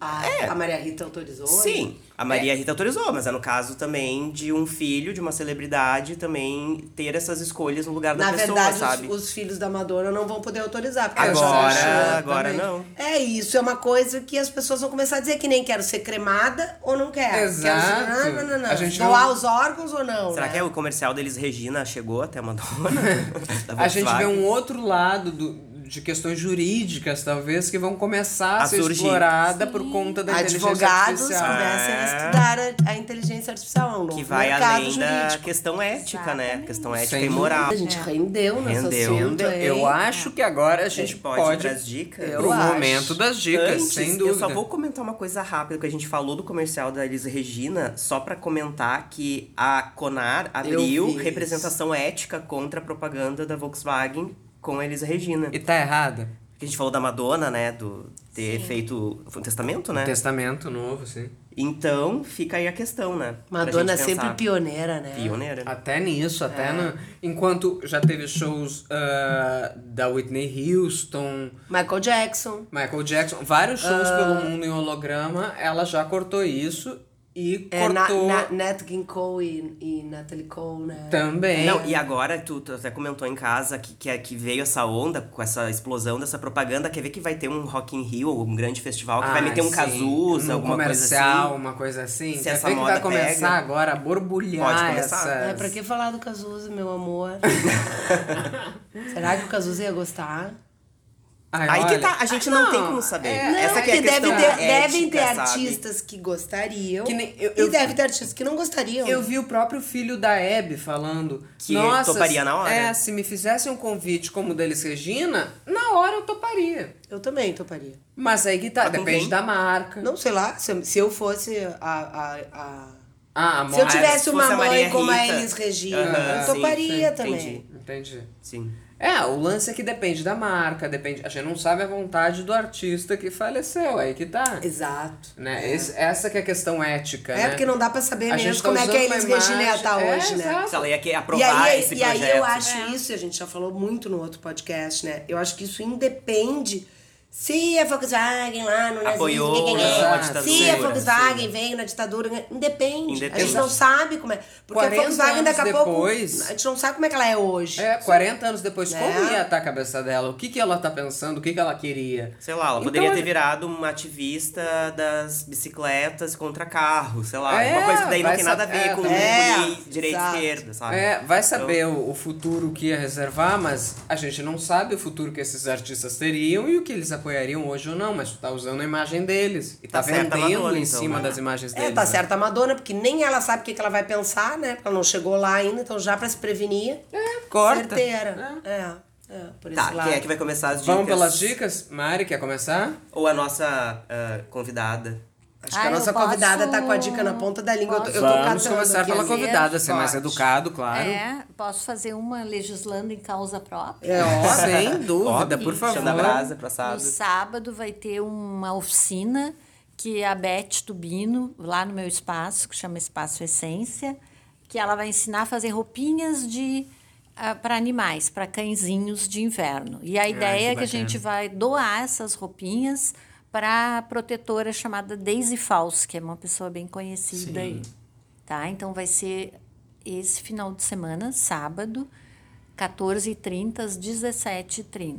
Speaker 3: a, a Maria Rita autorizou.
Speaker 2: Sim, a Maria Rita autorizou, mas é no caso também de um filho, de uma celebridade, também ter essas escolhas no lugar da
Speaker 3: Na
Speaker 2: é pessoa,
Speaker 3: verdade, os-
Speaker 2: sabe?
Speaker 3: Os, filhos da Madonna não vão poder autorizar. porque ela já
Speaker 2: Agora,
Speaker 3: baixou.
Speaker 2: agora
Speaker 4: também.
Speaker 2: não.
Speaker 3: É isso, é uma coisa que as pessoas vão começar a dizer que nem quero ser cremada ou não quero. Quero ser- Ah,
Speaker 4: Exato.
Speaker 3: não, não, não, não.
Speaker 4: A gente
Speaker 3: Doar
Speaker 4: não-
Speaker 3: os órgãos ou não?
Speaker 2: Será
Speaker 3: né?
Speaker 2: que é o comercial deles Regina chegou até a Madonna? Tá Da
Speaker 4: A gente vê
Speaker 2: Volkswagen?
Speaker 4: um outro lado do- de questões jurídicas, talvez, que vão começar a,
Speaker 2: A
Speaker 4: ser
Speaker 2: surgir.
Speaker 4: explorada por conta da
Speaker 3: Advogados
Speaker 4: inteligência artificial.
Speaker 3: começam a estudar a, a inteligência artificial. É um novo
Speaker 2: É. que vai
Speaker 3: mercado
Speaker 2: além da
Speaker 3: jurídico.
Speaker 2: questão ética, né?
Speaker 5: Exatamente.
Speaker 2: Questão ética
Speaker 4: Sem
Speaker 2: e moral.
Speaker 3: A gente rendeu nesse
Speaker 2: Rendeu.
Speaker 3: assunto. hein?
Speaker 4: Eu acho que agora a
Speaker 2: A
Speaker 4: gente
Speaker 2: gente pode,
Speaker 4: pode
Speaker 2: ir pras dicas?
Speaker 3: Eu
Speaker 4: pro
Speaker 3: acho.
Speaker 4: momento das dicas,
Speaker 2: Antes,
Speaker 4: sem dúvida.
Speaker 2: eu só vou comentar uma coisa rápida, que a gente falou do comercial da Elisa Regina, só pra comentar que a Conar
Speaker 3: vi
Speaker 2: abriu
Speaker 3: isso.
Speaker 2: representação ética contra a propaganda da Volkswagen com a Elisa Regina.
Speaker 4: E tá errada.
Speaker 2: Que a gente falou da Madonna, né, do ter feito foi um testamento, né?
Speaker 4: Testamento novo, sim.
Speaker 2: Então, fica aí a questão, né? Pra
Speaker 3: Madonna é
Speaker 2: gente
Speaker 3: sempre
Speaker 2: pensar.
Speaker 3: pioneira, né?
Speaker 2: pioneira.
Speaker 4: Até nisso, até
Speaker 2: É.
Speaker 4: no- enquanto já teve shows ah, da Whitney Houston,
Speaker 3: Michael Jackson.
Speaker 4: Michael Jackson, vários shows
Speaker 2: Ah.
Speaker 4: pelo mundo em holograma, ela já cortou isso e
Speaker 3: É, na,
Speaker 4: cortou
Speaker 3: na, Nat King Cole e, e Natalie Cole, né?
Speaker 4: também.
Speaker 2: Não, e é agora, tu, tu até comentou em casa que, que, que veio essa onda, com essa explosão dessa propaganda. Quer ver que vai ter um Rock in Rio, um grande festival, que vai
Speaker 4: Ah,
Speaker 2: meter um
Speaker 4: sim.
Speaker 2: casusa,
Speaker 4: Um
Speaker 2: alguma coisa
Speaker 4: comercial,
Speaker 2: assim?
Speaker 4: uma coisa assim.
Speaker 2: Se
Speaker 4: Quer
Speaker 2: essa
Speaker 4: ver que
Speaker 2: moda
Speaker 4: vai começar
Speaker 2: pega.
Speaker 4: agora a borbulhar
Speaker 2: Pode começar.
Speaker 4: essas-
Speaker 3: É, pra que falar do Cazuza, meu amor? Será que o Cazuza ia gostar?
Speaker 4: Ai,
Speaker 2: Aí que
Speaker 4: olha,
Speaker 2: tá, a gente não, tem como saber.
Speaker 4: é,
Speaker 2: Essa
Speaker 3: não,
Speaker 2: que é a
Speaker 3: porque
Speaker 2: questão
Speaker 3: deve ter,
Speaker 2: da ética,
Speaker 3: devem ter
Speaker 2: sabe?
Speaker 3: artistas que gostariam.
Speaker 4: Que nem- eu-
Speaker 3: e
Speaker 4: eu-
Speaker 3: deve ter artistas que não gostariam.
Speaker 4: É, Eu vi o próprio filho da Hebe falando
Speaker 2: Que
Speaker 4: Nossa,
Speaker 2: toparia na hora."
Speaker 4: É, se me fizesse um convite como o deles Regina, na hora eu toparia.
Speaker 3: Eu também toparia.
Speaker 4: Mas aí que tá,
Speaker 2: Mas com
Speaker 4: depende
Speaker 2: quem?
Speaker 4: da marca.
Speaker 3: Não, sei lá, se eu, se eu fosse a. a, a-
Speaker 4: Ah, a
Speaker 3: Se eu
Speaker 4: moda-
Speaker 3: tivesse uma
Speaker 2: fosse a
Speaker 3: mãe
Speaker 2: Maria
Speaker 3: como a
Speaker 2: Rita.
Speaker 3: Elis Regina,
Speaker 2: Aham,
Speaker 3: eu
Speaker 2: sim,
Speaker 3: toparia
Speaker 2: sim,
Speaker 3: também.
Speaker 2: entendi.
Speaker 4: Entendi.
Speaker 2: assim? Sim.
Speaker 4: É, o lance é que depende da marca, depende. A gente não sabe a vontade do artista que faleceu, aí que tá.
Speaker 3: Exato.
Speaker 4: Né? Esse- essa que é a questão ética,
Speaker 3: É,
Speaker 4: né?
Speaker 3: porque não dá pra saber
Speaker 4: A gente
Speaker 3: mesmo
Speaker 4: tá
Speaker 3: como é que a
Speaker 4: usando uma
Speaker 3: Elis Regina ia
Speaker 4: imagem-
Speaker 2: tá
Speaker 3: estar
Speaker 4: É,
Speaker 3: hoje, né?
Speaker 4: exato.
Speaker 2: Se ela ia que
Speaker 3: E
Speaker 2: aprovar
Speaker 3: aí,
Speaker 2: esse
Speaker 3: e
Speaker 2: projeto. né?
Speaker 3: aí eu acho isso, e a gente já falou muito no outro podcast, né? Eu acho que isso independe se a Volkswagen lá no nazismo,
Speaker 2: Apoiou né?
Speaker 3: quem- quem- quem-
Speaker 4: a
Speaker 3: se a
Speaker 4: ditadura,
Speaker 3: Volkswagen veio na ditadura, independe. A gente
Speaker 2: Independe.
Speaker 3: não sabe como é. Porque a
Speaker 4: 40
Speaker 3: Volkswagen daqui a
Speaker 4: anos
Speaker 3: pouco.
Speaker 4: depois-
Speaker 3: A gente não sabe como é que ela é hoje.
Speaker 4: É, 40 anos depois,
Speaker 3: Né?
Speaker 4: como ia estar a cabeça dela? O que, que ela tá pensando? O que, que ela queria?
Speaker 2: Sei lá, ela
Speaker 4: Então,
Speaker 2: poderia
Speaker 4: a-
Speaker 2: ter virado uma ativista das bicicletas contra carro, sei lá.
Speaker 4: É,
Speaker 2: uma coisa que daí não
Speaker 4: vai
Speaker 2: tem nada a ver
Speaker 4: sa-
Speaker 2: com
Speaker 3: é,
Speaker 2: guri, direita e
Speaker 3: exato.
Speaker 2: esquerda, sabe?
Speaker 4: É, vai saber o, o futuro que ia reservar, mas a gente não sabe o futuro que esses artistas teriam e o que eles apoiariam hoje ou não, mas tu tá usando a imagem deles. E tá,
Speaker 2: Tá certa a
Speaker 4: vendendo
Speaker 2: Madonna,
Speaker 4: em
Speaker 2: então,
Speaker 4: cima
Speaker 2: né?
Speaker 4: das imagens deles.
Speaker 3: É, tá
Speaker 4: né?
Speaker 3: certa a Madonna, porque nem ela sabe o que, que ela vai pensar, né? Porque ela não chegou lá ainda, então já pra se prevenir. É,
Speaker 4: corta.
Speaker 3: Certeira. É, é, por esse
Speaker 2: Tá,
Speaker 3: lado.
Speaker 2: quem é que vai começar as dicas?
Speaker 4: Vamos pelas dicas? Mari, quer começar?
Speaker 2: Ou a nossa ah, convidada?
Speaker 3: Acho que
Speaker 5: Ah,
Speaker 3: a
Speaker 5: eu
Speaker 3: nossa convidada
Speaker 5: posso-
Speaker 3: tá com a dica na ponta da língua. Eu tô, eu tô
Speaker 4: Vamos
Speaker 3: catando
Speaker 4: começar
Speaker 3: aqui
Speaker 4: pela
Speaker 3: as-
Speaker 4: convidada, ser mais
Speaker 3: Forte.
Speaker 4: educado, claro.
Speaker 5: É, posso fazer uma legislando em causa própria.
Speaker 3: É, ó.
Speaker 4: Sem dúvida,
Speaker 2: Óbvio,
Speaker 4: por favor.
Speaker 2: Chama a brasa pra
Speaker 5: No
Speaker 2: assado.
Speaker 5: sábado vai ter uma oficina que é a Beth Tubino, lá no meu espaço, que chama Espaço Essência, que ela vai ensinar a fazer roupinhas de para animais, para cãezinhos de inverno. E a ideia é que
Speaker 4: bacana.
Speaker 5: a gente vai doar essas roupinhas para a protetora chamada Daisy Faust, que é uma pessoa bem conhecida aí. Tá? Então vai ser esse final de semana, sábado, 14h30 às 17h30.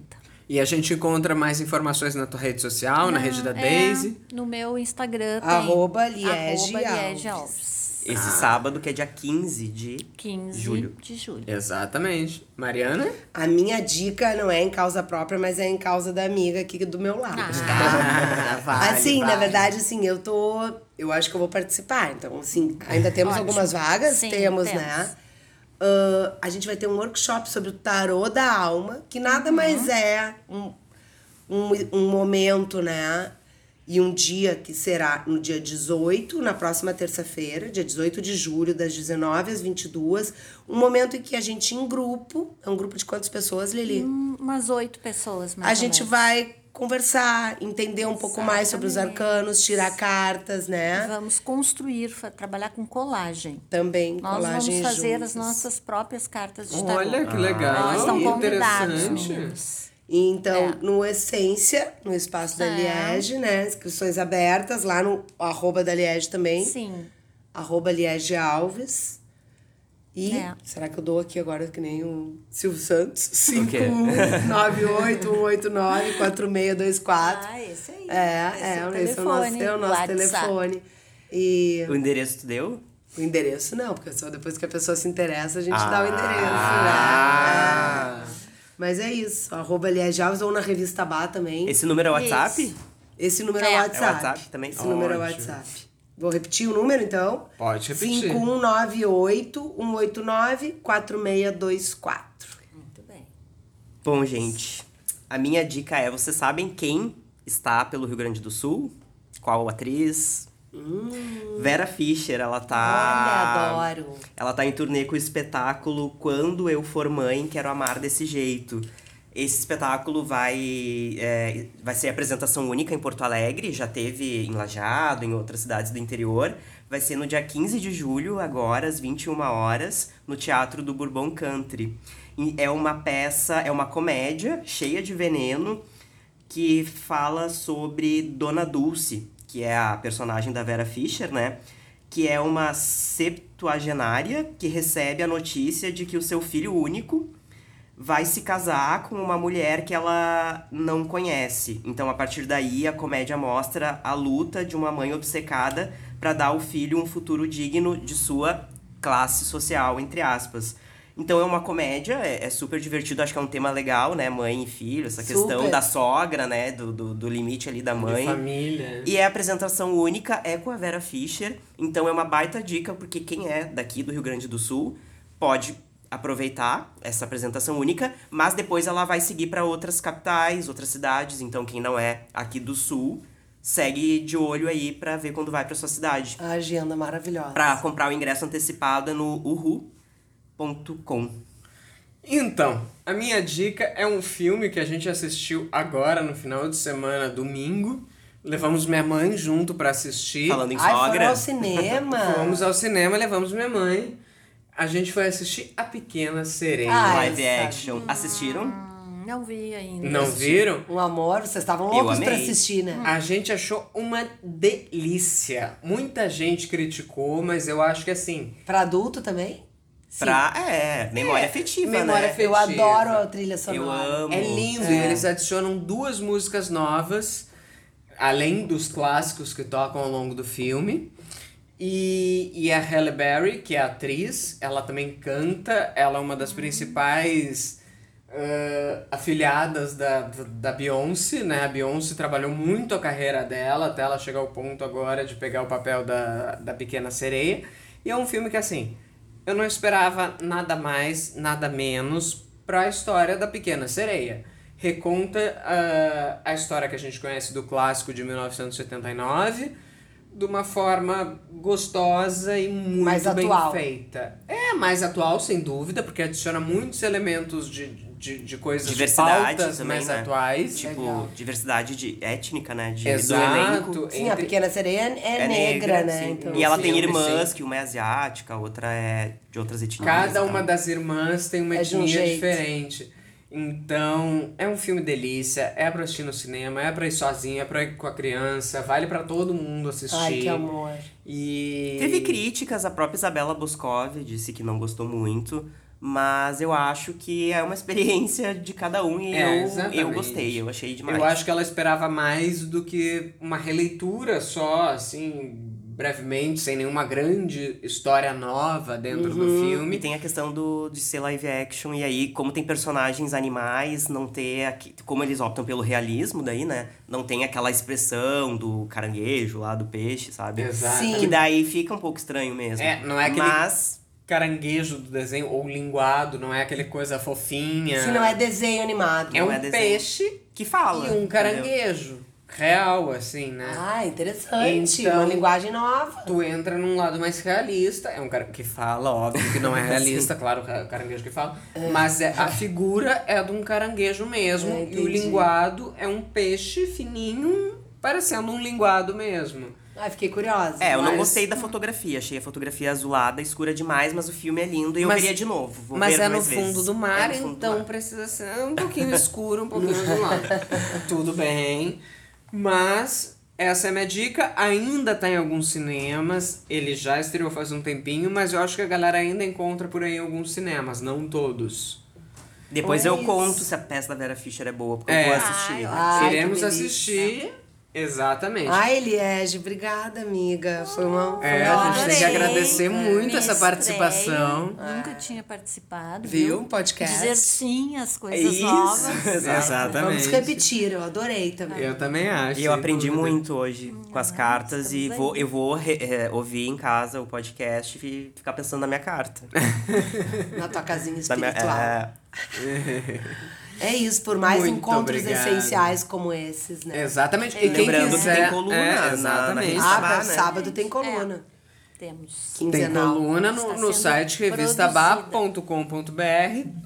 Speaker 4: E a gente encontra mais informações na tua rede social, na rede da
Speaker 2: é.
Speaker 4: Daisy.
Speaker 5: É, No meu Instagram tem.
Speaker 3: É Arroba Liege
Speaker 5: arroba
Speaker 3: Alves.
Speaker 5: Liege Alves.
Speaker 4: Ah.
Speaker 2: Esse sábado, que é dia 15 de.
Speaker 5: 15
Speaker 2: Julho.
Speaker 5: de julho.
Speaker 4: Exatamente. Mariana?
Speaker 3: A minha dica não é em causa própria, mas é em causa da amiga aqui do meu lado.
Speaker 4: Ah, vale,
Speaker 3: assim, na
Speaker 4: vale.
Speaker 3: verdade, assim, eu tô. Eu acho que eu vou participar. Então, assim, ainda temos
Speaker 5: Ótimo.
Speaker 3: algumas vagas,
Speaker 5: Sim,
Speaker 3: temos,
Speaker 5: temos.
Speaker 3: né? Ah, a gente vai ter um workshop sobre o tarô da alma, que nada
Speaker 5: Uhum.
Speaker 3: mais é um, um, um momento, né? E um dia que será no dia 18, na próxima terça-feira, dia 18 de julho, das 19 às 22, um momento em que a gente, em grupo, é um grupo de quantas pessoas, Lili?
Speaker 5: Hum, Umas oito pessoas, mais
Speaker 3: É. a
Speaker 5: ou
Speaker 3: gente
Speaker 5: menos.
Speaker 3: vai conversar, entender um pouco mais sobre os
Speaker 5: Exatamente.
Speaker 3: arcanos, tirar cartas, né?
Speaker 5: Vamos construir, fa- trabalhar com colagem.
Speaker 3: Também
Speaker 5: Nós
Speaker 3: colagens
Speaker 5: vamos fazer
Speaker 3: juntas. Ah,
Speaker 5: as nossas próprias cartas de tarô.
Speaker 4: Olha que legal.
Speaker 5: Nós estamos Ah, convidados,
Speaker 4: Interessante.
Speaker 5: meninos.
Speaker 3: Então,
Speaker 5: É.
Speaker 3: no Essência, no espaço da
Speaker 5: É.
Speaker 3: Liege, né? Inscrições abertas lá no arroba da Liege também.
Speaker 5: Sim.
Speaker 3: Arroba Liege Alves. E
Speaker 5: É.
Speaker 3: será que eu dou aqui agora que nem o Silvio Santos?
Speaker 2: quê?
Speaker 3: 51981894624.
Speaker 5: Ah, esse aí.
Speaker 3: É, é, esse é o nosso, é o nosso
Speaker 5: WhatsApp.
Speaker 3: telefone. E
Speaker 2: O endereço tu deu?
Speaker 3: o endereço não, porque só depois que a pessoa se interessa, a gente dá o endereço, né?
Speaker 2: Ah.
Speaker 3: É. Mas é isso, arroba Liege Alves ou na revista Bá também. Esse,
Speaker 2: Esse número é WhatsApp?
Speaker 5: Isso.
Speaker 3: número é, o
Speaker 5: É.
Speaker 2: É
Speaker 3: WhatsApp.
Speaker 2: WhatsApp também?
Speaker 3: Esse número é o
Speaker 2: Ótimo.
Speaker 3: WhatsApp. Vou repetir o número, então? um
Speaker 4: Pode repetir.
Speaker 3: 5198-189-4624.
Speaker 5: Muito bem.
Speaker 2: Bom, gente, a minha dica é: vocês sabem quem está pelo Rio Grande do Sul? Qual atriz? Vera Fischer, ela tá.
Speaker 3: Hum. Olha, adoro.
Speaker 2: Ela tá em turnê com o espetáculo Quando Eu For Mãe, Quero Amar Desse Jeito. Esse espetáculo vai, é, vai ser apresentação única em Porto Alegre, já teve em Lajado, em outras cidades do interior. Vai ser no dia 15 de julho, agora, às 21 horas, no Teatro do Bourbon Country. E é uma peça, é uma comédia cheia de veneno, que fala sobre Dona Dulce, que é a personagem da Vera Fischer, né? Que é uma septuagenária que recebe a notícia de que o seu filho único vai se casar com uma mulher que ela não conhece. Então, a partir daí, a comédia mostra a luta de uma mãe obcecada para dar ao filho um futuro digno de sua classe social, entre aspas. Então, é uma comédia, é, é super divertido, acho que é um tema legal, né? Mãe e filho, essa questão
Speaker 3: Super.
Speaker 2: da sogra, né? Do, do, do limite ali da mãe.
Speaker 4: De família.
Speaker 2: E a apresentação única é com a Vera Fischer, então é uma baita dica, porque quem é daqui do Rio Grande do Sul pode aproveitar essa apresentação única, mas depois ela vai seguir para outras capitais, outras cidades, então quem não é aqui do Sul, segue de olho aí para ver quando vai para sua cidade.
Speaker 3: A agenda maravilhosa.
Speaker 2: Para comprar o ingresso antecipado é no uhu.com.
Speaker 4: Então, a minha dica é um filme que a gente assistiu agora no final de semana, domingo. Levamos minha mãe junto pra assistir. Ah.
Speaker 2: Falando em
Speaker 3: Ai, foram
Speaker 2: sogra,
Speaker 3: ao cinema.
Speaker 4: Fomos ao cinema, levamos minha mãe. A gente foi assistir A Pequena Sereia.
Speaker 3: Ah,
Speaker 2: live
Speaker 3: essa-
Speaker 2: action. Assistiram?
Speaker 5: Hum, Não vi ainda.
Speaker 4: Não viram?
Speaker 3: Um amor, vocês estavam
Speaker 2: Eu
Speaker 3: loucos pra
Speaker 2: amei.
Speaker 3: assistir, né?
Speaker 4: A gente achou uma delícia. Muita gente criticou, mas eu acho que assim.
Speaker 3: Pra adulto também?
Speaker 2: Pra, é, memória afetiva,
Speaker 4: memória
Speaker 2: né?
Speaker 4: afetiva.
Speaker 3: Eu adoro a trilha sonora.
Speaker 2: Eu amo.
Speaker 4: É lindo, e eles adicionam duas músicas novas, além dos clássicos que tocam ao longo do filme. E, e a Halle Berry, que é atriz, ela também canta, ela é uma das principais ah, afiliadas da, da, da Beyoncé, né? A Beyoncé trabalhou muito a carreira dela, até ela chegar ao ponto agora de pegar o papel da, da Pequena Sereia. E é um filme que, assim, eu não esperava nada mais, nada menos para a história da Pequena Sereia. Reconta ah, a história que a gente conhece do clássico de 1979 de uma forma gostosa e muito
Speaker 3: Mais
Speaker 4: bem
Speaker 3: atual.
Speaker 4: feita. É mais atual, sem dúvida, porque adiciona muitos elementos de, de de, de coisas
Speaker 2: Diversidade
Speaker 4: pautas
Speaker 2: também,
Speaker 4: mais
Speaker 2: né?
Speaker 4: atuais.
Speaker 2: Tipo,
Speaker 3: Legal.
Speaker 2: diversidade de étnica, né? De,
Speaker 4: Exato.
Speaker 2: Do elenco.
Speaker 3: Sim, a
Speaker 4: Entre-
Speaker 3: pequena sereia é,
Speaker 2: É
Speaker 3: negra, né?
Speaker 2: sim.
Speaker 3: Então,
Speaker 2: e ela
Speaker 4: sim,
Speaker 2: tem
Speaker 4: eu
Speaker 2: irmãs,
Speaker 4: pensei.
Speaker 2: que uma é asiática, a outra é de outras etnias. e
Speaker 4: Cada
Speaker 2: tal.
Speaker 4: uma das irmãs tem uma
Speaker 3: Ah, É de um
Speaker 4: etnia
Speaker 3: jeito.
Speaker 4: diferente. Então, é um filme delícia, é pra assistir no cinema, é pra ir sozinha, é pra ir com a criança, vale pra todo mundo assistir.
Speaker 3: Ai, que amor.
Speaker 4: E
Speaker 2: Teve críticas, a própria Isabela Boscov disse que não gostou muito, mas eu acho que é uma experiência de cada um e
Speaker 4: É,
Speaker 2: eu,
Speaker 4: exatamente.
Speaker 2: eu gostei, eu achei demais.
Speaker 4: Eu acho que ela esperava mais do que uma releitura só, assim, brevemente, sem nenhuma grande história nova dentro do
Speaker 2: E
Speaker 3: Uhum.
Speaker 4: filme.
Speaker 2: tem a questão do, de ser live action, e aí, como tem personagens animais, não ter. aqui- Como eles optam pelo realismo, daí, né? Não tem aquela expressão do caranguejo lá, do peixe, sabe?
Speaker 4: Exato.
Speaker 3: Sim.
Speaker 2: Que daí fica um pouco estranho mesmo.
Speaker 4: É, não é aquele-
Speaker 2: Mas.
Speaker 4: Caranguejo do desenho, ou linguado, não é aquela coisa fofinha.
Speaker 3: Se não é desenho animado. né?
Speaker 4: É
Speaker 2: não
Speaker 4: um
Speaker 2: é desenho.
Speaker 4: peixe
Speaker 2: Que fala.
Speaker 4: e um
Speaker 2: entendeu?
Speaker 4: caranguejo. Real, assim, né?
Speaker 3: Ah, interessante.
Speaker 4: Então-
Speaker 3: Uma linguagem nova.
Speaker 4: Tu entra num lado mais realista, é um cara que fala, óbvio que não é realista, claro, o ca- caranguejo que fala, mas é, a figura é de um caranguejo mesmo,
Speaker 3: É,
Speaker 4: e o
Speaker 3: entendi.
Speaker 4: linguado é um peixe fininho, parecendo um linguado mesmo.
Speaker 3: Ai, fiquei curiosa.
Speaker 2: É, eu não
Speaker 3: Mas-
Speaker 2: gostei da fotografia. Achei a fotografia azulada, escura demais, mas o filme é lindo e eu
Speaker 4: Mas-
Speaker 2: veria de novo. Vou
Speaker 4: mas
Speaker 2: ver
Speaker 4: é no
Speaker 2: mais vezes.
Speaker 4: fundo do mar,
Speaker 2: É no fundo do
Speaker 4: então
Speaker 2: mar.
Speaker 4: precisa ser um pouquinho escuro, um pouquinho azulado. Tudo bem, mas... Essa é a minha dica, ainda tá em alguns cinemas, ele já estreou faz um tempinho, mas eu acho que a galera ainda encontra por aí em alguns cinemas, não todos.
Speaker 2: Depois eu
Speaker 3: Mas-
Speaker 2: conto se a peça da Vera Fischer é boa, porque
Speaker 4: É.
Speaker 2: eu vou assistir.
Speaker 5: Ai,
Speaker 3: Ai, que
Speaker 4: Iremos
Speaker 3: delícia.
Speaker 4: assistir. Exatamente.
Speaker 3: Ai, Eliege, obrigada, amiga. Foi uma. foi
Speaker 4: É,
Speaker 3: uma
Speaker 4: a gente tem que
Speaker 3: ótima.
Speaker 4: agradecer muito
Speaker 5: Me
Speaker 4: essa
Speaker 5: estreio,
Speaker 4: participação.
Speaker 5: Nunca tinha participado.
Speaker 3: Viu? É Um podcast.
Speaker 5: Dizer sim às
Speaker 2: É
Speaker 5: coisas
Speaker 4: Isso,
Speaker 5: novas.
Speaker 4: exatamente.
Speaker 3: Vamos repetir, eu adorei também.
Speaker 4: Eu também acho.
Speaker 2: E eu aprendi
Speaker 4: sem dúvida.
Speaker 2: muito hoje com as cartas e
Speaker 5: estamos
Speaker 2: vou,
Speaker 5: aí.
Speaker 2: eu vou re- é, ouvir em casa o podcast e ficar pensando na minha carta.
Speaker 4: É
Speaker 3: Na tua casinha
Speaker 2: Da minha-
Speaker 3: espiritual.
Speaker 2: é,
Speaker 3: É isso, por mais
Speaker 4: Muito
Speaker 3: encontros
Speaker 4: obrigado.
Speaker 3: essenciais como esses, né?
Speaker 4: Exatamente. E quem
Speaker 2: Lembrando que
Speaker 4: quiser,
Speaker 2: tem coluna
Speaker 4: é,
Speaker 2: na- na
Speaker 4: exatamente.
Speaker 2: revista.
Speaker 3: Ah,
Speaker 2: Sabá,
Speaker 3: mas
Speaker 2: né?
Speaker 3: sábado tem coluna.
Speaker 5: Temos.
Speaker 4: Tem
Speaker 3: Quinzenal.
Speaker 4: coluna no,
Speaker 5: Está
Speaker 4: no
Speaker 5: sendo
Speaker 4: site revistabar.com.br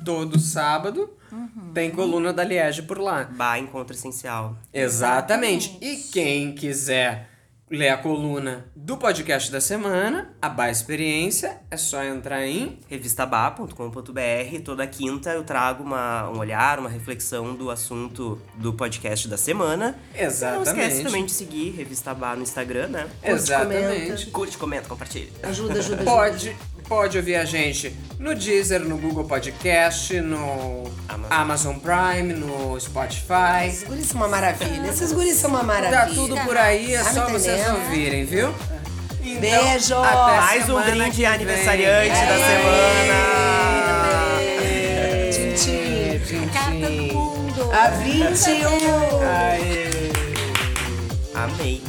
Speaker 4: todo sábado. Tem coluna da Liege por lá.
Speaker 2: bah, encontro essencial.
Speaker 4: Exatamente. E quem quiser ler a coluna do podcast da semana, a Bar Experiência, é só entrar em
Speaker 2: revistabá.com.br. Toda quinta eu trago uma, um olhar, uma reflexão do assunto do podcast da semana. Não
Speaker 4: Exatamente.
Speaker 2: esquece também de seguir Revista Bá no Instagram, né?
Speaker 4: Exatamente.
Speaker 2: Curte, comenta, compartilha.
Speaker 3: Ajuda, ajuda, ajuda.
Speaker 4: Pode, pode ouvir a gente no Deezer, no Google Podcast, no
Speaker 2: Amazon.
Speaker 4: Amazon Prime, no Spotify.
Speaker 3: Esses guris são uma maravilha. Esses guris são uma maravilha.
Speaker 4: Tá tudo por aí, é
Speaker 3: Tá me
Speaker 4: só vocês
Speaker 3: entendendo?
Speaker 4: ouvirem, viu? Então,
Speaker 3: Beijo!
Speaker 4: até
Speaker 2: Mais um
Speaker 4: semana que
Speaker 2: brinde
Speaker 4: vem. É.
Speaker 2: aniversariante da semana!
Speaker 4: Aê!
Speaker 3: Tchim, tchim.
Speaker 4: Tchim,
Speaker 5: Carta do
Speaker 3: Ah,
Speaker 4: tchim.
Speaker 5: mundo.
Speaker 3: A 21!
Speaker 4: Aê!
Speaker 2: Amei.